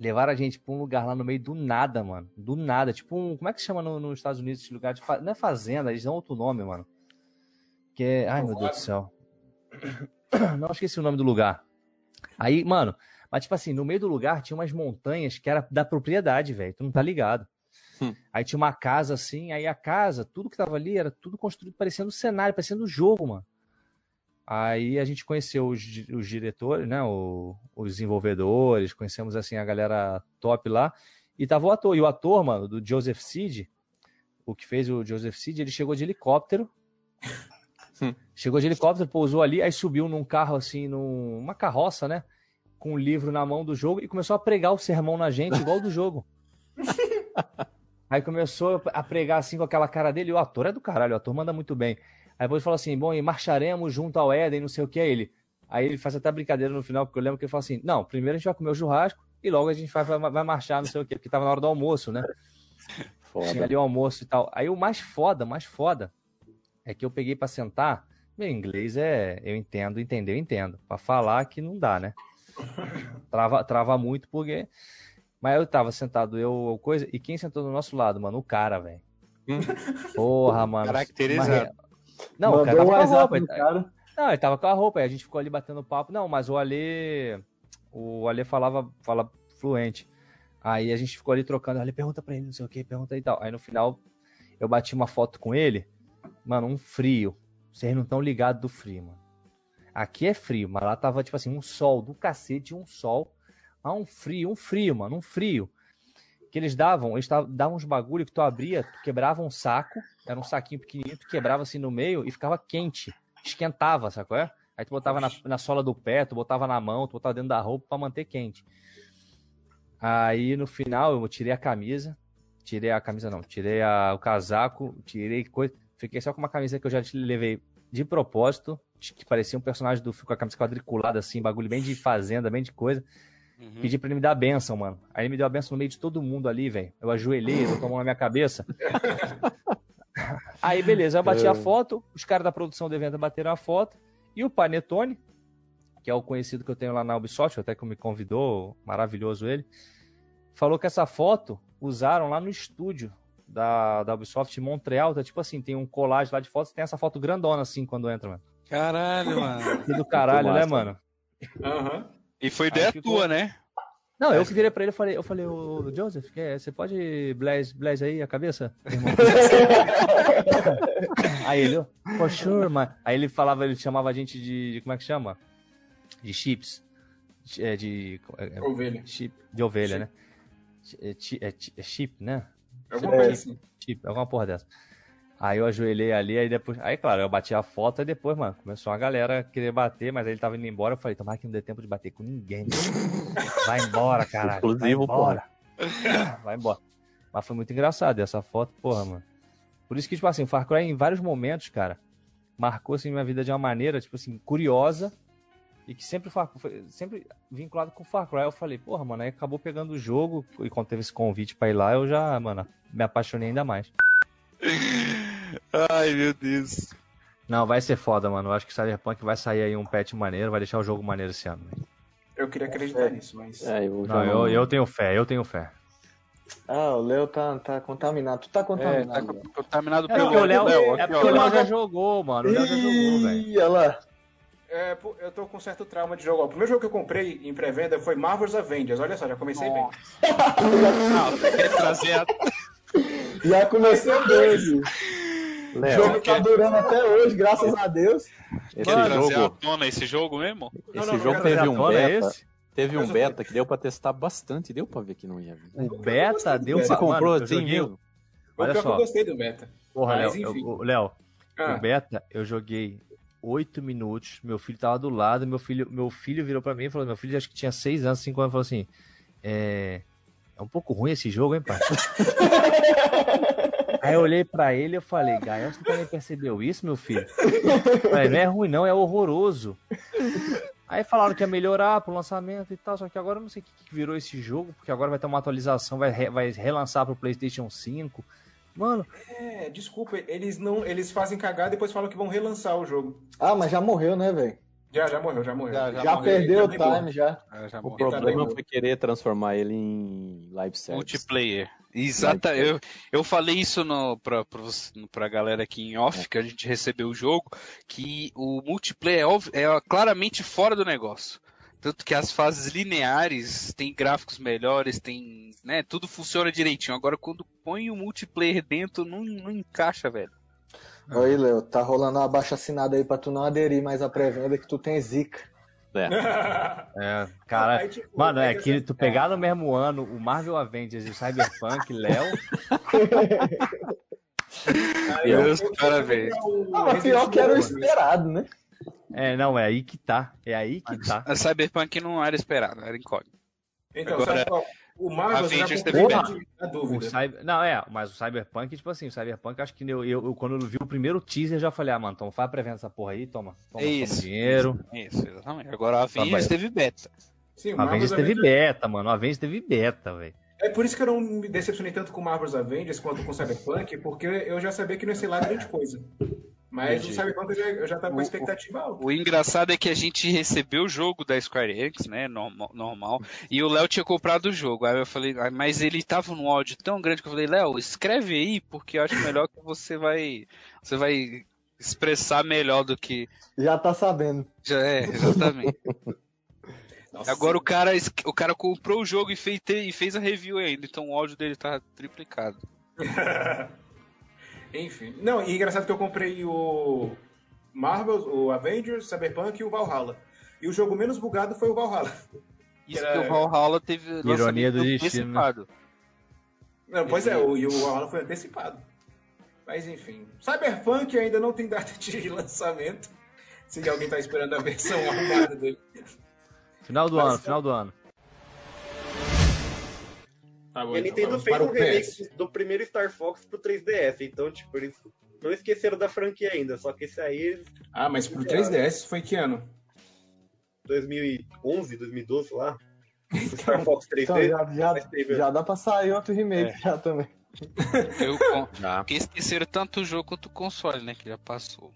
Levaram a gente pra um lugar lá no meio do nada, mano. Do nada. Tipo, um, como é que se chama no- nos Estados Unidos esse lugar? De fa- Não é fazenda, eles dão outro nome, mano. Que é... Ai, meu Deus do céu. Não esqueci o nome do lugar. Aí, mano, mas tipo assim, no meio do lugar tinha umas montanhas que era da propriedade, velho. Tu não tá ligado. Aí tinha uma casa assim, aí a casa, tudo que tava ali era tudo construído parecendo um cenário, parecendo um jogo, mano. Aí a gente conheceu os, di- os diretores, né? o- os desenvolvedores, conhecemos assim a galera top lá. E tava o ator. E o ator, mano, do Joseph Seed, o que fez o Joseph Seed, ele chegou de helicóptero. chegou de helicóptero, pousou ali, aí subiu num carro assim, numa carroça, né? Com um livro na mão do jogo e começou a pregar o sermão na gente, igual o do jogo. Aí começou a pregar assim com aquela cara dele. E o ator é do caralho, o ator manda muito bem. Aí depois falou assim: bom, e marcharemos junto ao Éden, não sei o que. Aí ele. Aí ele faz até brincadeira no final, porque eu lembro que ele fala assim: não, primeiro a gente vai comer o churrasco e logo a gente vai, vai, vai marchar, não sei o que, porque tava na hora do almoço, né? Tinha ali o almoço e tal. Aí o mais foda, mais foda, é que eu peguei pra sentar. Meu inglês é. Eu entendo, entender, eu entendo. Pra falar que não dá, né? Trava, trava muito porque. Mas eu tava sentado, eu, coisa. E quem sentou do nosso lado, mano? O cara, velho. Porra, mano.
Caracterizado.
Mas- é, Não, o
Mandou
cara tava
um
com a
WhatsApp
roupa.
no
ele- tá Não, ele tava com a roupa. Aí a gente ficou ali batendo papo. Não, mas o Ale. O Ale falava fala fluente. Aí a gente ficou ali trocando. Ale pergunta pra ele, não sei o que, pergunta e tal. Aí no final, eu bati uma foto com ele. Mano, um frio. Vocês não estão ligados do frio, mano. Aqui é frio, mas lá tava, tipo assim, um sol do cacete, um sol. Ah, um frio, um frio, mano, um frio. Que eles davam, eles tavam- davam uns bagulho que tu abria, tu quebrava um saco, era um saquinho pequenininho, tu quebrava assim no meio e ficava quente. Esquentava, sacou? É? Aí tu botava na, na sola do pé, tu botava na mão, tu botava dentro da roupa pra manter quente. Aí no final eu tirei a camisa, tirei a camisa não, tirei a- o casaco, tirei coisa, fiquei só com uma camisa que eu já te levei de propósito, de- que parecia um personagem do filme com a camisa quadriculada assim, bagulho bem de fazenda, bem de coisa. Pedi pra ele me dar a benção, mano. Aí ele me deu a benção no meio de todo mundo ali, velho. Eu ajoelhei, ele botou a mão na minha cabeça. Aí, beleza, eu bati a
É.
foto, os caras da produção do evento bateram a foto, e o Panetone, que é o conhecido que eu tenho lá na Ubisoft, até que me convidou, maravilhoso ele, falou que essa foto usaram lá no estúdio da, da Ubisoft em Montreal. Tá tipo assim, tem um collage lá de fotos, tem essa foto grandona assim quando entra, mano.
Caralho, mano.
Que do caralho, né, mano?
E foi ideia tua, né?
Não, eu que virei pra ele e falei, eu falei, ô Joseph, quer- você pode blaze, blaze aí a cabeça? irmão?" aí ele, ó, for sure, man. Aí ele falava, ele chamava a gente de, de- como é que chama? De chips. De- É, de... é- é-
Ovelha.
Chip, de ovelha, né? É, chi- é, chi- é chip, né?
Alguma coisa assim.
Chip, alguma porra dessa. Aí eu ajoelhei ali, aí depois. Aí, claro, eu bati a foto e depois, mano, começou a galera a querer bater, mas aí ele tava indo embora. Eu falei, tomara que não dê tempo de bater com ninguém. mano. Vai embora, caralho.
Exclusivo,
vai embora. Vai embora. Mas foi muito engraçado e essa foto, porra, mano. Por isso que, tipo assim, o Far Cry em vários momentos, cara, marcou assim minha vida de uma maneira, tipo assim, curiosa. E que sempre, o Far- foi- sempre vinculado com o Far Cry, eu falei, porra, mano, aí acabou pegando o jogo. E quando teve esse convite pra ir lá, eu já, mano, me apaixonei ainda mais.
Ai, meu Deus.
Não, vai ser foda, mano. Eu acho que Cyberpunk vai sair aí um patch maneiro, vai deixar o jogo maneiro esse ano.
Eu queria acreditar nisso, mas.
É, eu
Não, eu, eu tenho fé, eu tenho fé.
Ah, o Léo tá, tá contaminado. Tu tá contaminado.
É, tá
Léo.
contaminado
É porque o Léo, é porque o Léo já jogou, mano. O Léo já jogou, velho.
Ih, olha lá.
É, pô, eu tô com certo trauma de jogo. O primeiro jogo que eu comprei em pré-venda foi Marvel's Avengers. Olha só, já comecei bem.
Não, você quer trazer a...
Já começou hoje. O
Léo,
jogo tá
quer-
durando até hoje, graças a Deus.
Esse
Mano,
trazer
é
à tona esse jogo mesmo?
Esse jogo
é
teve um beta. Teve um
Mas o
beta que deu pra testar bastante, deu pra ver que não ia vir.
O beta deu
Você
pra-
comprou
mano, eu
assim
joguei-
mesmo?
O pior
Olha
que eu
só.
gostei do beta.
Porra,
Mas,
Léo, eu-
enfim.
o- Léo,
Ah.
o beta, eu joguei oito minutos, meu filho tava do lado, meu filho, meu filho virou pra mim e falou, meu filho acho que tinha seis anos, cinco anos, falou assim, é,
é um pouco ruim esse jogo, hein, pai? Aí eu olhei pra ele e eu falei, Gael, você também percebeu isso, meu filho? Eu falei, não é ruim não, é horroroso. Aí falaram que ia melhorar pro lançamento e tal, só que agora eu não sei o que, que virou esse jogo, porque agora vai ter uma atualização, vai, re- vai relançar pro Playstation 5. Mano,
É, desculpa, eles não. Eles fazem cagada e depois falam que vão relançar o jogo.
Ah, mas já morreu, né, velho?
Já, já morreu, já morreu. Então,
Já, perdeu o time, já.
O problema foi querer transformar ele em live service.
Multiplayer. Exata, eu, eu falei isso no, pra, pra, você- pra galera aqui em off, que a gente recebeu o jogo, que o multiplayer é, óbvio- é claramente fora do negócio. Tanto que as fases lineares têm gráficos melhores, tem. né, tudo funciona direitinho. Agora quando põe o multiplayer dentro, não, não encaixa, velho.
Oi, Léo, tá rolando uma baixa assinada aí pra tu não aderir mais à pré-venda que tu tem zica.
É, cara,
Aí, tipo,
mano, é
aí
que
você-
tu pegar no mesmo ano o Marvel Avengers e o Cyberpunk, Léo.
Deus, parabéns.
Ah, mas pior que era o esperado, né?
É, não, é aí que tá. É aí que tá.
A Cyberpunk não era esperada, era incógnito.
Então,
Agora,
sabe qual? O Marvel será
Avengers
por
teve
conta
bem.
de- da dúvida.
O cyber... Não, é, mas o Cyberpunk, tipo assim, o Cyberpunk, acho que eu, eu, eu, quando eu vi o primeiro teaser, já falei, ah, mano, então faz pré-venda essa porra aí, toma. toma
É isso.
Toma dinheiro.
Isso, exatamente. Agora a
Trabalho.
Avengers teve beta.
Sim, o
A Avengers
Marvel's
teve
Avengers-
beta, mano. A Avengers teve beta, velho.
É por isso que eu não me decepcionei tanto com Marvel's Avengers quanto com Cyberpunk, porque eu já sabia que não ia ser lá grande coisa. Mas o
Entendi.
Cyberpunk eu já, eu já tava com
O-
a expectativa alta.
O engraçado é que a gente recebeu o jogo da Square Enix, né? Normal. normal, e o Léo tinha comprado o jogo. Aí eu falei, "Ah, mas ele tava num áudio tão grande que eu falei, Léo, escreve aí, porque eu acho melhor que você vai. Você vai expressar melhor do que.
Já tá sabendo.
Já é, exatamente. Agora o cara, es- o cara comprou o jogo e fez, e fez a review ainda, então o áudio dele tá triplicado.
Enfim. Não, e engraçado que eu comprei o Marvel, o Avengers, Cyberpunk e o Valhalla. E o jogo menos bugado foi o Valhalla.
Isso
Era-
que o Valhalla teve.
Ironia
lançamento
do destino, né?
antecipado.
Não, pois é, o, e o Valhalla foi antecipado. Mas enfim. Cyberpunk ainda não tem data de lançamento. Se alguém tá esperando a versão arrumada dele.
Final do ano, final do ano.
Tá bom,
E a
então,
Nintendo
vamos
fez
para
um
o
remix
PS.
do primeiro Star Fox pro 3DS, então, tipo, eles não esqueceram da franquia ainda, só que esse aí. eles-
Ah, mas pro 3DS foi que ano?
2011, 2012, sei lá. O Star Fox 3D.
Então já, já, já dá pra sair outro
É.
remake já também.
Eu, con- porque esqueceram tanto o jogo quanto o console, né? Que já passou.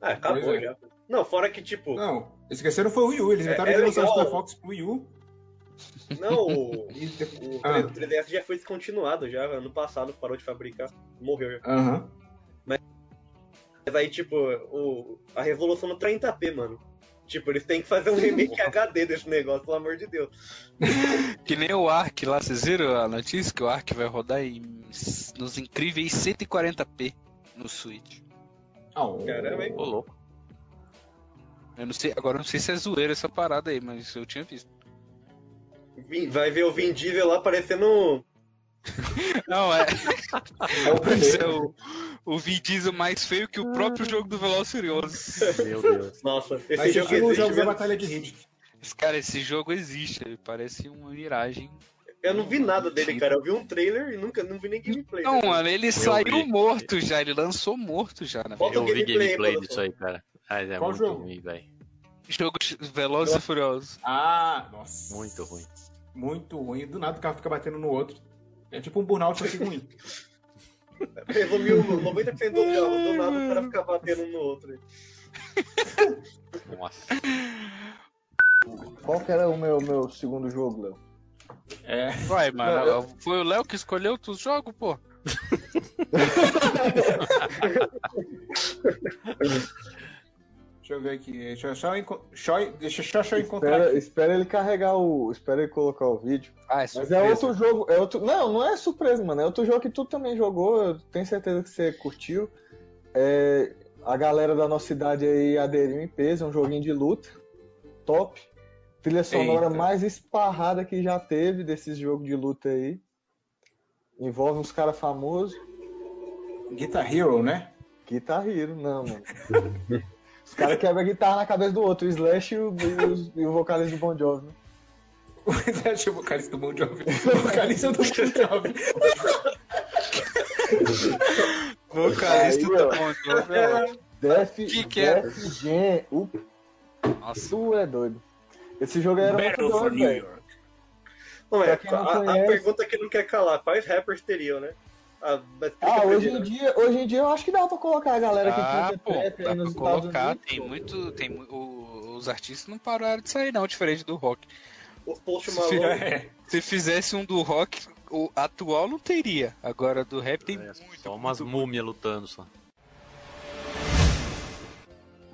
Ah, acabou
Pois é.
já. Não, fora que, tipo.
Não, esqueceram foi o Wii U, eles inventaram
é, é
de lançar o
legal.
Star Fox pro Wii U.
Não, o, o
Ah.
3- 3DS já foi descontinuado, já. Ano passado parou de fabricar. Morreu já.
Aham.
Mas aí, tipo, o, a resolução no 30p, mano. Tipo, eles têm que fazer um remake HD desse negócio, pelo amor de Deus.
Que nem o Ark lá, vocês viram a notícia que o Ark vai rodar em, nos incríveis 140p no Switch.
Ah,
Caramba, hein?
Ô, louco. Eu não sei, agora eu não sei se é zoeira essa parada aí, mas eu tinha visto.
Vin- Vai ver o Vin Diesel lá parecendo.
Não, é.
É o
Esse é o, o Vin Diesel mais feio que o próprio
Ah.
jogo do Velozes e Furiosos.
Meu Deus.
Nossa, esse
Mas
jogo
estilo jogos
existe
da
mesmo.
Batalha de Riddick.
Esse cara, esse jogo existe, ele parece uma miragem.
Eu não vi nada dele, cara. Eu vi um trailer e nunca não vi nem gameplay.
Não,
né?
mano, ele saiu morto já, ele lançou morto já, na
Bota o
verdade.
Eu vi gameplay, gameplay
disso aí, cara. é
Qual muito jogo?
ruim, velho. Jogo Velozes e Furiosos.
Ah, nossa.
Muito ruim.
Muito ruim. Do nada o carro fica batendo no outro. É tipo um burnout, só que ruim.
Resumiu 90% do jogo, do nada o cara fica batendo um no outro.
Nossa.
Qual que era o meu, meu segundo jogo, Léo?
É.
Vai,
Não,
mano,
eu-
foi o Léo que escolheu outro jogo, pô.
Deixa eu ver aqui. Deixa eu só, enco- só- deixa eu só- só encontrar
Espera,
aqui.
espera ele carregar o. Espera ele colocar o vídeo.
Ah, é
Mas é outro jogo. É outro... Não, não é surpresa, mano. É outro jogo que tu também jogou. Eu tenho certeza que você curtiu. É, A galera da nossa cidade aí aderiu em peso. É um joguinho de luta. Top. Trilha sonora
Eita.
mais esparrada que já teve desses jogos de luta aí. Envolve uns caras famosos.
Guitar Hero, né?
Guitar Hero, não, mano. Os caras quebram a guitarra na cabeça do outro, o Slash e o, e os- e o vocalista do Bon Jovi. né?
Mas eu achei o vocalista do Bon Jovi. O vocalista do Bon Jovi.
Vocalista
Aí,
do
ó.
Bon Jovi, ó.
Def,
Que que é?
Def Gen, o... Tu é doido. Esse jogo era muito
Battle for
doido,
New
velho.
York.
Não é,
Pra quem não
a, a
conhece-
pergunta que não quer calar, quais rappers teriam, né? A, a-
Ah, hoje em, dia, hoje em dia eu acho que dá pra colocar a galera que
Ah,
canta
pô,
trap
dá
aí
pra
nos Estados Unidos.
Colocar, tem muito. Tem, mu- o- os artistas não pararam de sair, não, diferente do rock.
O Post
Se,
Malone.
fi- se fizesse um do rock, o atual não teria. Agora do rap tem muito.
Só umas múmias lutando só.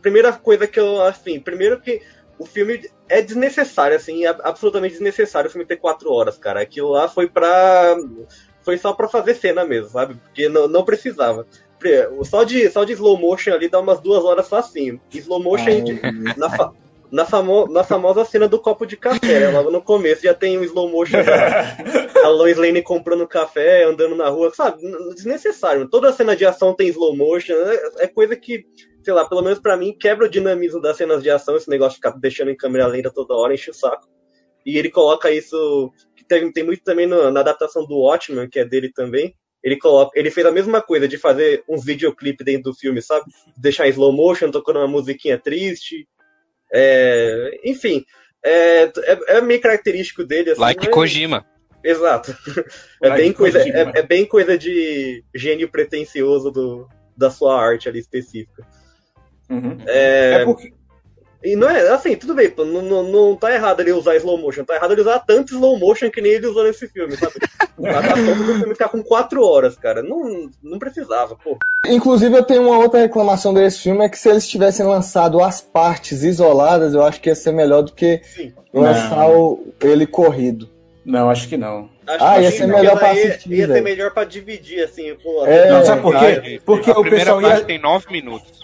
Primeira coisa que eu, assim, primeiro que o filme é desnecessário, assim, é absolutamente desnecessário o filme ter quatro horas, cara. Aquilo lá foi pra. Foi só pra fazer cena mesmo, sabe? Porque não, não precisava. Pre- Só de, só de slow motion ali dá umas duas horas só assim. Slow motion de- na, fa- na, famo- na famosa cena do copo de café, né? Logo no começo já tem um slow motion da, da Lois Lane comprando café, andando na rua, sabe? N- Desnecessário. Toda cena de ação tem slow motion, é, é coisa que, sei lá, pelo menos pra mim, quebra o dinamismo das cenas de ação, esse negócio de ficar deixando em câmera lenta toda hora, enche o saco. E ele coloca isso, que tem, tem muito também no- na adaptação do Watchmen, que é dele também. Ele, coloca, ele fez a mesma coisa de fazer uns videoclipe dentro do filme, sabe? Deixar em slow motion, tocando uma musiquinha triste. É, enfim, é, é, é meio característico dele. Assim,
Like
mas-
Kojima.
Exato. É
Like
bem, coisa,
Kojima.
é, é bem coisa de gênio pretensioso do, da sua arte ali específica. É, E não é assim, tudo bem, pô, não, não, não tá errado ele usar slow motion, tá errado ele usar tanto slow motion que nem ele usou nesse filme, sabe? Tá tá todo o filme ficar com 4 horas, cara. Não, não precisava, pô.
Inclusive, eu tenho uma outra reclamação desse filme, é que se eles tivessem lançado as partes isoladas, eu acho que ia ser melhor do que lançar o, ele corrido.
Não, acho que não.
Acho
ah,
que
ia
sim,
ser
porque
melhor pra
daí
assistir,
Ia ser
velho.
melhor pra dividir, assim, pô.
É,
não, sabe por quê?
verdade.
Porque
A
o
primeira
pessoal
parte
ia,
Tem nove minutos.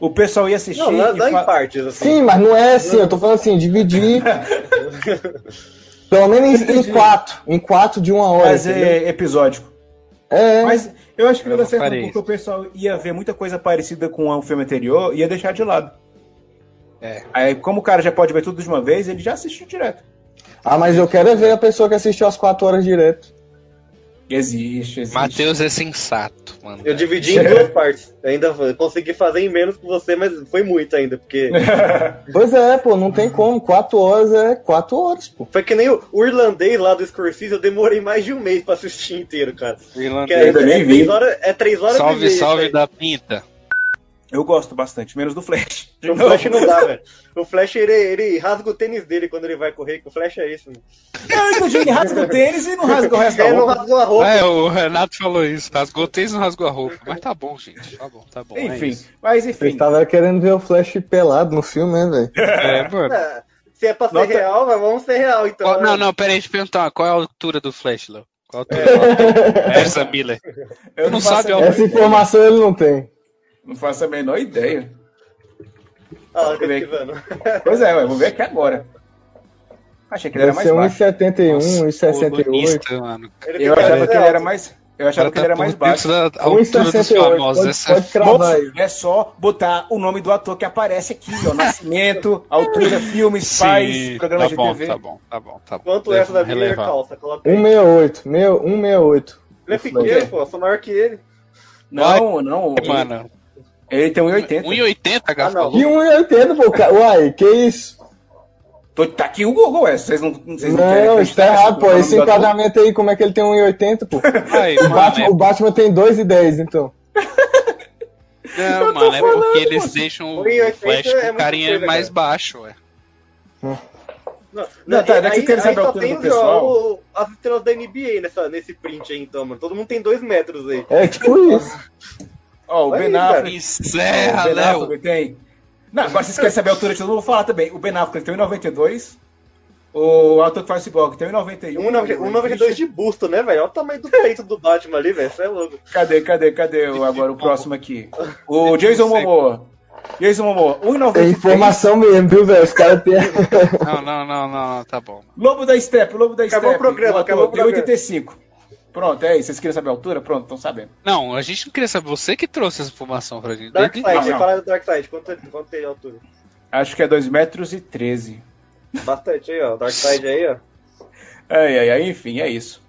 o pessoal ia assistir.
Não, dá-
e
dá em
fa-
partes, assim.
Sim, mas não é assim, eu tô falando assim, dividir. pelo menos em, em quatro. Em quatro de uma hora.
Mas é episódico.
É.
Mas eu acho que não
Eu
dá
não
certo
farei
porque o pessoal ia ver muita coisa parecida com o filme anterior e ia deixar de lado.
É.
Aí, como o cara já pode ver tudo de uma vez, ele já assistiu direto.
Ah, mas eu quero é ver a pessoa que assistiu as quatro horas direto.
Existe, existe.
Matheus é sensato, mano.
Eu dividi em duas partes. Ainda consegui fazer em menos que você, mas foi muito ainda, porque.
Pois é, pô, não tem como. Quatro horas é quatro horas, pô.
Foi que nem o, o irlandês lá do Scorsese, eu demorei mais de um mês pra assistir inteiro, cara. Que
Irlandês.
é,
Eu também
é
vi.
três horas, é três horas e meia. velho.
da pinta. Eu gosto bastante, menos do Flash.
O um Flash não dá, velho. O Flash, ele, ele rasga o tênis dele quando ele vai correr, que o Flash é isso, mano.
Não, inclusive, ele rasga o tênis e não rasga o resto da
É, não
roupa.
rasgou a roupa.
É, o Renato falou isso. Rasgou o tênis não rasgou a roupa. Mas tá bom, gente. Tá bom, tá bom. é
Enfim,
isso.
mas
Você tava querendo ver o Flash pelado no filme, né, velho?
É, mano.
Ah, Se é pra ser
Nota-
real, mas vamos ser real, então.
Qual- não,
né?
não, pera aí, deixa eu perguntar. Qual é a altura do Flash, Léo? Qual a altura? É. Essa Miller.
Eu não,
sabe
faço,
Essa informação ele não tem.
não faço a menor ideia.
Ah,
eu Pois é, ué, vou ver aqui agora. Achei que ele era
Deve
mais
ser
baixo.
1,71, 1,68.
Urbanista, mano.
Eu achava que ele era mais. Eu achava
Cara,
que ele era
tá
mais
por dentro
baixo.
da
um
altura dos 1,68, famosos, pode- essa- pode cravar
Moço,
aí.
é só botar o nome do ator que aparece aqui, ó. Nascimento, altura, filmes, pais, programa
tá
de
bom,
TV.
tá bom, tá bom, tá bom.
Quanto
Deve
essa da Miller
relevar.
calça?
Um
Coloca aí.
168, meu, 168.
Ele é pequeno, pô, eu sou maior que ele.
Não, não.
Mano.
Ele tem 1,80.
1,80,
Ah,
Gaspar.
E 1,80, pô, ca- uai, que isso?
Tô- tá aqui o Google, é. Vocês não, vocês não, querem
Não, isso tá
acreditar
errado, pô.
no nome
Esse
do ator?
enquadramento aí, como é que ele tem 1,80, pô?
Aí,
o,
mano,
Batman,
é-
o Batman tem 2,10, então.
Não, mano, é porque eles deixam
um
o
1,80
Flash
é
com o
muita
carinha
coisa,
mais
cara.
baixo, ué.
Não, tá, né, que eu quero saber a
só
altura
tem
do
o-
pessoal.
o- as estrelas da NBA nessa, nesse print aí, então, mano. Todo mundo tem dois metros aí.
É tipo isso.
Ó, o
Olha aí,
Ben
cara.
Affleck.
Encerra,
Tá,
Ó, o Ben
Léo.
Affleck tem. Não, agora vocês querem saber a altura de todo mundo, eu vou falar também. O Ben Affleck tem 1,92. O ator que faz Cyborg tem 1,91.
1,92 de busto, né, velho? Olha o tamanho do peito do Batman ali, velho. Isso é louco.
Cadê, cadê, cadê o, agora o próximo aqui? O Jason Momoa. Jason Momoa,
É
1,93.
informação mesmo, viu, velho? Os caras têm.
Não, não, não, não, não, tá bom.
Lobo da Steppe, Lobo da
Acabou
Steppe.
o programa,
ator
acabou o
tem
programa.
85. Pronto, é isso. Vocês queriam saber a altura? Pronto, estão sabendo.
Não, a gente não queria saber. Você que trouxe essa informação pra gente.
Darkseid,
Não,
vai
não.
falar do Darkseid. Quanto, quanto tem de altura?
Acho que é 2 metros e 13.
Bastante aí, ó. Darkseid aí, ó.
Ai, ai, ai, enfim, é isso.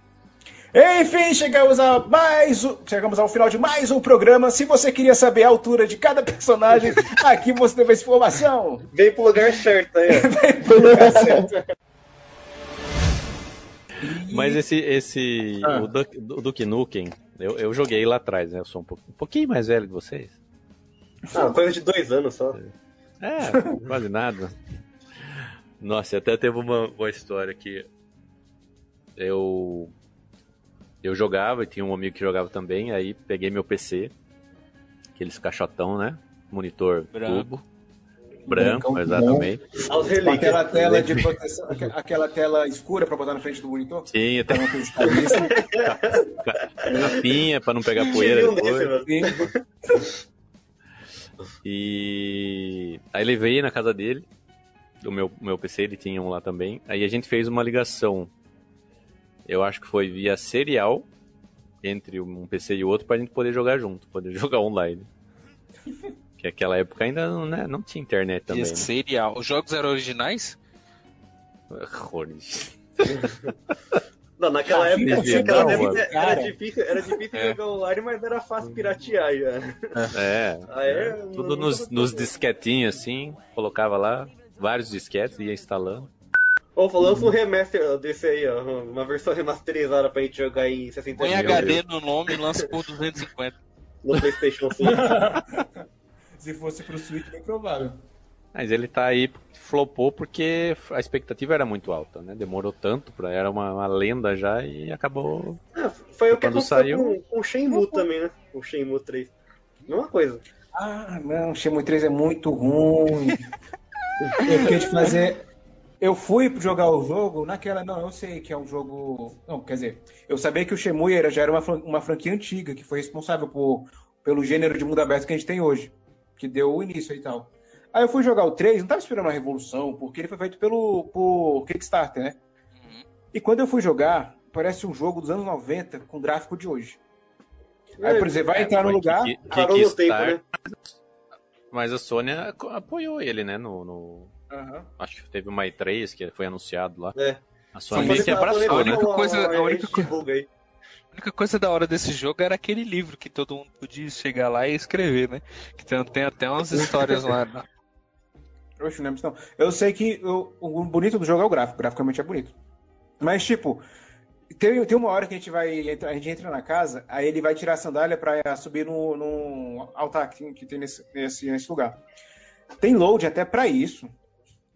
Enfim, chegamos a mais um- chegamos ao final de mais um programa. Se você queria saber a altura de cada personagem, aqui você teve essa informação.
Vem pro lugar certo aí.
Vem pro lugar certo.
Mas esse, esse
Ah.
o Duke, du- Duke Nukem, eu, eu joguei lá atrás, né? Eu sou um, pouco- um pouquinho mais velho que vocês.
Ah, coisa de dois anos só.
É, quase nada. Nossa, até teve uma, uma história que eu eu jogava e tinha um amigo que jogava também, aí peguei meu PC, aqueles caixotão, né? Monitor
Branco.
tubo, branco,
Brancão,
exatamente.
Aos
Com aquela
relíquias.
tela de proteção, aqua- aquela tela escura pra botar na frente do monitor.
Tinha,
Pra
tem
não acreditar nisso.
uma pinha pra não pegar poeira
Tive um
depois.
desse, mano. é
E aí levei na casa dele, do meu, meu PC, ele tinha um lá também. Aí a gente fez uma ligação. Eu acho que foi via serial entre um PC e outro pra gente poder jogar junto, poder jogar online. Que aquela época ainda não, né, não tinha internet também.
Esse
Né?
serial. Os jogos eram originais?
Ah, Horrores.
Não, naquela
Ah,
época,
sim,
naquela
não,
época
mano.
era, difícil, era difícil
É.
jogar online, mas era fácil piratear já.
É.
Ah, é?
Tudo nos, nos disquetinhos assim, colocava lá vários disquetes, ia instalando.
Ô, falando um remaster desse aí, ó. Uma versão remasterizada pra gente jogar em 60
Põe
mil.
HD no nome e lança por 250.
No PlayStation 5.
Se fosse pro Switch, bem provável.
Mas ele tá aí, flopou porque a expectativa era muito alta, né? Demorou tanto, pra, era uma, uma lenda já e acabou.
Foi o que
Quando
aconteceu
saiu-
com, com o Shenmue também, né? O Shenmue 3. Mesma coisa.
Ah, não, Shenmue 3 é muito ruim. eu fiquei de fazer. Eu fui jogar o jogo naquela. Não, eu sei que é um jogo. Não, quer dizer, eu sabia que o Shenmue era, já era uma, fran- uma franquia antiga, que foi responsável por, pelo gênero de mundo aberto que a gente tem hoje, que deu o início aí e tal. Aí eu fui jogar o 3, não tava esperando uma revolução, porque ele foi feito pelo por Kickstarter, né?
Uhum.
E quando eu fui jogar, parece um jogo dos anos 90 com gráfico de hoje. Aí,
É,
por exemplo, vai entrar no lugar.
É, Que, que,
Parou no tempo,
Kickstarter,
né?
Mas a Sony aco- apoiou ele, né? No, no-
Aham.
Acho que teve uma E3 que foi anunciado lá.
É.
A Sony meio que abraçou,
A
né?
única coisa, a única coisa-
a
única coisa da hora desse jogo era aquele livro que todo mundo podia chegar lá e escrever, né? Que tem, tem até umas histórias lá. né? na-
Oxe, não lembro disso, não. Eu sei que o, o bonito do jogo é o gráfico, graficamente é bonito. Mas, tipo, tem, tem uma hora que a gente vai. entra- A gente entra na casa, aí ele vai tirar a sandália pra subir no, num altar que, que tem nesse, nesse, nesse lugar. Tem load até pra isso.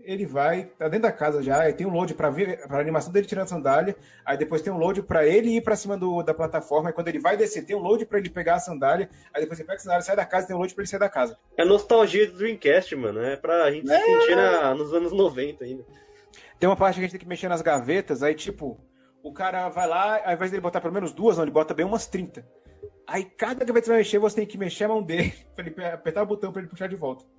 Ele vai, tá dentro da casa já, aí tem um load pra, ver, pra animação dele tirando a sandália, aí depois tem um load pra ele ir pra cima do, da plataforma, e quando ele vai descer, tem um load pra ele pegar a sandália, aí depois ele pega a sandália, sai da casa, tem um load pra ele sair da casa.
nostalgia do Dreamcast, mano. É pra gente se
É.
sentir na- nos anos 90 ainda.
Tem uma parte que a gente tem que mexer nas gavetas, aí tipo, o cara vai lá, ao invés dele botar pelo menos duas, não, ele bota bem umas 30. Aí cada gaveta que você vai mexer, você tem que mexer a mão dele, pra ele pe- apertar o botão pra ele puxar de volta. né?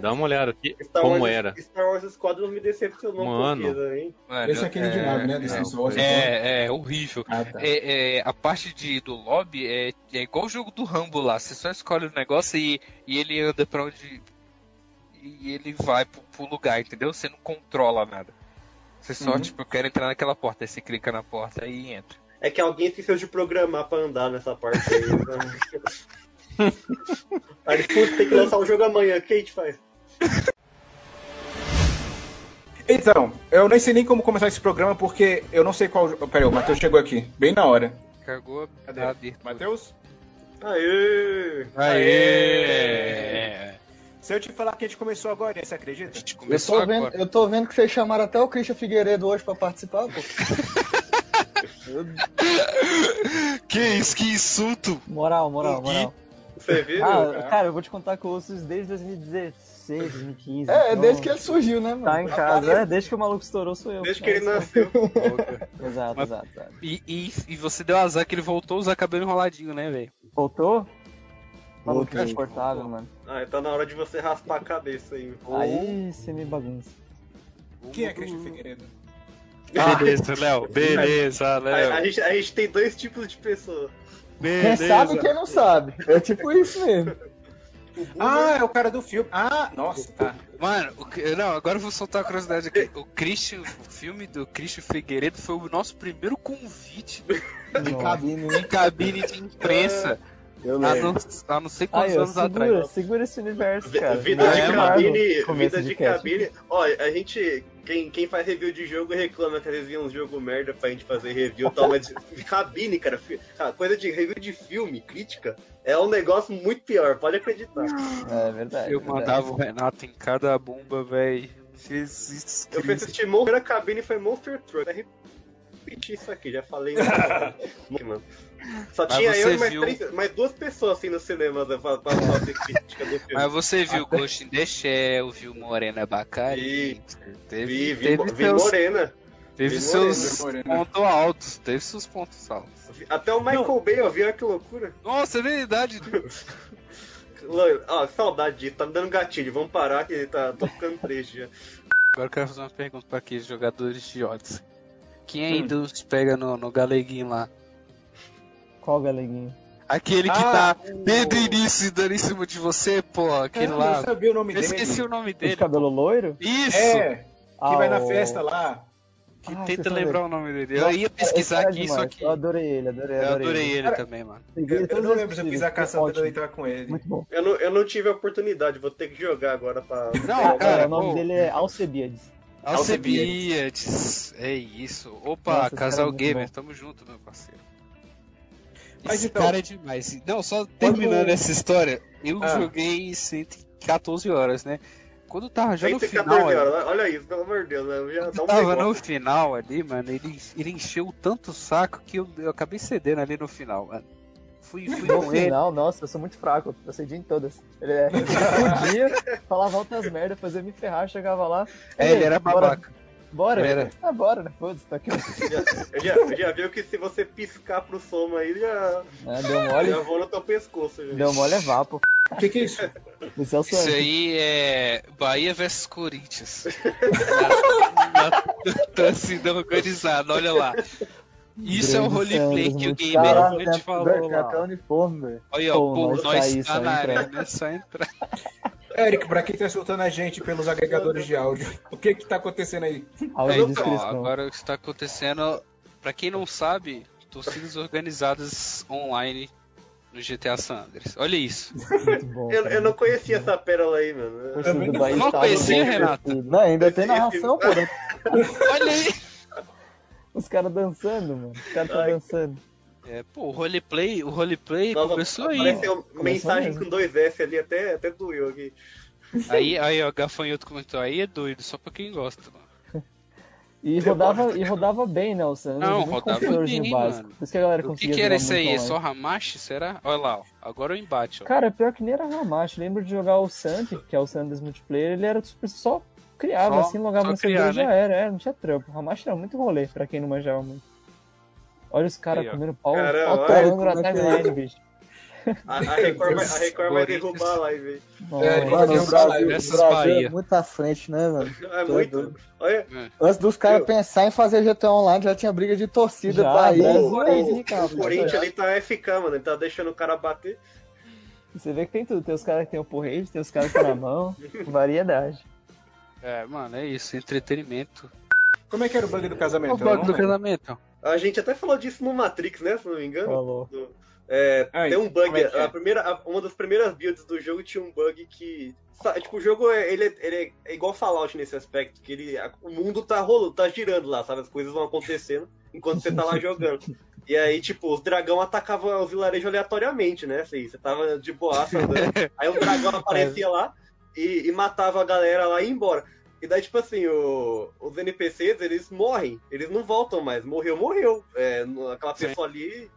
Dá uma olhada aqui
Star
como
Wars-
era.
Star Wars Squadron me decepcionou
Mano.
um pouquinho também.
Esse é aquele de nave, né, desse Ah, tá.
não,
pessoal, você
é, é horrível. É- é, a parte de, do lobby é, é igual o jogo do Rambo lá. Você só escolhe o negócio e, e ele anda pra onde. E ele vai pro, pro lugar, entendeu? Você não controla nada. Você só,
Uhum.
tipo, eu quero entrar naquela porta. Aí você clica na porta e entra.
É que alguém esqueceu de programar pra andar nessa parte aí. né? aí eles, putz, tem que lançar o jogo amanhã, o que a gente faz?
Então, eu nem sei nem como começar esse programa, porque eu não sei qual... jo- Peraí, o Matheus chegou aqui, bem na hora.
Cagou tá
Cadê? Matheus?
Aê!
É, Aê!
Se eu te falar que a gente começou agora, você acredita? A gente
Eu tô, vendo, eu tô vendo que vocês chamaram até o Christian Figueiredo hoje pra participar, pô.
Que isso, que insulto!
Moral, moral, moral.
Você viu?
Ah, cara, eu vou te contar que eu ouço isso desde 2016, 2015.
É, desde que
então
ele surgiu, né, mano?
Tá em casa, é, desde que o maluco estourou sou eu.
Desde que ele
nasceu.
Exato, exato. E, e, e você deu azar que ele voltou a usar cabelo enroladinho, né, velho?
Voltou? Maluco
Voltei.
insuportável, mano.
Ah, tá na hora de você raspar a cabeça aí.
Aí você me bagunça.
Quem é Christian Figueiredo?
Ah.
Beleza, Léo. Beleza,
A,
é.
a gente, a gente tem dois tipos de pessoa.
Quem sabe e quem não sabe. É tipo isso mesmo.
Ah, é o cara do filme. Ah, nossa, tá.
Mano, o que- não, agora eu vou soltar a curiosidade aqui. O Christian, o filme do Christian Figueiredo foi o nosso primeiro convite
Tá
de cabine,
de cabine de imprensa.
Eu
Ah,
Há
é.
lembro.
não, há não sei quantos
Aí, ó,
anos
segura,
atrás.
Segura esse universo,
Vi-
cara.
Vida
Não
de
é nada
cabine,
começo
vida de
cast.
cabine. Olha, a gente. Quem, quem faz review de jogo reclama que às vezes vem um jogo merda pra gente fazer review e tal, mas de cabine, cara, fi- ah, coisa de review de filme, crítica, é um negócio muito pior, pode acreditar.
É verdade.
Eu
verdade.
mandava o Renato em cada bomba, velho. Jesus
Eu fui
Cristo.
assistir Monster na cabine e foi Monster Truck. Eu Repeti isso aqui, já falei. Monster, mano. Só
Mas
tinha eu
você
e mais,
viu-
três- mais duas pessoas assim no cinema né, pra, pra fazer crítica do filme.
Mas você viu Ghost in the Shell, viu Morena Bacari? Teve,
Vi, vi,
teve
vi
seus-
Morena.
Teve
Vi
seus
Morena.
pontos altos, teve seus pontos altos.
Até o Michael Bay, ó, viu Olha que loucura?
Nossa, é verdade.
Loiro, ó, saudade disso, tá me dando gatilho, vamos parar que tá tô ficando triste já.
Agora eu quero fazer uma pergunta pra aqueles jogadores de odds. Quem ainda os pega no, no galeguinho lá?
Qual galeguinho?
um Aquele que
Ah,
tá desde o início dando em cima de você, pô, aquele
Eu
lá.
não sabia É, o nome
Eu
dele.
esqueci o nome
De
dele.
cabelo loiro?
Isso!
É, que
Ah,
vai na
o-
festa lá.
Que
Ah,
tenta
vocês
lembrar
são
o nome dele.
Nossa,
Eu ia
esse
pesquisar
cara é
aqui,
demais.
só que.
Eu adorei ele, adorei,
Eu
adorei,
adorei ele
Cara,
também, mano.
Peguei
Eu
todos
não lembro
os
se eu
possíveis,
fiz a
ficou
caçada
é ótimo.
de entrar com ele.
Muito bom.
Eu não, eu não tive a oportunidade, vou ter que jogar agora pra.
Não, cara,
o nome
pô.
dele é Alcebiades.
Alcebiades. É isso. Opa,
Nossa, esse cara é
casal
muito
gamer,
bom.
tamo junto, meu parceiro.
Mas
Esse
então-
cara é demais. Não, só terminando essa história, eu
Ah.
joguei 114 horas, né? Quando eu tava já no final,
114 horas,
ali,
olha- olha isso, pelo amor de Deus, né? já dá um
eu tava
negócio.
no final ali, mano, ele, ele encheu tanto o saco que eu, eu acabei cedendo ali no final, mano. Fui, fui
No
com ele.
final, nossa, eu sou muito fraco. Eu sei de em todas. Ele é... ele podia, falava altas merdas, fazia me ferrar, chegava lá.
É, ele era
bora-
babaca.
Bora?
Ele era.
Ah, bora, né? Foda-se, tá aqui.
Eu já, eu já viu que se você piscar pro som aí, já.
Ah, deu mole.
Já vou no teu pescoço. Já.
Deu mole é vapo.
O que, que é isso?
Esse é o
Isso
sonho.
aí é Bahia versus Corinthians. na, na, na torcida organizada, olha lá. Isso é o
Grande
roleplay
Sanders,
que o
muito
Gamer
caro.
Hood falou
Velho,
lá.
até o né? uniforme, velho.
Olha, ó, pô,
nós
nós
tá aí,
tá
só
na
entra.
arena, é só entrar.
Érico, pra quem tá escutando a gente pelos agregadores de áudio, o que que tá acontecendo aí?
É, então, agora o que está acontecendo, pra quem não sabe, torcidas organizadas online no GTA San Andreas. Olha isso.
Eu, eu não conhecia essa pérola aí, mano.
Torcida do Bahia
Não
tá
conhecia,
bem
Renato?
vestida. Não, ainda tem narração, pô. né?
Olha aí.
Os caras dançando, mano. Os caras tá
Ai.
dançando.
É, pô, o roleplay, o roleplay
Nossa,
começou aí.
apareceu
Começou
mensagem
mesmo.
com dois S ali, até, até doeu aqui.
Aí, aí, ó, Gafanhoto comentou, aí é doido, só pra quem gosta, mano.
E rodava, e rodava bem, né, o Sandro?
Não,
muito
rodava
confiadorzinho
bem,
básico.
mano.
Por isso que a galera
O que,
conseguia
que era
jogar
isso
muito
aí? É
online.
Só Hamashi, será? Olha lá, ó. agora o embate, ó.
Cara, pior que nem era Ramacho. Lembro de jogar o Samp, que é o Sanders Multiplayer, ele era super, só criava,
Só-
assim, logava
só
no servidor
criar,
e já
né?
era, era, não tinha trampo. O Ramacho era muito rolê, pra quem não manjava muito. Olha os caras
Aí, ó.
comendo pau,
Caramba,
pau
olha
torando na
como é que-
timeline, bicho.
A, a Record, vai- a Record vai derrubar a live aí.
mano, o Brasil-
Essas
é
Bahia.
muito à frente, né, mano?
Tá
É muito. Olha,
Antes dos caras pensar em fazer GTA Online, já tinha briga de torcida
Já,
Bahia.
Brasil,
e
o,
Bahia,
o-
cara.
o Corinthians ali tá FK, mano. Ele tá deixando o cara bater.
Você vê que tem tudo. Tem os caras que tem o porrete, tem os caras que tá na mão. Variedade.
É, mano, é isso, entretenimento. Então,
Como é que era o bug do casamento?
O bug do casamento.
A gente até falou disso no Matrix, né? Se não me engano.
Falou.
Do- é,
Ai,
tem um
como
bug.
é que é?
A primeira, a- uma das primeiras builds do jogo tinha um bug que. sa- Tipo, o jogo é, ele é, ele é igual Fallout nesse aspecto, que ele, a- o mundo tá rolando, tá girando lá, sabe? As coisas vão acontecendo enquanto você tá lá jogando. E aí, tipo, os dragão atacavam o vilarejo aleatoriamente, né? Assim, você tava de boaça andando. aí o dragão aparecia lá e, e matava a galera lá e ia embora. E daí, tipo assim, o- os NPCs, eles morrem, eles não voltam mais. Morreu, morreu. É, no- aquela pessoa ali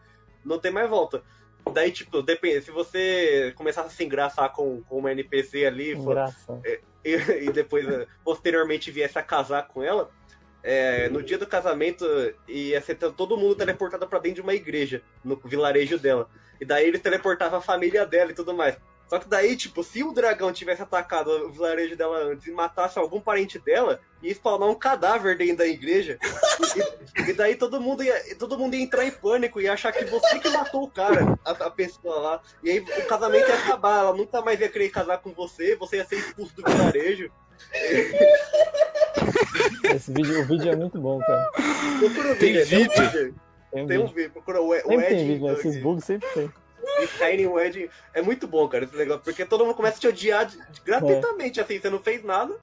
não tem mais volta. Daí, tipo, depende, se você começar a se engraçar com, com uma NPC ali,
Um
for-
Engraçado.
e, e depois, eh, posteriormente, viesse a casar com ela, é, no dia do casamento ia ser t- todo mundo teleportado pra dentro de uma igreja, no vilarejo dela. E daí ele teleportava a família dela e tudo mais. Só que daí, tipo, se o dragão tivesse atacado o vilarejo dela antes e matasse algum parente dela, ia spawnar um cadáver dentro da igreja. e, e daí todo mundo, ia, todo mundo ia entrar em pânico e achar que você que matou o cara, a, a pessoa lá. E aí o casamento ia acabar, ela nunca mais ia querer casar com você, você ia ser expulso do vilarejo.
Esse vídeo, o vídeo é muito bom, cara.
Procura o
Tem
vídeo, tem um
vídeo?
vídeo.
Tem um
Tem um
vídeo.
vídeo, procura o, o
Sempre tem
Ed.
vídeo, né? Esses bugs sempre tem.
Shining Wedding é muito bom, cara, esse negócio, porque todo mundo começa a te odiar de- de- gratuitamente, assim, você não fez nada.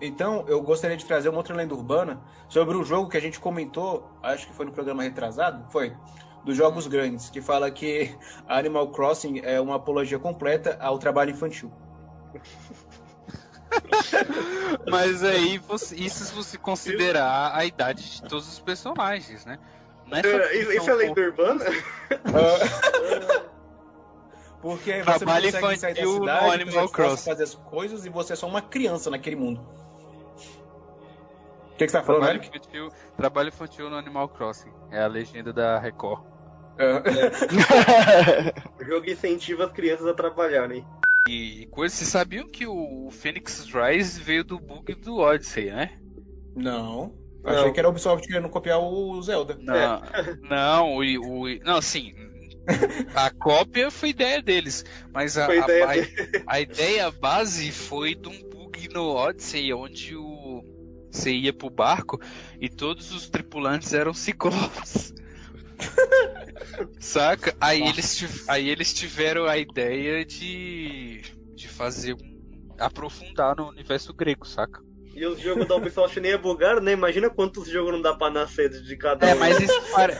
Então, eu gostaria de trazer uma outra lenda urbana sobre o jogo que a gente comentou, acho que foi no programa retrasado, foi, dos jogos grandes, que fala que Animal Crossing é uma apologia completa ao trabalho infantil.
Mas aí, você- isso se você considerar a idade de todos os personagens, né?
É, isso- isso é lenda urbana?
Porque você não
Trabalho
consegue sair da
infantil no
cidade,
Animal
você não
Crossing.
fazer as coisas e você é só uma criança naquele mundo. O que, que você tá falando,
trabalho
Eric?
infantil, trabalho infantil no Animal Crossing. É a legenda da Record.
O jogo incentiva as crianças a né? trabalharem.
E coisa, vocês sabiam que o Phoenix Rise veio do bug do Odyssey, né?
Não. Achei que era a Ubisoft querendo copiar o Zelda.
Não,
É.
não, o, o- não, assim, a cópia foi ideia deles, mas a, a-
Foi
é,
ideia
a-
deles.
a ideia base foi de um bug no Odyssey, onde o, você ia pro barco e todos os tripulantes eram ciclopes. Saca? Aí eles, ti- aí eles tiveram a ideia de, de fazer um- aprofundar no universo grego, saca?
E os jogos da Ubisoft nem é bugado, né? Imagina quantos jogos não dá pra nascer de cada um.
É, mas isso para.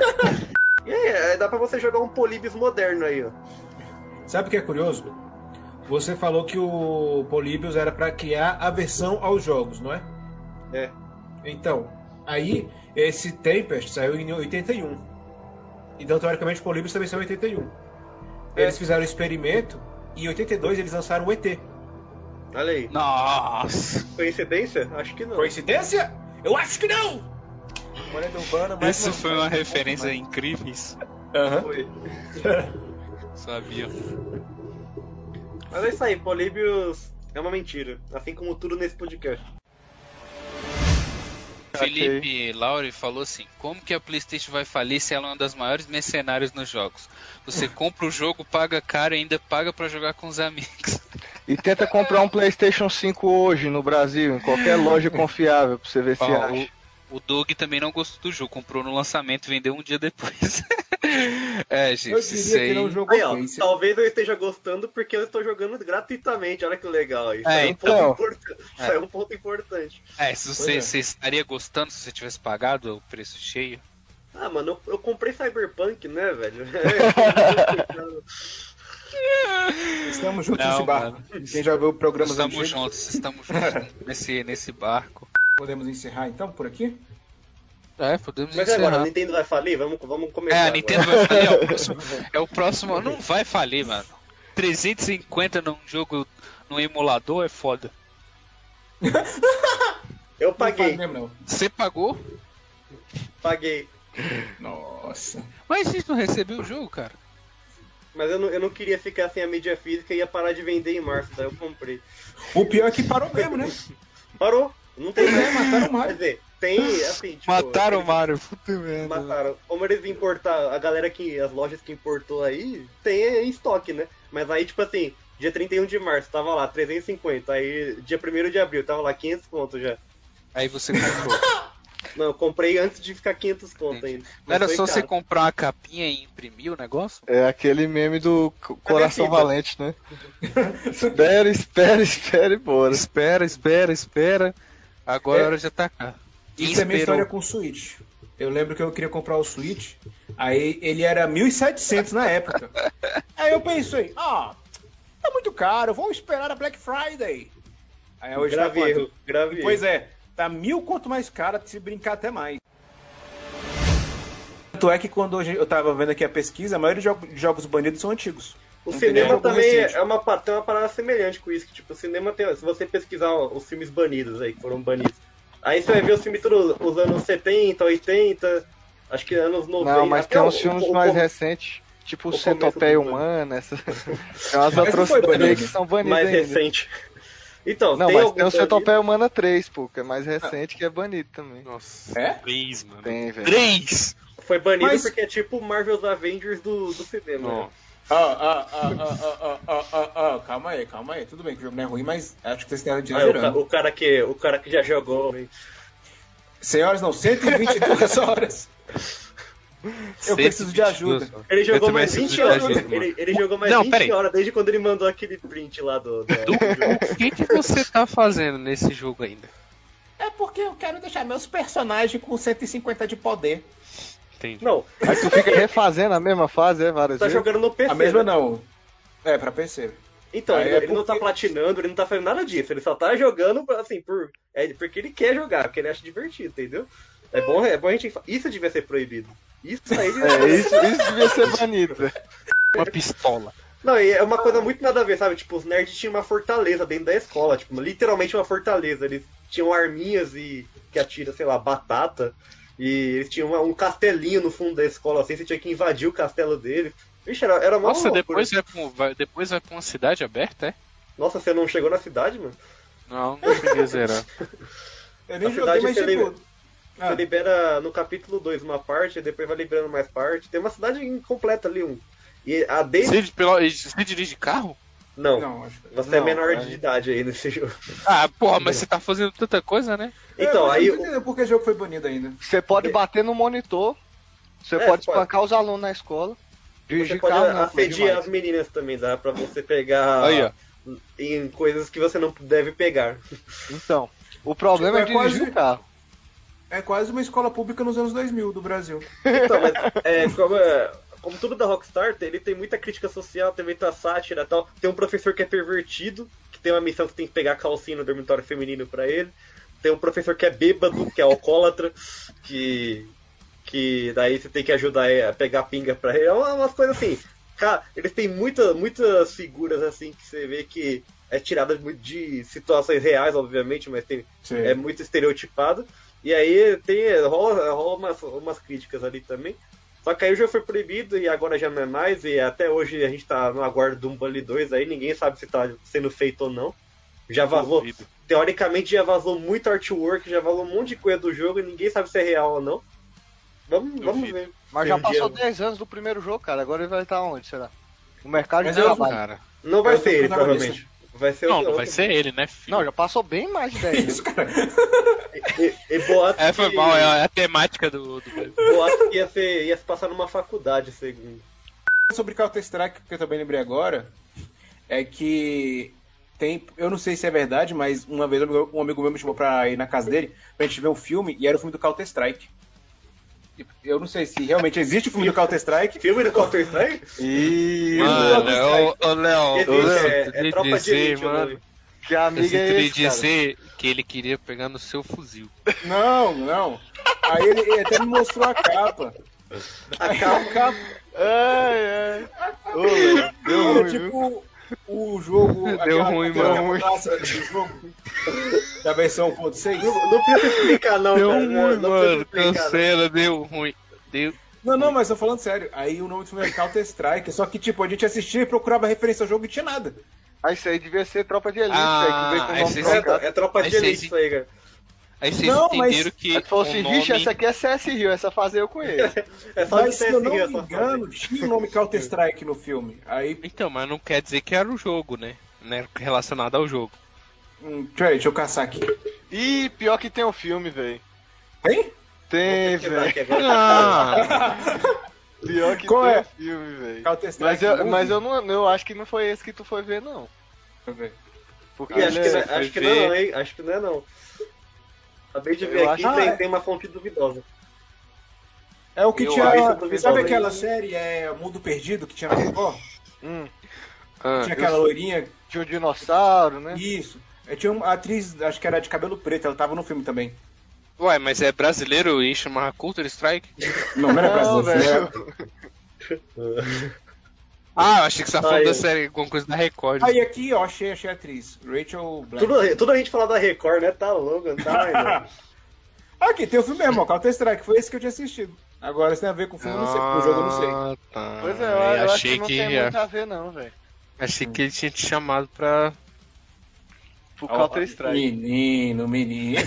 E aí, aí dá pra você jogar um Polybis moderno aí, ó.
Sabe o que é curioso? Você falou que o Polybius era pra criar aversão aos jogos, não é?
É.
Então, aí esse Tempest saiu em 81. Então, teoricamente, Polybius também saiu em 81.
É.
Eles fizeram o experimento e em 82 eles lançaram o ET.
Olha aí.
Nossa!
Coincidência? Acho que não.
Coincidência? Eu acho que não! Uma lenda urbana, mas
Isso
não.
foi uma referência incrível. isso.
Aham.
Sabia.
Mas é isso aí, Políbios é uma mentira. Assim como tudo nesse podcast.
Felipe Lauri falou assim: como que a PlayStation vai falir se ela é uma das maiores mercenárias nos jogos? Você compra o jogo, paga caro e ainda paga pra jogar com os amigos.
E tenta comprar um PlayStation 5 hoje no Brasil, em qualquer loja confiável, pra você ver se
Ó,
acha.
o, o Doug também não gostou do jogo, comprou no lançamento e vendeu um dia depois. é, gente, isso aí.
um
Aí, ó, talvez eu esteja gostando porque eu estou jogando gratuitamente. Olha que legal aí.
É,
Isso aí
então.
um ponto importante. Isso aí é um ponto importante.
É, se você,
Pois é.
você estaria gostando se você tivesse pagado o preço cheio.
Ah, mano, eu, eu comprei Cyberpunk, né, velho?
é
Estamos
juntos Não, nesse barco.
Quem já viu o programa
estamos juntos, estamos juntos nesse, nesse barco.
Podemos encerrar então por aqui?
É, podemos
Mas e
encerrar.
agora, a Nintendo vai falir? Vamos, vamos começar.
É, a
agora.
Nintendo vai falir. É o próximo. É o próximo não vai falir, mano. 350 num jogo, num emulador é foda.
Eu paguei.
Você pagou?
Paguei.
Nossa.
Mas a gente não recebeu o jogo, cara.
Mas eu não, eu não queria ficar sem a mídia física e ia parar de vender em março, daí eu comprei.
O pior é que parou mesmo, né?
Parou. Não tem é, mataram o Mario. Quer dizer, tem, assim, tipo...
Mataram o Mario, puta merda.
Mataram. Como eles importaram, a galera que, as lojas que importou aí, tem em estoque, né? Mas aí, tipo assim, dia 31 de março tava lá 350, aí dia 1 de abril tava lá 500 conto já.
Aí você comprou.
Não, eu comprei antes de ficar 500 conto ainda.
Não era só você
você
comprar uma capinha e imprimir o negócio?
É aquele meme do c- coração
Fita.
valente, né? espera, espera, espera e bora.
Espera, espera, espera. Agora a hora tá de atacar. Quem
Isso é minha
É. esperou?
história com o Switch. Eu lembro que eu queria comprar o Switch, aí ele era 1.700 na época. Aí eu pensei, ah, tá muito caro, vou esperar a Black Friday. Aí hoje
Grave
tá quanto?
erro, grave erro.
Pois é, tá mil quanto mais caro, se brincar até mais. Tanto é que quando hoje eu tava vendo aqui a pesquisa, a maioria dos jo- de jogos banidos são antigos.
O
Não tem
cinema
jogo
também
recente.
é uma, par- tem uma parada semelhante com isso, que tipo, o cinema tem. Se você pesquisar os filmes banidos aí, que foram banidos, aí você vai ver os filmes todos os anos 70, 80, acho que anos 90.
Não, mas
até
tem
o-
uns filmes
o- o-
mais
o-
recentes, tipo
o começo
Centopeia
do
Humana, essas. Tem umas
Mas não foi
atrocidades aí
banido.
que são banidas
Mais
ainda.
recente. Então,
Não,
tem
mas
algum
tem o
banido?
Centopeia Humana 3, pô, que é mais recente, que é banido também.
Nossa.
É?
Três, mano.
Tem, velho.
Três!
Foi banido
Mas-
porque é tipo Marvel's Avengers do, do cinema. né?
ó, ó, ó, ó, ó, ó, calma aí, calma aí. Tudo bem que o jogo não é ruim, mas acho que vocês têm de
Ah, o, ca-
exagerando.
o cara que, o cara que já jogou. hein?
100 horas não, 122 horas. Eu preciso de ajuda.
122 Ele jogou mais 20 horas. Ele, ele jogou mais
Não,
20
peraí.
horas desde quando ele mandou aquele print lá do. do-
O que, que você tá fazendo nesse jogo ainda?
É porque eu quero deixar meus personagens com 150 de poder.
Entendi.
Não,
Aí tu fica refazendo a mesma fase, é, várias
tá
vezes.
jogando no PC.
A mesma
né?
não. É, pra PC.
Então,
Ah,
ele,
é
ele não tá platinando, ele não tá fazendo nada disso. Ele só tá jogando, assim, por, é, porque ele quer jogar, porque ele acha divertido, entendeu? É bom, é bom a gente. fa- Isso devia ser proibido. Isso aí.
É, isso, isso devia ser banido. velho.
Uma pistola.
Não, e é uma coisa muito nada a ver, sabe? Tipo, os nerds tinham uma fortaleza dentro da escola, tipo, literalmente uma fortaleza. Eles tinham arminhas e que atira, sei lá, batata. E eles tinham uma- um castelinho no fundo da escola, assim, você tinha que invadir o castelo deles. Vixe, era,
Tá
era uma
Nossa,
loucura.
depois vai, pra, um- vai- depois vai pra uma cidade aberta, é?
Nossa, você não chegou na cidade, mano?
Não, não cheguei zerar.
Eu
Na cidade você, libera, você libera no capítulo 2 uma parte, e depois vai liberando mais parte. Tem uma cidade incompleta ali, um. E a
Você,
desde.
de- pelo- você dirige carro?
Não,
Não, acho que-
você é
não,
menor
aí-
de idade aí nesse jogo.
Ah, porra, mas você tá fazendo tanta coisa, né?
É,
Então, aí. o-
Por que o jogo foi banido ainda?
Você pode bater no monitor, você
É,
pode
você pode.
espancar os alunos na escola,
Você
dirigir
pode
carro, não, foi
assediar
demais.
as meninas também, dá pra você pegar
Aí, ó.
em coisas que você não deve pegar.
Então, o problema
Tipo, é
é dirigir
quase-
o carro.
É quase uma escola pública nos anos 2000 do Brasil.
Então, mas é, como, é- como tudo da Rockstar, ele tem muita crítica social, tem muita sátira e tal. Tem um professor que é pervertido, que tem uma missão que tem que pegar a calcinha no dormitório feminino pra ele. Tem um professor que é bêbado, que é alcoólatra, que. que daí você tem que ajudar ele a pegar pinga pra ele. É uma- umas coisas assim. Cara, eles têm muita, muitas figuras assim que você vê que é tirada muito de situações reais, obviamente, mas tem,
Sim.
é muito estereotipado. E aí tem, rola, rola umas, umas críticas ali também. Só que aí o jogo foi proibido e agora já não é mais, e até hoje a gente tá no aguardo do Bully 2 aí, ninguém sabe se tá sendo feito ou não. Já vazou.
Uhum.
Teoricamente já vazou muito artwork, já vazou um monte de coisa do jogo e ninguém sabe se é real ou não. Vamos, vamos ver.
Mas já
Um dia-
passou 10 anos do primeiro jogo, cara. Agora ele vai estar onde, será? O mercado
Mas
de
eu-
trabalho.
cara. Não vai
Eu
ser
sou
ele,
protagonista.
provavelmente. Vai ser
Não,
outro-
não vai
outro-
Ser ele, né? filho?
Não, já passou bem mais de 10 anos.
E, e boato
É, foi
que-
mal, é a temática do. do...
Boato que ia, ser, ia se passar numa faculdade, segundo.
Sobre Counter-Strike, que eu também lembrei agora, é que tem. Eu não sei se é verdade, mas uma vez um amigo- um amigo meu me chamou pra ir na casa dele pra gente ver um filme, e era o filme do Counter-Strike. E Eu não sei se realmente existe o filme do Counter-Strike.
Filme do Counter-Strike?
Ih,
Mano, ô, ô, Léo,
Existe,
ô, Léo, eu
é- é
queria
tropa de
dizer,
né,
elite o
mano,
nome. Que amiga
eu
é
queria
esse, cara?
dizer que ele queria pegar no seu fuzil.
Não, não. Aí ele, ele até me mostrou a capa.
A
capa.
Ai, ai. Ô, velho, deu
Era
ruim, viu?
tipo o jogo. aquela-
ruim,
aquela
mano.
capa clássica do jogo, Da versão 1.6.
Não, não precisa explicar, não,
deu
cara.
ruim,
Não, não precisa
mano,
explicar,
cancela, deu ruim. Deu...
Não, não, mas tô falando sério. Aí o nome do filme é Counter Strike, só que tipo, a gente assistia e procurava referência ao jogo e tinha nada.
Ah, isso aí devia ser tropa de elite,
Ah,
velho, que veio
aí
com o nome
vocês-
trocado.
É tropa
Aí
de
vocês-
elite isso aí, cara.
Aí vocês
Não, mas-
entenderam que.
Se fosse
o nome...
Rich, essa aqui é CS Rio, essa fase eu conheço.
É
Mas se eu não me engano, tinha o nome Counter Strike no filme. Aí,
Então, mas não quer dizer que era o jogo, né? Não era relacionado ao jogo.
hum, deixa, eu- deixa eu caçar aqui.
Ih, pior que tem o filme, velho.
Tem?
Tem,
quebrar aqui
velho.
agora.
Ah,
Pior que
Qual
tem
é?
o filme, velho.
Counter-Strike
Mas, eu,
Movie?
mas eu, não, eu acho que não foi esse que tu foi ver, não. Porque
Ih, acho, que,
né,
não- é, acho que
foi
não,
ver-
não, hein? Acho que não é não. Acabei de ver
Eu
aqui,
acho-
tem,
Ah, é.
tem uma fonte duvidosa.
É o que
Eu
tinha.
acho que eu tô
sabe
vendo
aquela
aí.
série é Mundo Perdido que tinha na Record?
Hum.
tinha aquela
eu-
loirinha.
Tinha o dinossauro, né?
Isso. Eu tinha uma atriz, acho que era de cabelo preto, ela tava no filme também.
Ué, mas é brasileiro e chamava Counter Strike?
Não, não era né?
Não,
brasileiro.
velho.
Ah, eu achei que você tava
Aí.
falando da série, alguma coisa da Record.
Aí aqui, ó, achei, achei a atriz. Rachel Black.
Tudo, tudo a gente falar da Record, né? Tá louco, não tá ainda.
Aqui, tem o filme mesmo, ó, Counter-Strike. Foi esse que eu tinha assistido. Agora isso tem a ver com o filme, eu não sei, com o jogo eu não sei.
Ah, tá.
Pois é, eu, eu acho
achei
que não tem muito
ia-
a ver, não, velho.
Achei que ele tinha te chamado pra.
Pro
Ah,
Counter-Strike.
Menino, menino.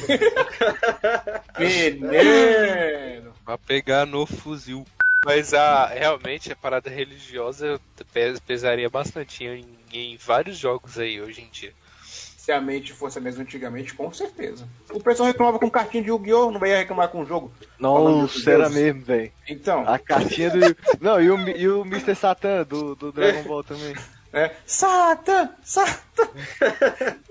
menino.
pra pegar no fuzil. ah,
Mas a, realmente a parada religiosa pes- pesaria bastante em, em vários jogos aí hoje em dia.
Se a mente fosse a mesma antigamente, com certeza. O pessoal reclamava com cartinha de Yu-Gi-Oh! Não ia reclamar com o jogo.
Nossa, era mesmo, velho.
Então.
A cartinha do. Não, e o, Mi- e o Mr. Satan do, do Dragon Ball também.
É. Satan! Satan!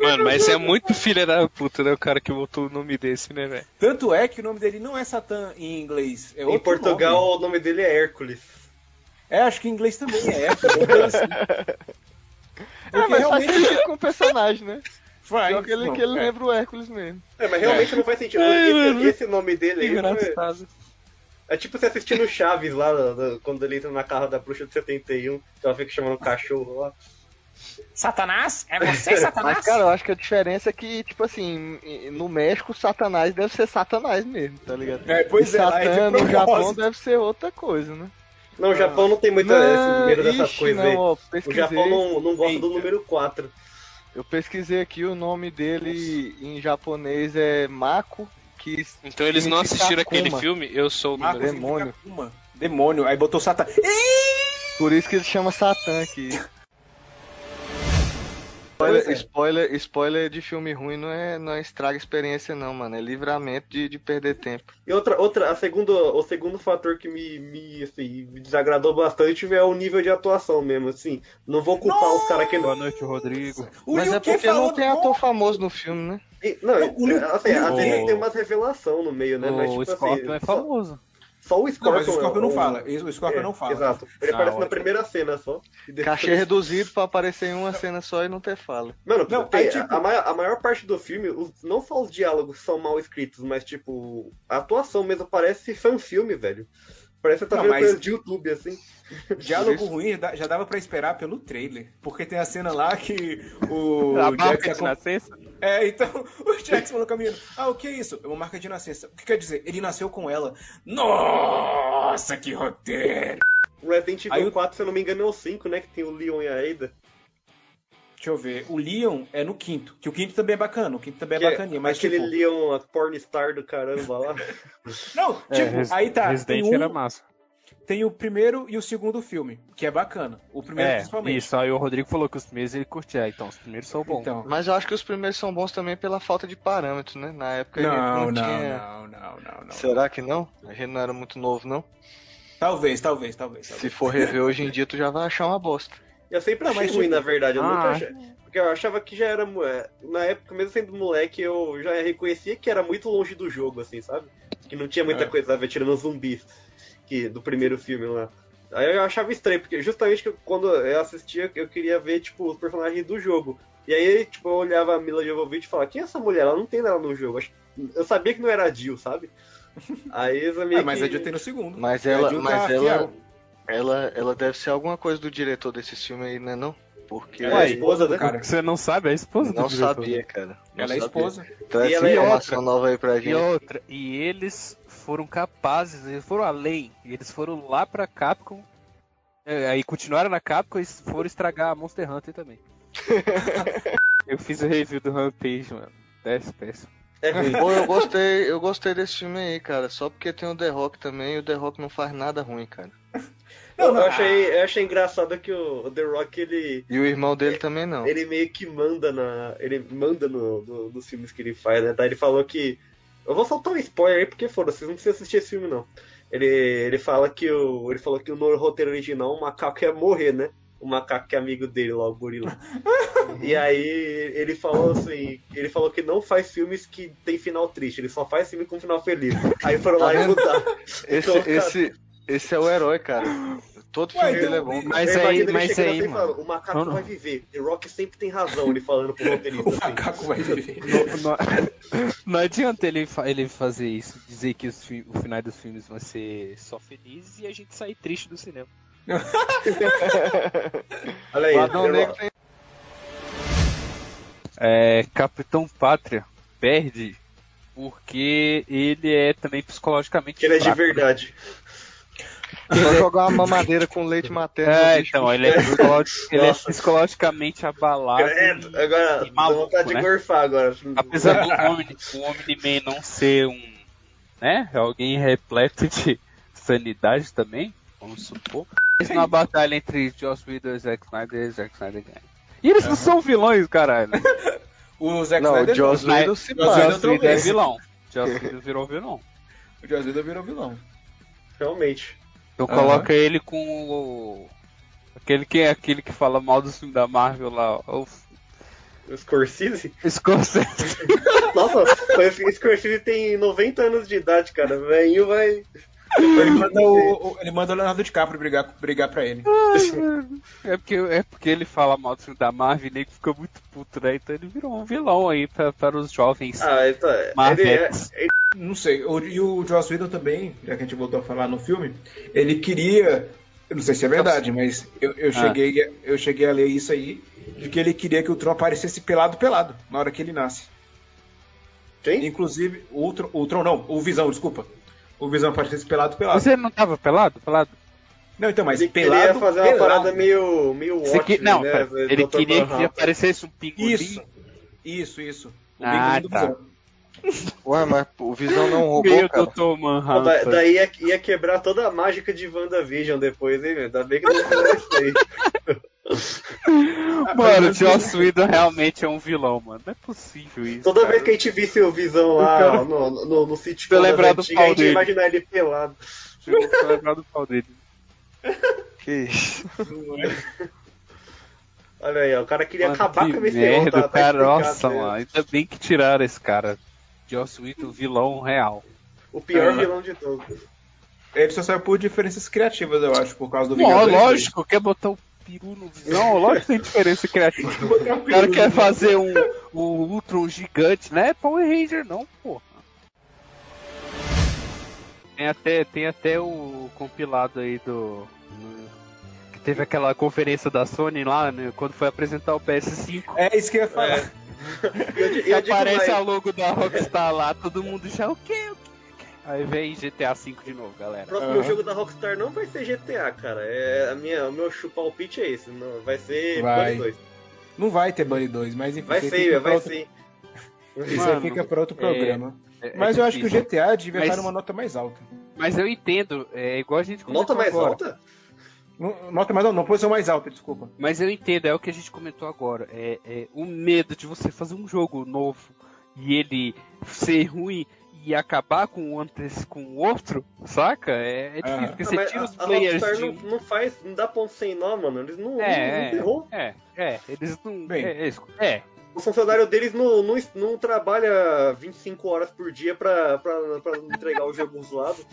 Mano, mas é muito filha da puta, né? O cara que botou o nome desse, né, velho?
Tanto é que o nome dele não é Satã em inglês. É
Em
outro
Portugal,
nome.
o nome dele é Hércules.
É, acho que em inglês também é Hércules. alguma coisa assim.
É, mas faz
realmente-
sentido com o personagem, né?
Faz,
Pior que ele,
não,
que ele
é.
lembra o Hércules mesmo.
É, mas realmente não faz sentido.
Ai, mano.
Esse, esse nome dele aí. não é-
Engraçado.
É tipo você assistindo o Chaves lá, na- na- quando ele entra na casa da bruxa de 71, que ela fica chamando o cachorro lá.
Satanás? É
Mas, cara, eu acho que a diferença é que, tipo assim, em- no México, Satanás deve ser Satanás mesmo, tá ligado?
É, pois
E
é, lá é de
Satã no
propósito.
Japão deve ser outra coisa, né?
Não, o Japão não tem muito esse número dessas
ixi,
coisas
não,
aí.
ó,
o
pesquisei.
Japão não, não gosta do número 4.
Eu pesquisei aqui, o nome dele em japonês é Mako, que
Então eles não
significa
assistiram aquele
Akuma.
filme, eu sou o número
Demônio.
Demônio, aí botou Satã.
Por isso que ele chama Satã aqui.
é.
Spoiler, spoiler, spoiler de filme ruim não é não estraga experiência não, mano. É livramento de, de perder tempo.
E outra, outra a segunda, o segundo fator que me, me, assim, me desagradou bastante é o nível de atuação mesmo, assim. Não vou culpar os caras que não. Boa
noite, Rodrigo.
Mas é porque não tem ator famoso no filme, né?
Não, assim,
o
às vezes
Liu-
tem umas revelação no meio, né? Mas,
o
tipo, assim,
Scorpion é
só-
famoso.
Só, o Scorpion.
Não, mas o Scorpion não
o-
fala. O Scorpion
é,
não fala.
Exato. Ele
Ah,
aparece na
ótimo.
primeira cena só. E depois-
Cachê reduzido pra aparecer em uma cena só e não ter fala.
Mano,
Não,
tem-
aí, tipo-
a, maior, a maior parte do filme, os- não só os diálogos são mal escritos, mas tipo, a atuação mesmo parece fanfilme, velho. Parece que tá
Não,
vendo
mas-
coisa de YouTube, assim.
Diálogo ruim dá- já dava pra esperar pelo trailer. Porque tem a cena lá que o.
A
Jack
marca
tá
de
com- É, então o Jax falou com a menina: Ah, o que é isso? É uma marca de nascença. O que quer dizer? Ele nasceu com ela. Nossa, que roteiro!
O Resident
Aí
Evil
o-
4, se eu não me engano, é o 5, né? Que tem o Leon e a Ada.
Deixa eu ver. O Leon é no quinto. Que o quinto também é bacana. O quinto também é
Que é
bacaninha. Mas
aquele
tipo...
Leon, a pornstar do caramba lá.
Não,
um.
É,
tipo, aí tá.
É, Resident
tem um-
era
massa.
Tem o primeiro e o segundo filme, que é bacana. O primeiro
É,
principalmente.
isso, aí o Rodrigo falou que os primeiros ele curtia, então os primeiros são bons.
Então.
Mas eu acho que os primeiros são bons também pela falta de parâmetros, né? Na época a
Não, não,
gente não, tinha.
não, não, não, não.
Será que não? A gente não era muito novo, não?
Talvez, talvez, talvez.
Se for rever hoje em dia, tu já vai achar uma bosta.
Eu sempre achei
mas,
ruim,
tipo,
na verdade. Eu nunca
ah,
achei. Porque eu achava que já era. mo- é, Na época, mesmo sendo moleque, eu já reconhecia que era muito longe do jogo, assim, sabe? Que não tinha muita
É.
coisa a ver tirando os zumbis que, do primeiro filme lá. Aí eu achava estranho, porque justamente que eu- quando eu assistia, eu queria ver, tipo, os personagens do jogo. E aí, tipo, eu olhava a Mila Jovovich e falava, quem é essa mulher? Ela não tem nada no jogo. Acho- Eu sabia que não era a Jill, sabe? Aí eu sabia
Ah, mas
que...
a Jill tem no segundo.
Mas
É,
ela,
um
Jill tá
mas
fiel.
ela, ela, ela deve ser alguma coisa do diretor desse filme aí, né? Não? Porque
Ela é a esposa, né?
O que você não sabe, é a esposa
Não
do diretor.
sabia, cara. Não
Ela é
sabia.
esposa.
Traz
E
Então essa
ela é
informação
outra.
nova aí pra gente.
E outra, e eles foram capazes, eles foram além, e eles foram lá pra Capcom, é, aí continuaram na Capcom e foram estragar a Monster Hunter também. Eu fiz o review do Rampage, mano. 10 péssimo.
É.
Pô, eu gostei, eu gostei desse filme aí, cara. Só porque tem o The Rock também e o The Rock não faz nada ruim, cara.
Eu, eu achei, eu achei engraçado que o The Rock, ele...
E o irmão dele também não.
Ele meio que manda na. Ele manda no, no- nos filmes que ele faz, né? Tá? Ele falou que. Eu vou soltar um spoiler aí, porque foda, vocês não precisam assistir esse filme, não. Ele, ele fala que o. Ele falou que no roteiro original o macaco ia morrer, né? O macaco que é amigo dele lá, o gorila. e aí ele falou assim. Ele falou que não faz filmes que tem final triste, ele só faz filme com final feliz. Aí foram lá e mudaram.
Esse,
Então, cara,
esse, esse é o herói, cara. Todo filme dele é bom.
eu imagino ele chegando assim e falando, o macaco vai viver. The Rock sempre tem razão, ele falando pro roteirista. assim. o macaco
vai viver.
Não, não adianta ele, fa- ele fazer isso, dizer que os fi- o final dos filmes vai ser só felizes e a gente sair triste do cinema.
Olha aí,
O Adão
The
Negro
Rock.
tem- É, Capitão Pátria perde porque ele é também psicologicamente.
Ele é de
fraco, né?
verdade.
Só jogar uma mamadeira com leite materno. no
É,
bicho.
então, ele é, psicologi- ele é psicologicamente abalado.
Credo, É, agora
e maluco,
dá
né?
vontade de gorfar agora.
Apesar do homem, o É Omni-Man não ser um, né, alguém repleto de sanidade também, vamos supor. Isso numa batalha entre Joss Whedon e Zack Snyder e Zack Snyder ganha. E eles não são vilões, caralho.
o Zack não, Snyder... Joss Whedon se passa.
Joss Whedon é vilão. Joss Whedon virou vilão.
O Joss Whedon virou vilão. Realmente.
Então uhum. coloca ele com o... Aquele que é aquele que fala mal do filme da Marvel lá, o...
Scorsese?
Scorsese.
Nossa, o Scorsese tem 90 anos de idade, cara. O velhinho vai...
Ele manda o, ele manda o Leonardo DiCaprio brigar, brigar pra ele.
é, porque, é porque ele fala mal do filme da Marvel e ficou muito puto, né? Então ele virou um vilão aí pra, para os jovens.
Ah, então. Ele é, ele...
Não sei. O, e o Joss Whedon também, já que a gente voltou a falar no filme, ele queria. Eu não sei se é verdade, mas eu, eu, cheguei, ah. eu cheguei a ler isso aí, de que ele queria que o Tron aparecesse pelado pelado na hora que ele nasce.
Quem?
Inclusive, o, Tron, o Tron não, o Visão, desculpa. O Visão aparecesse pelado, pelado.
Você não tava pelado, pelado?
Não, então, mas
ele
pelado.
Ele ia fazer uma pelado. parada meio, meio
Você que... Não, né? Pera, ele Doutor queria que aparecesse um pinguim.
Isso, isso, isso.
O ah, tá. Visão.
Ué, mas o Visão não roubou, Meu cara.
Doutor Manhattan. Da,
daí ia, ia, quebrar toda a mágica de WandaVision depois, hein, meu? Ainda bem que não foi
isso aí. mano, o Joss Whedon realmente é um vilão, mano. Não é possível isso.
Toda
cara.
vez que a gente visse o Visão lá cara... no, no, no, no sítio da antiga,
do pau a gente ia
imaginar ele pelado.
Vou lembrar do pau dele.
Que isso.
Olha aí, ó, o cara queria
mano,
acabar
que
com esse
merda, tá, tá cara,
né?
Nossa, mano, ainda bem que tiraram esse cara. Joss Whedon, vilão real.
O pior é. vilão de todos.
Ele só saiu por diferenças criativas, eu acho, por causa do
Vingadores. Não, Vingador lógico, quer botar o peru no visão, lógico que tem diferença criativa. o cara quer fazer um, um Ultron gigante, né? Power Ranger não, porra. Tem até, tem até o compilado aí do... Que teve aquela conferência da Sony lá, né? Quando foi apresentar o PS5.
É isso que eu ia falar. É.
Eu, eu aparece a logo da Rockstar lá, todo mundo já o quê? O quê? Aí vem GTA V de novo, galera.
O próximo uhum. jogo da Rockstar não vai ser GTA, cara. É, a minha, o meu palpite é esse. Não, vai ser
vai. Bunny 2. Não vai ter Bunny 2, mas enfim.
Vai ser, vai outro... ser.
Isso Mano, aí fica para outro programa. É, é, mas eu acho que o GTA devia mas, estar numa nota mais alta.
Mas eu entendo, é igual a gente
Nota mais
agora.
alta?
Nota mais alta, não, posição mais alta, desculpa.
Mas eu entendo, é o que a gente comentou agora. É, é, o medo de você fazer um jogo novo e ele ser ruim e acabar com um antes com o outro, saca? É, é difícil, ah. porque você tira os
a,
players.
A
de... um-
não, não, faz, não dá ponto sem nó, mano. Eles não,
é,
não,
é, é, eles não. Bem, é, é,
o funcionário deles não, não, não trabalha 25 horas por dia pra, pra, pra entregar o jogo zoado.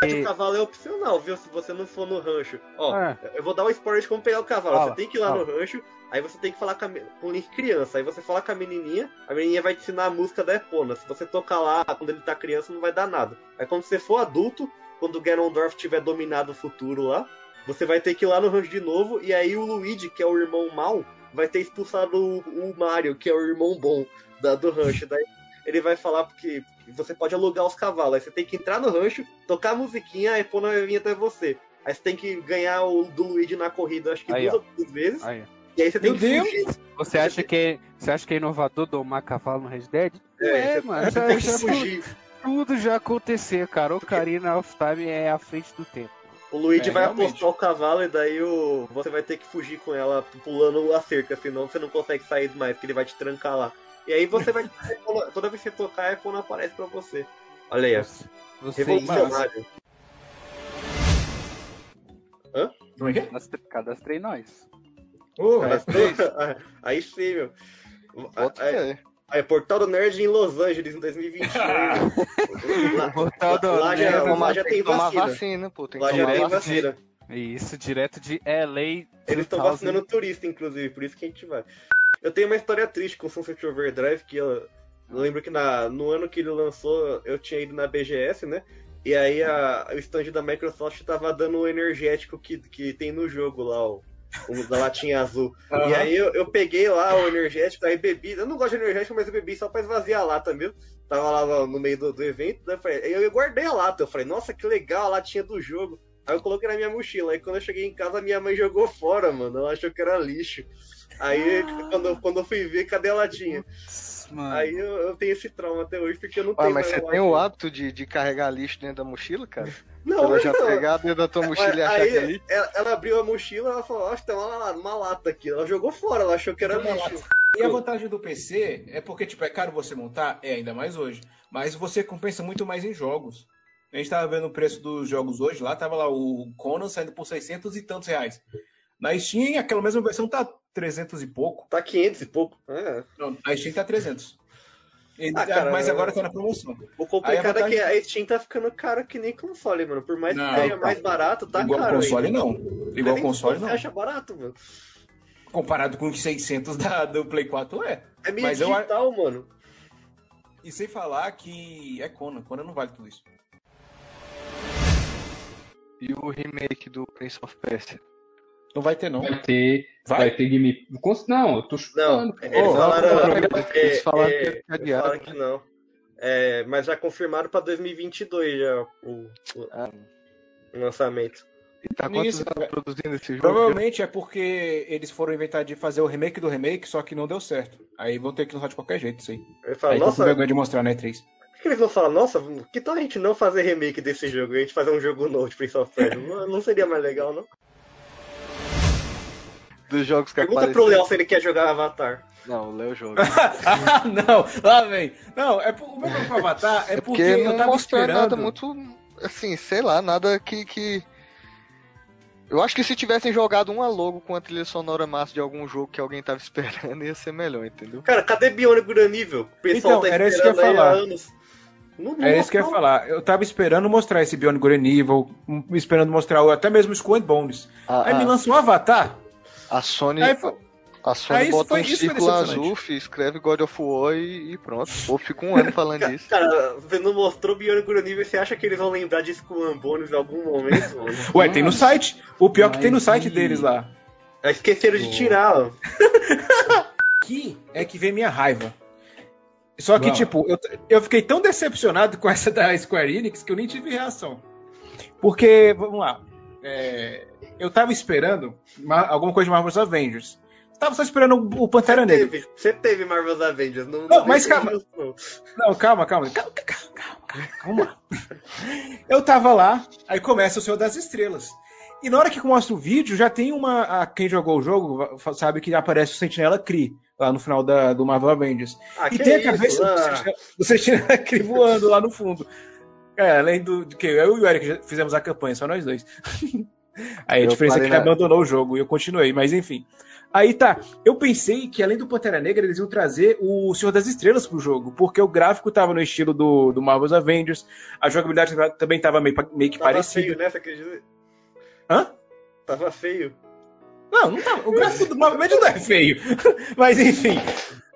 O cavalo é opcional, viu? Se você não for no rancho. Ó, ah. eu vou dar um spoiler de como pegar o cavalo. Fala, você tem que ir lá fala. no rancho, aí você tem que falar com, a, com o Link criança. Aí você fala com a menininha, a menininha vai te ensinar a música da Epona. Se você tocar lá quando ele tá criança, não vai dar nada. Aí quando você for adulto, quando o Ganondorf tiver dominado o futuro lá, você vai ter que ir lá no rancho de novo. E aí o Luigi, que é o irmão mau, vai ter expulsado o, o Mario, que é o irmão bom da, do rancho. Daí ele vai falar porque você pode alugar os cavalos. Aí você tem que entrar no rancho, tocar a musiquinha, a Epona vai vir até você. Aí você tem que ganhar o do Luigi na corrida, acho que
aí,
duas ó. ou três vezes.
Aí.
E aí você tem
Meu
que
Deus. fugir. Você acha que é, você acha que é inovador domar cavalo no Red Dead?
É,
é mano. já,
Você já fugir.
Tudo já aconteceu, cara. Ocarina of Time é à frente do tempo.
O Luigi é, vai realmente. apostar o cavalo e daí o... você vai ter que fugir com ela pulando a cerca, senão você não consegue sair mais, porque ele vai te trancar lá. E aí você vai. Toda vez que você tocar, a iPhone aparece pra você. Olha aí, ó. Revolucionário. Hã?
Como é que é?
Cadastrei nós.
Uh, Cadastrei? aí sim, meu. Aí, aí, Portal do Nerd em Los Angeles em 2021. lá, é
Portal do
lá,
Nerd.
Lá, lá já tem vacina.
vacina pô, tem
lá já tem vacina.
Isso, direto de LA.
Eles estão vacinando turista, inclusive, por isso que a gente vai. Eu tenho uma história triste com Sunset Overdrive, que eu, eu lembro que na, no ano que ele lançou, eu tinha ido na BGS, né? E aí a, o stand da Microsoft tava dando o energético que, que tem no jogo lá, o, o da latinha azul. Uhum. E aí eu, eu, peguei lá o energético, aí bebi. Eu não gosto de energético, mas eu bebi só pra esvaziar a lata, viu? Tava lá no, no meio do, do evento, né? eu, falei, eu, eu guardei a lata. Eu falei, nossa, que legal a latinha do jogo. Aí eu coloquei na minha mochila. Aí quando eu cheguei em casa, minha mãe jogou fora, mano. Ela achou que era lixo. Aí quando, eu, quando eu fui ver, cadê a latinha? Ah. mano. Aí eu, eu tenho esse trauma até hoje, porque eu não
Ah,
tenho
mas você
mais
tem o hábito de, de carregar lixo dentro da mochila, cara?
Não,
Ela já
então.
pegar dentro da tua mochila e achar
aí,
que é lixo?
Ela, ela abriu a mochila ela falou, acho que tem uma, uma lata aqui. Ela jogou fora, ela achou que era lixo.
E a vantagem do PC é porque, tipo, é caro você montar, é ainda mais hoje. Mas você compensa muito mais em jogos. A gente tava vendo o preço dos jogos hoje, lá tava lá o Conan saindo por 600 e tantos reais. Na Steam, aquela mesma versão tá 300 e pouco.
Tá 500 e pouco. né?
Não, na Steam tá 300. E-
Ah, cara,
mas
eu-
agora tá na promoção.
O
Aí a
complicado é
vantagem-
que a Steam tá ficando cara que nem console, mano. Por mais
Não,
que seja
tá.
mais barato, tá
Igual
caro.
console,
ainda. É
não. Igual
Nem
console, não.
acha barato, mano.
Comparado com os 600 da, do Play 4, é.
É mídia digital, mano.
E sem falar que é Conan. Conan não vale tudo isso.
E o remake do Prince of Persia?
Não vai ter, não.
Vai ter, vai, ter game. Não, eu tô chutando.
Eles
Pô,
falaram, é,
eles falaram
é,
que
eles falaram que não. É, mas já confirmaram pra 2022 já o, o-
Ah.
o lançamento.
E tá
Ninguém quantos se- anos
produzindo esse
Provavelmente é porque eles foram inventar de fazer o remake do remake, só que não deu certo. Aí vão ter que lançar de qualquer jeito isso aí.
Eu
Ah,
falo,
aí tô
nossa-
com vergonha de mostrar, né, 3?
Por que eles vão falar, nossa, que tal a gente não fazer remake desse jogo e a gente fazer um jogo novo de Prince of Persia? não, não seria mais legal, não?
Dos jogos que
Pergunta pro Léo se ele quer jogar Avatar.
Não, o Léo joga.
Ah, não, lá vem. Não, é por- o meu problema com Avatar é,
porque, não mostraram nada muito. Assim, sei lá, nada que, que. Eu acho que se tivessem jogado uma logo com a trilha sonora massa de algum jogo que alguém tava esperando, ia ser melhor, entendeu?
Cara, cadê Bionic Nível? O pessoal
Então,
tá
era isso que eu ia
esperando aí há
falar.
anos. Não, não
É isso que eu ia
mostrou.
falar. Eu tava esperando mostrar esse Bionic Grenival, hum, esperando mostrar o- até mesmo o Skull and Bones.
Ah,
aí me
ah.
lança um Avatar.
A Sony.
Aí fa-
A
Ah,
Sony
isso
bota
foi-
um
isso foi
círculo
decepcionante.
azul, fi, escreve God of War e, e pronto. Ou fica um ano falando disso.
Cara, você não mostrou Bionic Nível, você acha que eles vão lembrar de Skull and Bones em algum momento? mano?
Ué, tem no site. O pior é que tem no site deles lá.
Esqueceram de tirar, ó.
Aqui é que vem minha raiva. Só que,
Vamos.
tipo, eu, eu fiquei tão decepcionado com essa da Square Enix que eu nem tive reação. Porque, vamos lá. é, eu tava esperando ma- alguma coisa de Marvel's Avengers. Tava só esperando o- o Pantera Negra.
Teve- Você teve Marvel's Avengers, não,
Não, mas
tem
calma.
noção.
Não, calma, calma. Calma, calma, calma. calma. Eu tava lá, aí começa o Senhor das Estrelas. E na hora que mostra o vídeo, já tem uma. a- quem jogou o jogo va- sabe que aparece o Sentinela Cree lá no final da, do Marvel Avengers.
Ah,
e
que
tem a
isso,
cabeça do
ah.
Sentinela- do Sentinela Cree voando lá no fundo. É, além do do que eu e o Eric já fizemos a campanha, só nós dois. Aí a
Eu
diferença é que
parei
ele
na-
abandonou o jogo e eu continuei, mas enfim. Aí tá, eu pensei que além do Pantera Negra eles iam trazer o Senhor das Estrelas pro jogo, porque o gráfico tava no estilo do, do Marvel's Avengers, a jogabilidade também tava meio, pa- meio que
Tava
parecida.
feio, né? Você quer dizer?
Hã?
Tava feio.
Não, não tava. O gráfico do Marvel Avengers não é feio. Mas enfim.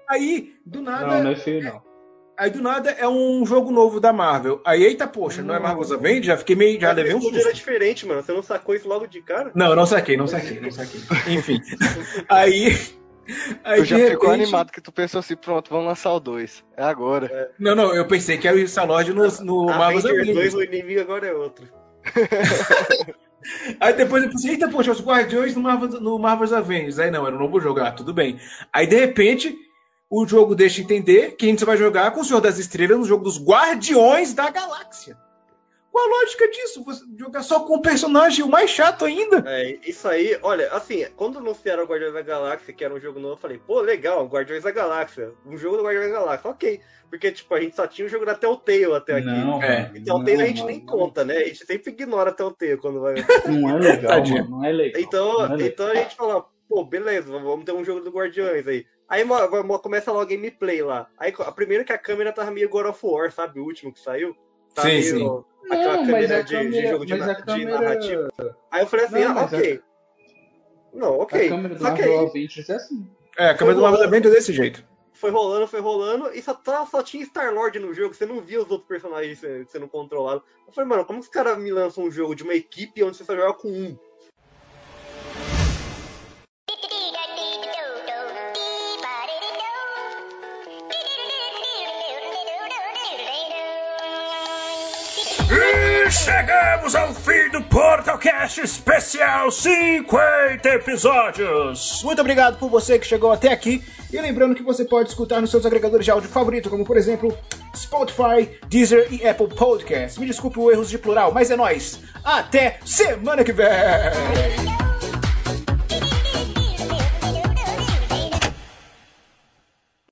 Aí, do nada.
Não, não é feio, não.
Aí do nada é um jogo novo da Marvel. Aí, eita, poxa, não é Marvel's Avengers? Já fiquei meio. Já
Mas
levei um
o estúdio era
susto.
diferente, mano. Você não sacou isso logo de cara?
Não, não saquei, não saquei, não saquei. Enfim. Aí. aí
eu já
de
fico
repente-
animado que tu pensou assim, pronto, vamos lançar o 2. É agora.
Não, não, eu pensei que era o Salod no, no Marvel's
Avengers
Avengers.
2, o inimigo agora é outro.
Aí depois eu pensei, eita, poxa, os Guardiões no, Marvel, no Marvel's Avengers. Aí não, era um novo jogo, ah, tudo bem. Aí de repente, o jogo deixa entender que a gente só vai jogar com o Senhor das Estrelas no jogo dos Guardiões da Galáxia. Qual a lógica disso? Você jogar só com o personagem, o mais chato ainda.
É, isso aí, olha, assim, quando anunciaram Guardiões da Galáxia, que era um jogo novo, eu falei, pô, legal, Guardiões da Galáxia, um jogo do Guardiões da Galáxia, ok. Porque, tipo, a gente só tinha o jogo da Telltale até aqui.
Não, É.
e Telltale
não,
a gente nem conta, né? A gente sempre ignora Telltale quando vai.
Não é legal,
Tadinho.
mano. Não é legal.
Então,
Não é
então a gente fala, pô, beleza, vamos ter um jogo do Guardiões aí. Aí mo- mo- começa logo a gameplay lá. Aí a primeira que a câmera tava meio God of War, sabe? O último que saiu. Tá
Sim,
meio
sim.
Aquela
Não, mas a
câmera, de, de
câmera-
jogo de,
mas
na-
a
de
câmera-
narrativa. Aí eu falei assim,
Não,
ah,
mas a-
ok. Não, ok.
A câmera do
Só que
Marvel
aí-
Avengers é assim.
É, a câmera do Marvel Avengers é desse jeito.
foi rolando, foi rolando, e só, tá- só tinha Star-Lord no jogo, você não via os outros personagens se- sendo controlados. Eu falei, mano, como que os caras me lançam um jogo de uma equipe onde você só joga com um?
E chegamos ao fim do Portalcast Especial 50 episódios.
Muito obrigado por você que chegou até aqui. E lembrando que você pode escutar nos seus agregadores de áudio favorito, como por exemplo Spotify, Deezer e Apple Podcasts. Me desculpe os erros de plural, mas é nóis. Até semana que vem!